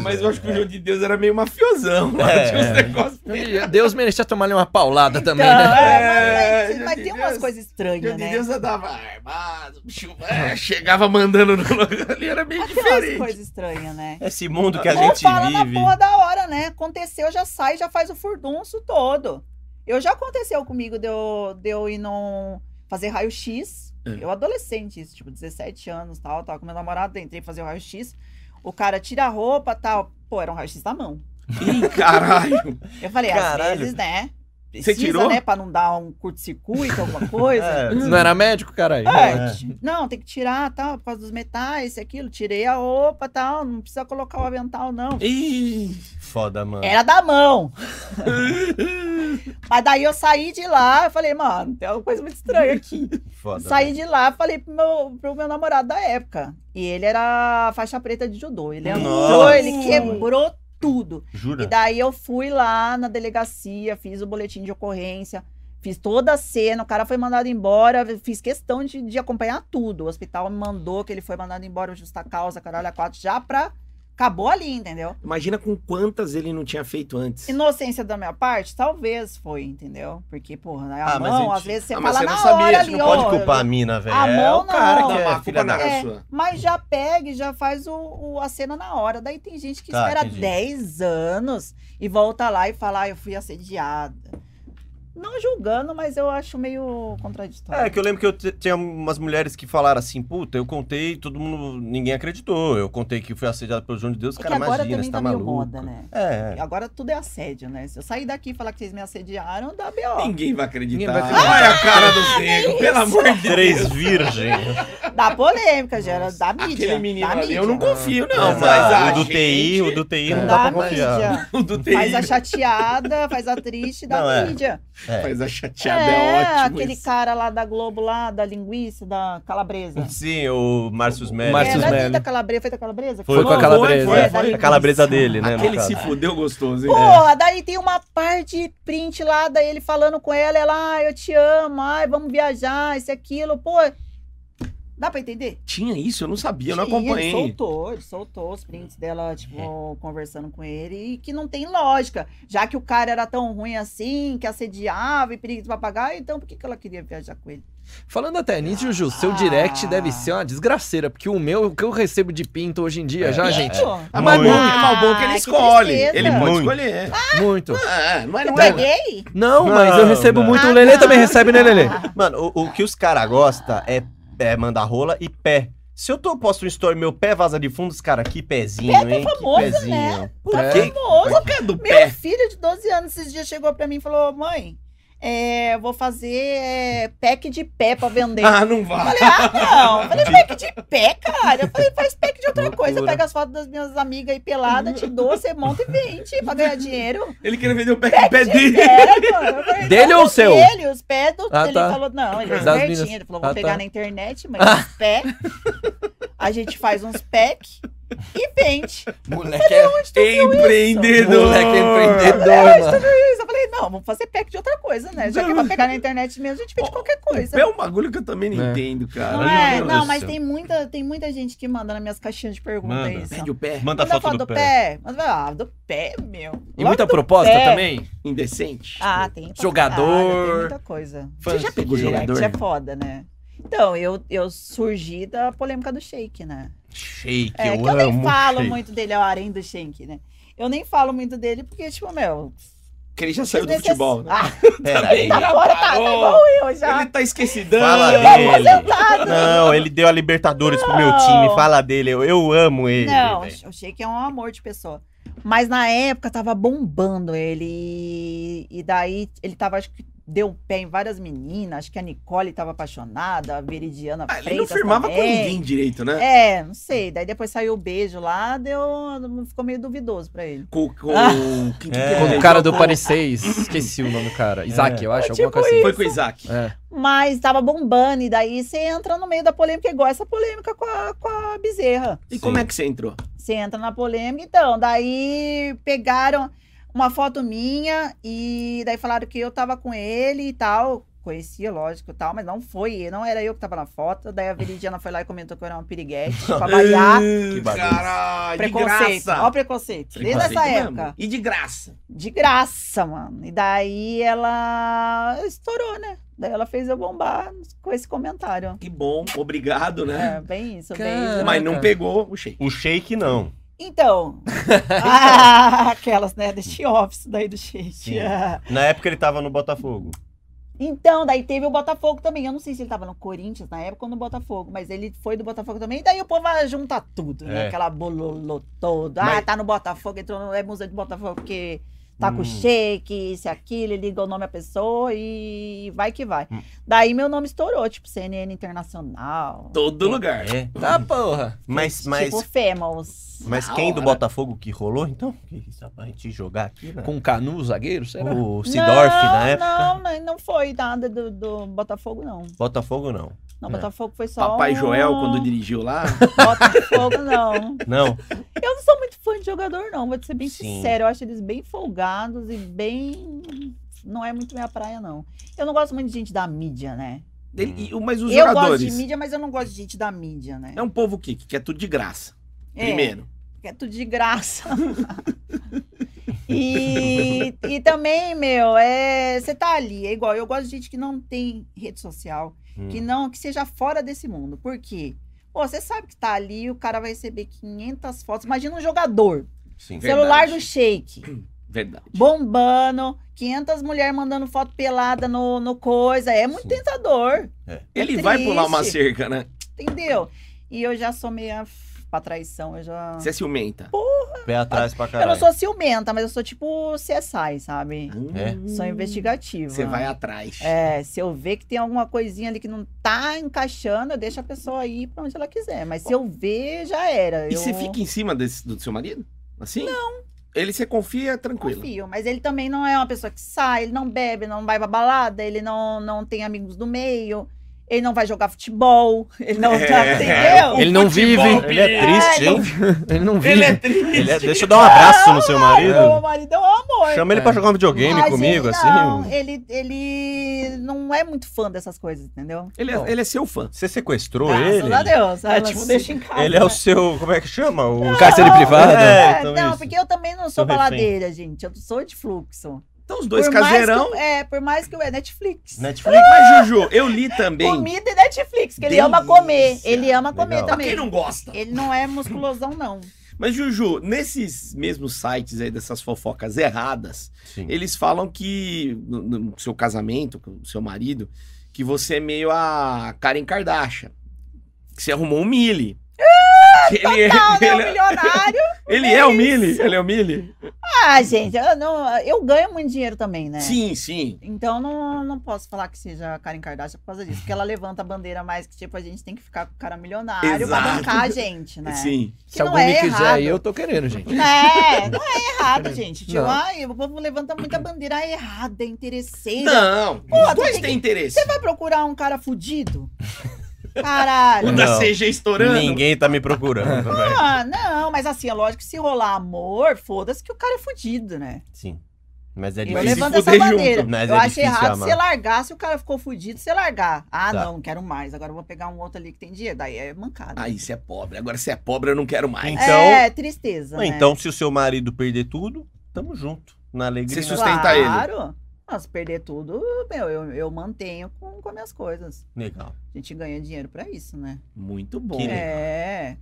Speaker 1: Mas eu acho que o João de Deus era meio mafiosão. lá,
Speaker 2: É.
Speaker 1: Tinha uns negócios.
Speaker 5: E Deus merecia tomar-lhe uma paulada também,
Speaker 4: Então,
Speaker 5: né?
Speaker 4: é, mas,
Speaker 1: É,
Speaker 4: mas
Speaker 1: João de
Speaker 4: tem umas
Speaker 1: Deus-
Speaker 4: coisas
Speaker 1: O João
Speaker 4: estranhas,
Speaker 1: de
Speaker 4: né?
Speaker 1: Deus é andava armado, bicho, é, chegava mandando no lugar ali, era meio
Speaker 4: Tem umas
Speaker 1: diferente.
Speaker 4: coisas estranhas, né?
Speaker 2: Esse mundo que a
Speaker 4: Ou
Speaker 2: gente
Speaker 4: fala
Speaker 2: vive.
Speaker 4: na porra da hora, né? Aconteceu, já sai, já faz o furdunço todo. Eu já aconteceu comigo de eu, de eu ir num, fazer raio-x.
Speaker 1: É.
Speaker 4: Eu adolescente, isso, tipo, 17 anos tal. Tava com meu namorado, entrei fazer o raio-x. O cara tira a roupa tal. Pô, era um raio-x na mão.
Speaker 1: Ih, caralho.
Speaker 4: Eu falei,
Speaker 2: Caralho.
Speaker 4: às vezes, né?
Speaker 1: Você
Speaker 4: Precisa,
Speaker 1: tirou?
Speaker 4: né? Pra não dar um curto-circuito, alguma coisa.
Speaker 2: É,
Speaker 5: Não era médico, caralho?
Speaker 4: É, não, tem que tirar, tal, por causa dos metais, isso e aquilo. Tirei a roupa, tal, não precisa colocar o avental, não.
Speaker 1: Ih,
Speaker 2: Foda, mano.
Speaker 4: Era da mão. Mas daí eu saí de lá, eu falei, mano, tem uma coisa muito estranha aqui.
Speaker 2: Foda. né?
Speaker 4: saí de lá, falei pro meu, pro meu namorado da época. E ele era faixa preta de judô. Ele entrou,
Speaker 2: Nossa.
Speaker 4: ele quebrou tudo. E
Speaker 2: Jura?
Speaker 4: daí eu fui lá na delegacia, fiz o boletim de ocorrência, fiz toda a cena, o cara foi mandado embora, fiz questão de, de acompanhar tudo. O hospital me mandou que ele foi mandado embora, justa causa, caralho, a quatro, já pra. Acabou ali, entendeu?
Speaker 1: Imagina com quantas ele não tinha feito antes.
Speaker 4: Inocência da minha parte? Talvez foi, entendeu? Porque, porra, né, a
Speaker 2: Ah, mas
Speaker 4: mão,
Speaker 2: gente-
Speaker 4: às vezes você
Speaker 1: Ah, mas
Speaker 4: fala
Speaker 1: você não
Speaker 4: na
Speaker 1: sabia,
Speaker 4: hora
Speaker 1: a
Speaker 4: ali,
Speaker 1: gente
Speaker 2: Não pode
Speaker 4: ó,
Speaker 2: culpar a mina, velho.
Speaker 4: a
Speaker 2: É
Speaker 4: mão
Speaker 2: o cara
Speaker 4: não,
Speaker 2: que
Speaker 1: Não,
Speaker 2: é
Speaker 1: mas a
Speaker 2: filha
Speaker 1: culpa não
Speaker 2: da...
Speaker 1: é
Speaker 4: É,
Speaker 1: sua.
Speaker 4: mas já pega e já faz o, o- a cena na hora. Daí tem gente que
Speaker 2: Tá,
Speaker 4: espera
Speaker 2: entendi.
Speaker 4: 10 anos e volta lá e fala, ah, eu fui assediada. Não julgando, mas eu acho meio contraditório.
Speaker 2: É, que eu lembro que eu te- tinha umas mulheres que falaram assim, puta, eu contei, todo mundo, ninguém acreditou. Eu contei que fui assediado pelo João de Deus,
Speaker 4: É que
Speaker 2: cara,
Speaker 4: agora
Speaker 2: imagina, você
Speaker 4: também
Speaker 2: tá
Speaker 4: tá meio
Speaker 2: maluco.
Speaker 4: moda, né?
Speaker 2: É, é.
Speaker 4: Agora tudo é assédio, né? Se eu sair daqui e falar que vocês me assediaram, dá B.O.
Speaker 1: Ninguém vai acreditar.
Speaker 5: Ninguém vai acreditar.
Speaker 1: Olha a cara
Speaker 4: Ah,
Speaker 1: dos negros, pelo amor de Deus.
Speaker 2: Três virgem.
Speaker 4: Dá polêmica, gera da mídia.
Speaker 1: Aquele menino
Speaker 4: da
Speaker 1: ali,
Speaker 4: mídia.
Speaker 1: eu não confio, não.
Speaker 2: Exato.
Speaker 1: Mas a
Speaker 2: o do
Speaker 1: gente-
Speaker 2: TI, o do TI não dá
Speaker 4: Da
Speaker 2: pra confiar.
Speaker 4: mídia.
Speaker 1: O do TI.
Speaker 4: Faz a chateada, faz a triste da
Speaker 2: Não, é.
Speaker 4: mídia.
Speaker 2: É.
Speaker 1: Faz a chateada, é, ótimo.
Speaker 4: aquele
Speaker 1: isso.
Speaker 4: cara lá da Globo, lá da linguiça, da calabresa.
Speaker 2: Sim, o Márcio Melo.
Speaker 4: É,
Speaker 5: Márcio
Speaker 4: da
Speaker 5: Mello.
Speaker 4: da calabresa, foi da calabresa?
Speaker 2: Foi
Speaker 5: com a calabresa.
Speaker 1: Foi, foi,
Speaker 4: É, da
Speaker 1: foi.
Speaker 2: A calabresa dele, né? no
Speaker 1: Aquele
Speaker 2: caso.
Speaker 1: se fudeu gostoso, hein? É.
Speaker 4: Porra, daí tem uma parte de print lá dele falando com ela, ela, ah, eu te amo, ai, vamos viajar, isso e aquilo, pô. Dá pra entender?
Speaker 1: Tinha isso, eu não sabia, eu não
Speaker 4: Tinha,
Speaker 1: acompanhei.
Speaker 4: Ele soltou, ele soltou os prints dela, tipo, conversando com ele, e que não tem lógica. Já que o cara era tão ruim assim, que assediava e perigo de papagaio, então por que, que ela queria viajar com ele?
Speaker 5: Falando até nisso, Juju, seu
Speaker 4: Ah.
Speaker 5: direct deve ser uma desgraceira, porque o meu, o que eu recebo de pinto hoje em dia
Speaker 2: É.
Speaker 5: já,
Speaker 2: É.
Speaker 5: gente,
Speaker 1: Ah, mas, bom,
Speaker 2: Muito.
Speaker 1: mas bom que ele
Speaker 4: Ai, Ah, que
Speaker 1: escolhe.
Speaker 4: tristeza.
Speaker 1: ele pode
Speaker 2: Muito.
Speaker 1: escolher.
Speaker 5: muito.
Speaker 1: Ah, mas não
Speaker 4: Então é
Speaker 1: é.
Speaker 4: gay?
Speaker 5: Não, mas eu
Speaker 2: Não,
Speaker 5: recebo
Speaker 2: não.
Speaker 5: muito.
Speaker 4: Ah,
Speaker 5: O Lelê
Speaker 4: não.
Speaker 5: também recebe, né, Lelê?
Speaker 4: Ah.
Speaker 2: Mano, o, o que os caras gostam é, é mandar rola e pé. Se eu tô, posto um story, meu pé vaza de fundo, os caras, que pezinho,
Speaker 4: Pé tá
Speaker 2: hein?
Speaker 4: famoso,
Speaker 2: que pezinho.
Speaker 4: Tá
Speaker 5: É.
Speaker 4: famoso.
Speaker 1: Qual que é do
Speaker 4: Meu
Speaker 1: pé?
Speaker 4: filho de 12 anos esses dias chegou pra mim e falou: mãe, é, vou fazer é, pack de pé pra vender.
Speaker 1: Ah, não vai.
Speaker 4: Falei, ah, não. Falei, pack de pé, cara. Eu falei, faz pack de outra
Speaker 5: Loucura.
Speaker 4: coisa. Pega as fotos das minhas amigas aí pelada, te dou, você monta e vende pra ganhar dinheiro.
Speaker 1: Ele queria vender o pé com o pé dele.
Speaker 4: É, mano. Eu falei,
Speaker 5: Dele
Speaker 4: não,
Speaker 5: ou
Speaker 4: dos
Speaker 5: seu?
Speaker 4: Dele, os pés do.
Speaker 5: Ah,
Speaker 4: ele
Speaker 5: tá.
Speaker 4: falou, não, ele é
Speaker 5: Das
Speaker 4: certinho.
Speaker 5: minas.
Speaker 4: Ele falou, vou
Speaker 5: Ah,
Speaker 4: pegar
Speaker 5: tá.
Speaker 4: na internet, mãe, os pés. A gente faz uns pack e vende.
Speaker 5: Moleque
Speaker 4: um
Speaker 5: é,
Speaker 1: Empreendedor.
Speaker 5: moleque é empreendedor, mano.
Speaker 4: Eu falei, não, vamos fazer pack de outra coisa, né? Já que é pra pegar na internet mesmo, a gente vende qualquer
Speaker 1: O
Speaker 4: coisa.
Speaker 1: pé é um bagulho que eu também não
Speaker 5: É.
Speaker 1: entendo, cara.
Speaker 4: Não
Speaker 2: Meu
Speaker 4: é?
Speaker 2: Deus
Speaker 4: Não,
Speaker 2: do
Speaker 4: mas
Speaker 2: céu.
Speaker 4: tem muita, tem muita gente que manda nas minhas caixinhas de pergunta né?
Speaker 2: Manda.
Speaker 4: isso.
Speaker 1: Pede o pé.
Speaker 2: Manda,
Speaker 4: Manda
Speaker 2: foto, do, pé.
Speaker 4: Manda, ah, do pé, meu.
Speaker 5: E
Speaker 4: Logo
Speaker 5: muita
Speaker 4: do-
Speaker 5: proposta
Speaker 4: pé.
Speaker 5: também?
Speaker 1: Indecente.
Speaker 4: Ah, tem. pra
Speaker 5: Jogador.
Speaker 4: caralho, Tem muita coisa.
Speaker 1: Você já pegou
Speaker 4: Direct
Speaker 1: jogador?
Speaker 4: é foda, né? Então, eu, eu surgi da polêmica do shake, né?
Speaker 2: Shake,
Speaker 4: É,
Speaker 2: eu
Speaker 4: que eu
Speaker 2: amo
Speaker 4: nem falo
Speaker 2: shake.
Speaker 4: muito dele, é o Arém do shake, né? Eu nem falo muito dele porque, tipo, meu.
Speaker 1: Que ele já saiu do
Speaker 4: desnecess-
Speaker 1: futebol, né?
Speaker 4: Ah,
Speaker 2: Pera aí.
Speaker 4: tá fora, tá, tá
Speaker 1: parou.
Speaker 4: igual eu já.
Speaker 1: Ele tá esquecidão.
Speaker 2: Fala
Speaker 4: Ele...
Speaker 2: dele. Não, ele deu a Libertadores pro meu
Speaker 4: Não.
Speaker 2: time. Fala dele, eu, eu amo ele.
Speaker 4: Não,
Speaker 2: velho.
Speaker 4: o Shake é um amor de pessoa. Mas na época tava bombando ele. e- E daí ele tava, acho que deu um pé em várias meninas. Acho que a Nicole tava apaixonada, a Veridiana.
Speaker 1: Ah, ele não
Speaker 4: Freitas
Speaker 1: firmava com
Speaker 4: também.
Speaker 1: ninguém direito, né?
Speaker 4: É, não sei. Daí depois saiu o beijo lá, deu. Ficou meio duvidoso pra ele.
Speaker 1: Com, com...
Speaker 4: Ah.
Speaker 1: quem que
Speaker 2: É.
Speaker 1: que
Speaker 5: Com o
Speaker 1: ele
Speaker 5: cara do
Speaker 1: jogou?
Speaker 5: Paris 6, esqueci o nome do cara. Isaac, eu acho,
Speaker 4: É
Speaker 5: alguma
Speaker 4: tipo
Speaker 5: coisa assim.
Speaker 1: Foi com o Isaac.
Speaker 5: É.
Speaker 4: Mas tava bombando. E daí você entra no meio da polêmica, igual essa polêmica com a, com a Bezerra.
Speaker 1: E
Speaker 2: Sim.
Speaker 1: como é que você entrou?
Speaker 4: Você entra na polêmica, então. Daí pegaram uma foto minha e daí falaram que eu tava com ele e tal. Conhecia, lógico, e tal, mas não foi, não era eu que tava na foto. Daí a Veridiana foi lá e comentou que eu era uma piriguete pra variar.
Speaker 1: Que
Speaker 2: Que
Speaker 1: bagulho.
Speaker 2: bagulho.
Speaker 1: Caralho, de
Speaker 4: Preconceito,
Speaker 1: graça.
Speaker 4: ó, o preconceito. Desde
Speaker 1: Preconceito
Speaker 4: essa
Speaker 1: mesmo.
Speaker 4: época.
Speaker 1: E de graça.
Speaker 4: De graça, mano. E daí ela estourou, né? Daí ela fez eu bombar com esse comentário.
Speaker 1: Que bom, obrigado, né?
Speaker 4: É, bem isso, bem
Speaker 5: É, Cara.
Speaker 4: isso.
Speaker 1: Mas não pegou o shake.
Speaker 2: O shake não.
Speaker 4: Então. ah, aquelas, né? Deste office daí do shake.
Speaker 2: Então. Sim. Na época ele tava no Botafogo.
Speaker 4: Então, daí teve o Botafogo também. Eu não sei se ele tava no Corinthians na época ou no Botafogo, mas ele foi do Botafogo também. E daí o povo ah, junta tudo, né?
Speaker 2: É.
Speaker 4: Aquela bololô toda. Ah,
Speaker 1: Mas-
Speaker 4: tá no Botafogo, entrou no é museu de Botafogo porque tá com
Speaker 2: Hum.
Speaker 4: shake, isso e aquilo, ele liga o nome à pessoa e vai que vai.
Speaker 2: Hum.
Speaker 4: Daí meu nome estourou, tipo CNN Internacional,
Speaker 1: Todo lugar.
Speaker 5: Tá, porra.
Speaker 2: Mas, mas,
Speaker 4: tipo Famous.
Speaker 2: mas
Speaker 1: Na
Speaker 2: quem do
Speaker 4: né?
Speaker 1: hora.
Speaker 2: Botafogo que rolou, então? Que isso, vai te jogar aqui, né?
Speaker 5: Com o Canu, zagueiro, será?
Speaker 2: O Sidorf na época.
Speaker 4: Não, não, não foi nada do, do Botafogo, não.
Speaker 2: Botafogo não.
Speaker 4: Não,
Speaker 3: É.
Speaker 4: Botafogo foi só.
Speaker 1: Papai
Speaker 4: um-
Speaker 1: Joel, quando dirigiu lá.
Speaker 4: Botafogo, não.
Speaker 2: Não.
Speaker 4: Eu não sou muito fã de jogador, não. Vou te ser bem
Speaker 2: Sim.
Speaker 4: sincero. Eu acho eles bem folgados e bem. Não é muito minha praia, não. Eu não gosto muito de gente da mídia, né?
Speaker 1: Ele- e- mas os
Speaker 4: eu gosto de
Speaker 1: jogadores.
Speaker 4: mídia, mas eu não gosto de gente da mídia, né?
Speaker 1: É um povo que, que quer tudo de graça.
Speaker 4: É,
Speaker 1: Primeiro.
Speaker 4: É tudo de graça. e, e também, meu, é, você tá ali. É igual. Eu gosto de gente que não tem rede social. que
Speaker 2: Hum.
Speaker 4: não que seja fora desse mundo. Por quê? Pô, você sabe que tá ali, o cara vai receber 500 fotos. Imagina um jogador,
Speaker 2: Sim.
Speaker 1: Verdade.
Speaker 4: celular do shake,
Speaker 1: Verdade.
Speaker 4: bombando, 500 mulheres mandando foto pelada no, no coisa. É muito
Speaker 2: Sim.
Speaker 4: tentador,
Speaker 1: Ele vai pular uma
Speaker 4: é triste.
Speaker 1: cerca, né?
Speaker 4: entendeu? E eu já sou meio f- pra traição, eu já...
Speaker 1: Você é ciumenta.
Speaker 2: Pé atrás pra
Speaker 4: Eu
Speaker 2: caralho.
Speaker 4: não sou ciumenta, mas eu sou tipo CSI, sabe?
Speaker 2: É?
Speaker 4: Sou investigativa.
Speaker 1: Hum. Você vai atrás.
Speaker 4: É, se eu ver que tem alguma coisinha ali que não tá encaixando, eu deixo a pessoa ir pra onde ela quiser. Mas se eu ver, já era.
Speaker 1: E
Speaker 4: eu...
Speaker 1: você fica em cima desse- do seu marido? Assim? Não. Ele você confia tranquilo.
Speaker 4: Confio, mas ele também não é uma pessoa que sai, ele não bebe, não vai pra balada, ele não, não tem amigos do meio, ele não vai jogar futebol, ele não tá,
Speaker 1: É.
Speaker 4: entendeu?
Speaker 5: Ele não
Speaker 1: Futebol,
Speaker 5: vive.
Speaker 2: Ele é triste, hein?
Speaker 5: Ele não vive.
Speaker 1: Ele é triste.
Speaker 2: Ele é- Deixa eu dar um abraço no seu
Speaker 4: Meu
Speaker 2: marido.
Speaker 4: marido é um amor.
Speaker 2: Chama ele pra jogar um videogame
Speaker 4: Mas
Speaker 2: comigo,
Speaker 4: ele não,
Speaker 2: assim.
Speaker 4: Ele, ele não é muito fã dessas coisas, entendeu?
Speaker 1: Ele é, ele é seu fã.
Speaker 2: Você sequestrou
Speaker 4: Graças
Speaker 2: ele?
Speaker 4: a Deus. Ah,
Speaker 1: Ela
Speaker 4: tipo,
Speaker 1: se-
Speaker 4: deixa em casa.
Speaker 2: Ele é o
Speaker 4: né?
Speaker 2: seu. Como é que chama? O
Speaker 5: Cárcere privado.
Speaker 2: É,
Speaker 4: É,
Speaker 2: então
Speaker 4: não,
Speaker 2: isso.
Speaker 4: porque eu também não sou
Speaker 2: Seu refém.
Speaker 4: baladeira, gente. Eu sou de fluxo.
Speaker 1: Então os dois
Speaker 4: Por mais que-
Speaker 1: caseirão.
Speaker 4: é, por mais que eu é Netflix.
Speaker 2: Netflix.
Speaker 1: Mas, Juju, eu li também.
Speaker 4: Comida e Netflix, que ele
Speaker 1: Delícia.
Speaker 4: ama comer. Ele ama comer
Speaker 2: Legal.
Speaker 1: Pra
Speaker 4: também.
Speaker 1: quem não gosta.
Speaker 4: Ele não é musculosão, não.
Speaker 1: Mas, Juju, nesses mesmos sites aí dessas fofocas erradas,
Speaker 2: Sim.
Speaker 1: Eles falam que no, no seu casamento, com o seu marido, que você é meio a Karen Kardashian. Que você arrumou um Mille. ele,
Speaker 4: Ah,
Speaker 1: é,
Speaker 4: não,
Speaker 1: ele,
Speaker 4: milionário.
Speaker 1: ele é o Mille? Ele é o Mille?
Speaker 4: Ah, gente, eu, não, eu ganho muito dinheiro também, né?
Speaker 1: Sim, sim.
Speaker 4: Então não, não posso falar que seja a Karen Kardashian por causa disso. Porque ela levanta a bandeira mais que, tipo, a gente tem que ficar com o cara milionário pra
Speaker 1: Exato.
Speaker 4: bancar a gente, né?
Speaker 1: Sim.
Speaker 4: Que
Speaker 5: Se
Speaker 4: não
Speaker 5: algum
Speaker 4: é
Speaker 5: me quiser
Speaker 4: errado.
Speaker 5: aí, eu tô querendo, gente.
Speaker 4: É, não é errado, gente. Tipo,
Speaker 5: Não.
Speaker 4: ai, o povo levanta muita bandeira errada, interesseira.
Speaker 1: Não, os
Speaker 4: Pô,
Speaker 1: dois
Speaker 4: tem que-
Speaker 1: têm interesse.
Speaker 4: Você vai procurar um cara fudido? Caralho.
Speaker 1: O da
Speaker 2: Não.
Speaker 1: CG estourando.
Speaker 2: Ninguém tá me procurando, velho.
Speaker 4: Ah, não, mas assim, é lógico que se rolar amor, foda-se que o cara é fudido, né?
Speaker 2: Sim. Mas é
Speaker 4: Eu
Speaker 1: difícil
Speaker 4: levanto essa
Speaker 1: fuder
Speaker 4: bandeira.
Speaker 2: junto, mas
Speaker 4: eu
Speaker 2: é
Speaker 4: acho
Speaker 2: difícil
Speaker 4: errado
Speaker 2: amar.
Speaker 4: você largar, se o cara ficou fudido, você largar. Ah,
Speaker 2: Tá.
Speaker 4: não, não quero mais. Agora eu vou pegar um outro ali que tem dinheiro. Daí é mancada.
Speaker 1: Aí você é pobre. Agora você é pobre, eu não quero mais.
Speaker 2: Então-
Speaker 4: é, tristeza.
Speaker 2: Ah,
Speaker 4: né?
Speaker 2: Então, se o seu marido perder tudo, tamo junto. Na alegria.
Speaker 1: Você sustenta ele.
Speaker 4: Claro. Ah, se perder tudo, meu, eu, eu mantenho com, com as minhas coisas.
Speaker 2: Legal.
Speaker 4: A gente ganha dinheiro pra isso, né?
Speaker 1: Muito bom.
Speaker 2: Que legal.
Speaker 4: É.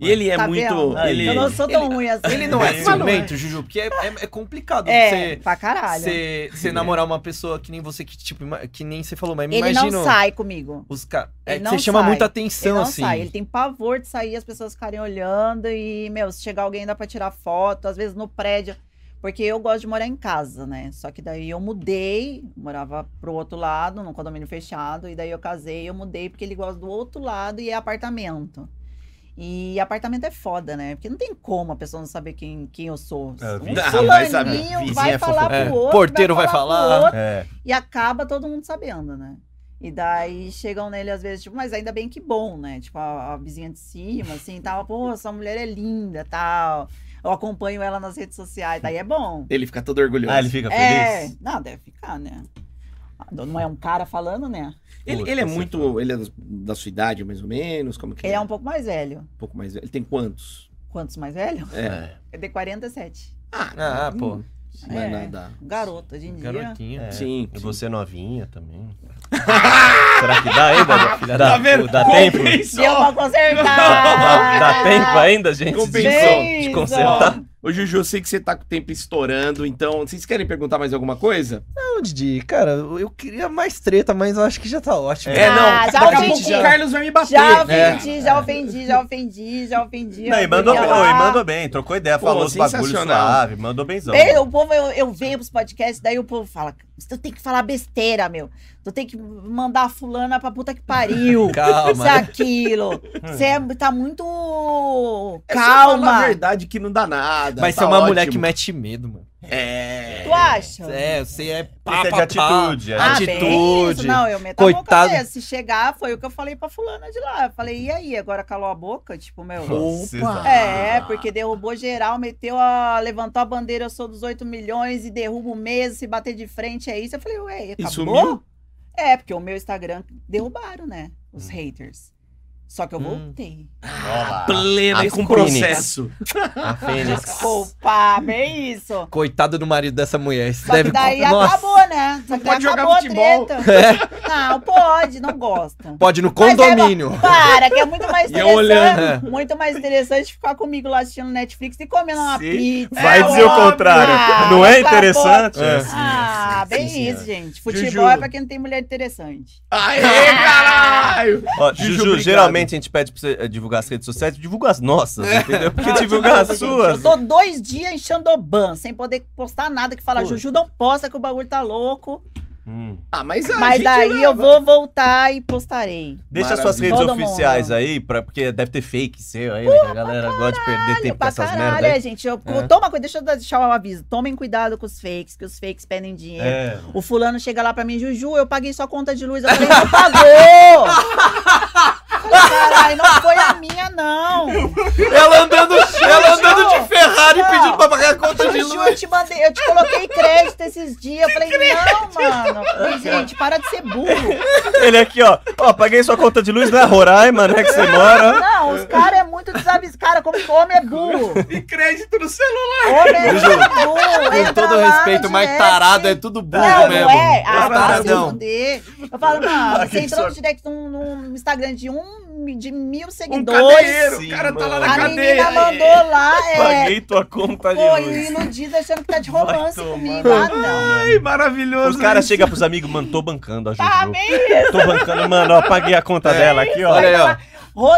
Speaker 1: E ele é
Speaker 4: tá
Speaker 1: muito.
Speaker 4: vendo?
Speaker 1: Ele...
Speaker 4: Eu não sou tão ruim assim.
Speaker 5: Ele não é
Speaker 2: Ele
Speaker 5: ciumento, Juju, porque é, é- é complicado
Speaker 4: É,
Speaker 5: você,
Speaker 4: pra caralho.
Speaker 5: você, você namorar uma pessoa que nem você, que tipo, ima- que nem você falou, mas me
Speaker 4: Ele não
Speaker 5: imagino
Speaker 4: sai comigo.
Speaker 5: os caras. É
Speaker 4: Ele
Speaker 5: que
Speaker 4: não
Speaker 5: você chama
Speaker 4: sai.
Speaker 5: muita
Speaker 4: ele
Speaker 5: atenção,
Speaker 4: não
Speaker 5: assim.
Speaker 4: sai, ele tem pavor de sair, as pessoas ficarem olhando e, meu, se chegar alguém dá pra tirar foto, às vezes no prédio. Porque eu gosto de morar em casa, né? Só que daí eu mudei, morava pro outro lado, num condomínio fechado, e daí eu casei, eu mudei porque ele gosta do outro lado e é apartamento. E apartamento é foda, né? Porque não tem como a pessoa não saber quem, quem eu sou.
Speaker 2: É,
Speaker 4: Um
Speaker 2: vizinha-
Speaker 4: fulaninho
Speaker 1: vai saber.
Speaker 2: Vizinha
Speaker 4: vai
Speaker 2: é
Speaker 4: falar
Speaker 5: fofoca.
Speaker 4: pro
Speaker 5: É,
Speaker 4: outro,
Speaker 5: porteiro vai
Speaker 4: pro
Speaker 5: falar.
Speaker 4: outro,
Speaker 2: É.
Speaker 4: e acaba todo mundo sabendo, né? E daí chegam nele às vezes, tipo, mas ainda bem que bom, né? Tipo, a, a vizinha de cima, assim, tal, pô, essa mulher é linda, tal. Eu acompanho ela nas redes sociais, daí é bom.
Speaker 1: Ele fica todo orgulhoso.
Speaker 2: Ah, ele fica
Speaker 4: É,
Speaker 2: feliz?
Speaker 4: não, deve ficar, né? Não é um cara falando, né?
Speaker 1: Ele,
Speaker 2: Puta,
Speaker 1: ele é
Speaker 2: você
Speaker 1: muito.
Speaker 2: fala.
Speaker 1: Ele é da sua idade, mais ou menos? Como que
Speaker 4: Ele é um pouco mais velho.
Speaker 1: um pouco mais velho. Ele tem quantos?
Speaker 4: Quantos mais velho?
Speaker 1: É.
Speaker 4: É de 47.
Speaker 5: Ah, ah, pô.
Speaker 1: Não é
Speaker 4: É.
Speaker 1: nada.
Speaker 4: Garoto, hoje em dia.
Speaker 5: Garotinha.
Speaker 2: É.
Speaker 1: Sim.
Speaker 2: E
Speaker 1: sim.
Speaker 2: você é novinha também. Será que dá ainda?
Speaker 1: Tá
Speaker 2: Filha da
Speaker 1: vendo?
Speaker 2: puta? Dá tempo?
Speaker 1: Compensou.
Speaker 4: Deu pra
Speaker 2: Dá,
Speaker 4: consertar!
Speaker 2: dá tempo ainda, gente?
Speaker 1: Compensou.
Speaker 2: De de consertar.
Speaker 1: Ô, Juju, eu sei que você tá com o tempo estourando, então vocês querem perguntar mais alguma coisa?
Speaker 3: Não, Didi, cara, eu eu queria mais treta, mas eu acho que já tá ótimo.
Speaker 4: É, Ah, já
Speaker 1: Daqui a
Speaker 4: ouvi
Speaker 1: pouco
Speaker 4: já.
Speaker 1: o Carlos vai me bater.
Speaker 4: Já
Speaker 1: É.
Speaker 4: ofendi, já ofendi, já ofendi, já ofendi.
Speaker 2: Não, e mandou,
Speaker 4: ofendi
Speaker 2: bem,
Speaker 4: ela.
Speaker 2: e mandou bem, trocou ideia,
Speaker 1: Pô,
Speaker 2: falou os bagulhos
Speaker 1: sensacional.
Speaker 2: suave, mandou
Speaker 5: Então.
Speaker 2: benzão.
Speaker 4: Bem, o povo, eu, eu venho pros podcasts, daí o povo fala: tu tem que falar besteira, meu. Tu tem que mandar a fulana pra puta que pariu. Isso
Speaker 5: Calma.
Speaker 4: é aquilo. Você é- tá muito
Speaker 1: É só falar
Speaker 4: calma.
Speaker 1: a verdade que não dá nada.
Speaker 5: Mas
Speaker 1: tá
Speaker 5: você é uma mulher
Speaker 1: ótimo.
Speaker 5: que mete medo, mano.
Speaker 1: É.
Speaker 4: Tu acha?
Speaker 5: É, você é pá,
Speaker 2: Isso é de
Speaker 5: pá, pá.
Speaker 2: atitude. é.
Speaker 4: Ah,
Speaker 5: atitude.
Speaker 4: bem isso. Não, eu meto a
Speaker 5: Coitado.
Speaker 4: boca mesmo. Se chegar, foi o que eu falei pra fulana de lá. Eu falei, e aí? Agora calou a boca? Tipo, meu...
Speaker 1: Opa!
Speaker 4: É, porque derrubou geral, meteu a. levantou a bandeira, eu sou dos 8 milhões e derrubo mesmo, se bater de frente é isso. Eu falei, ué, acabou?
Speaker 5: Ah,
Speaker 1: sumiu?
Speaker 4: É, porque o meu Instagram derrubaram, né? Os haters. Só que eu
Speaker 5: Hum.
Speaker 4: voltei.
Speaker 2: Olá.
Speaker 5: Ah,
Speaker 1: Plena e com
Speaker 2: Phoenix.
Speaker 1: processo.
Speaker 2: A Fênix.
Speaker 4: Ah, Desculpa, bem isso.
Speaker 5: Coitado do marido dessa mulher. Isso
Speaker 4: Só que
Speaker 5: deve...
Speaker 4: daí
Speaker 5: Nossa,
Speaker 4: acabou, né? Só que daí
Speaker 1: pode jogar
Speaker 4: acabou a
Speaker 1: futebol.
Speaker 4: treta. Não, pode, não gosta.
Speaker 5: pode ir no
Speaker 4: Mas é-
Speaker 5: condomínio.
Speaker 4: Para, que é muito mais
Speaker 1: E eu olhando.
Speaker 4: interessante. Muito mais interessante ficar comigo lá assistindo Netflix e comendo uma
Speaker 2: Sim.
Speaker 4: pizza.
Speaker 2: Vai dizer o
Speaker 4: é óbvio. Ah, tá
Speaker 2: contrário. Não é
Speaker 4: Acabou.
Speaker 2: interessante?
Speaker 5: É.
Speaker 4: Ah,
Speaker 2: sim,
Speaker 4: bem
Speaker 2: sim,
Speaker 4: isso, gente. Futebol
Speaker 1: Juju.
Speaker 4: é pra quem não tem mulher interessante.
Speaker 1: Aê, caralho!
Speaker 2: Ó,
Speaker 1: Juju,
Speaker 2: Juju,
Speaker 1: obrigado.
Speaker 2: geralmente a gente pede pra você eh, divulgar as redes sociais, divulga as nossas, entendeu? Porque
Speaker 4: Ah,
Speaker 2: divulgar
Speaker 4: de
Speaker 2: as
Speaker 4: novo,
Speaker 2: suas.
Speaker 4: gente, Eu tô dois dias em Xandoban, sem poder postar nada que fala,
Speaker 2: Putz.
Speaker 4: Juju não posta que o bagulho tá louco.
Speaker 2: Hum.
Speaker 1: Ah, mas a
Speaker 4: Mas
Speaker 1: gente
Speaker 4: daí
Speaker 1: leva.
Speaker 4: eu vou voltar e postarei.
Speaker 2: Deixa
Speaker 1: Maravilha.
Speaker 2: suas redes
Speaker 4: Todo
Speaker 2: oficiais
Speaker 4: mundo.
Speaker 2: aí, pra, porque deve ter fake seu aí, né, que a galera gosta de perder tempo com
Speaker 4: pra
Speaker 2: essas
Speaker 4: caralho,
Speaker 2: merdas aí.
Speaker 4: é, gente. Eu, Toma cuidado, deixa eu dar- deixar o aviso. Tomem cuidado com os fakes, que os fakes pedem dinheiro.
Speaker 2: É.
Speaker 4: O fulano chega lá pra mim, Juju, eu paguei sua conta de luz. Eu falei, não pagou! Falei, Caralho, não foi a minha, não.
Speaker 5: Ela andando, ela andando
Speaker 4: Não.
Speaker 5: de Ferrari
Speaker 4: Não.
Speaker 5: pedindo pra pagar a conta de
Speaker 4: Juju,
Speaker 5: luz.
Speaker 4: eu te mandei, eu te coloquei crédito esses dias. Eu falei, não, mano. Falei, gente, para de ser burro.
Speaker 2: Ele aqui, ó. Ó, paguei sua conta de luz, né? Roraima, né? Que você mora.
Speaker 4: Não, os caras é muito desavisados. Cara, como que homem é burro.
Speaker 1: E crédito no celular.
Speaker 4: Homem é muito burro.
Speaker 5: Com
Speaker 4: Entra
Speaker 5: todo
Speaker 4: lá,
Speaker 5: respeito, mas
Speaker 4: direct.
Speaker 5: tarado é tudo burro
Speaker 4: Não,
Speaker 5: mesmo.
Speaker 4: não é. Ah, vai se
Speaker 5: taradão.
Speaker 4: fuder. Eu falo, mano, você
Speaker 2: Aquele
Speaker 4: entrou no
Speaker 2: só-
Speaker 4: direct num, num Instagram de um, de mil
Speaker 1: Um
Speaker 4: seguidores.
Speaker 1: cadeiro.
Speaker 2: Sim,
Speaker 1: o cara tá lá
Speaker 2: mano.
Speaker 1: na
Speaker 4: A
Speaker 1: cadeia.
Speaker 4: menina mandou lá, é.
Speaker 2: Paguei tua conta de
Speaker 4: Foi
Speaker 2: luz.
Speaker 4: iludida achando que tá de romance
Speaker 2: Vai tomar
Speaker 4: comigo. Ah, não.
Speaker 1: Ai, maravilhoso.
Speaker 2: Os caras
Speaker 1: isso.
Speaker 2: chegam pros amigos, mano, tô bancando a Juju.
Speaker 4: Tá bem.
Speaker 2: Tô bancando, mano, ó, paguei a conta dela aqui, ó.
Speaker 5: É. Olha aí, ó.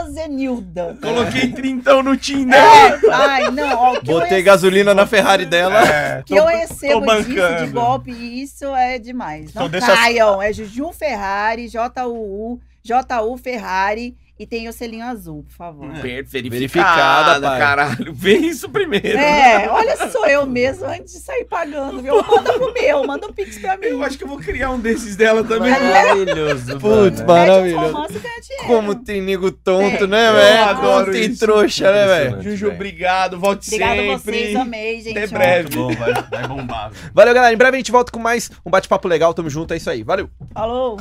Speaker 4: Rosenilda.
Speaker 1: Coloquei
Speaker 5: Então
Speaker 1: trintão no Tinder.
Speaker 4: É, Ai, não, ó, o que
Speaker 5: Botei
Speaker 4: eu,
Speaker 5: gasolina na Ferrari dela.
Speaker 4: rece- que eu
Speaker 2: tô
Speaker 4: recebo disso
Speaker 2: bancando.
Speaker 4: de golpe, isso é demais.
Speaker 2: Então
Speaker 4: Não
Speaker 2: deixa as-
Speaker 4: caiam, é Juju Ferrari, JUU, JU Ferrari e tem o selinho azul, por favor.
Speaker 1: Per-
Speaker 5: Verificada, pai.
Speaker 1: caralho. Vê isso primeiro.
Speaker 4: É, olha, sou eu mesmo antes de sair pagando, viu? Manda pro meu, manda um pix pra mim.
Speaker 1: Eu acho que eu vou criar um desses dela também.
Speaker 2: É, Maravilhoso.
Speaker 5: Putz,
Speaker 2: mano.
Speaker 4: Pede uns
Speaker 5: maravilhoso.
Speaker 4: romance e ganha dinheiro.
Speaker 5: Como tem nego tonto,
Speaker 4: Tem.
Speaker 5: né,
Speaker 1: Eu
Speaker 5: velho?
Speaker 1: adoro
Speaker 5: Como tem
Speaker 1: isso.
Speaker 5: trouxa, né, velho?
Speaker 2: Impressionante,
Speaker 1: Juju,
Speaker 2: velho.
Speaker 1: obrigado. Volte
Speaker 4: Obrigada
Speaker 1: sempre.
Speaker 4: a vocês, amei, gente.
Speaker 1: Até
Speaker 4: ó.
Speaker 1: breve.
Speaker 2: Muito bom, vai, vai bombar. velho.
Speaker 5: Valeu, galera. Em breve a gente volta com mais um bate-papo legal. Tamo junto, é isso aí. Valeu.
Speaker 4: Alô?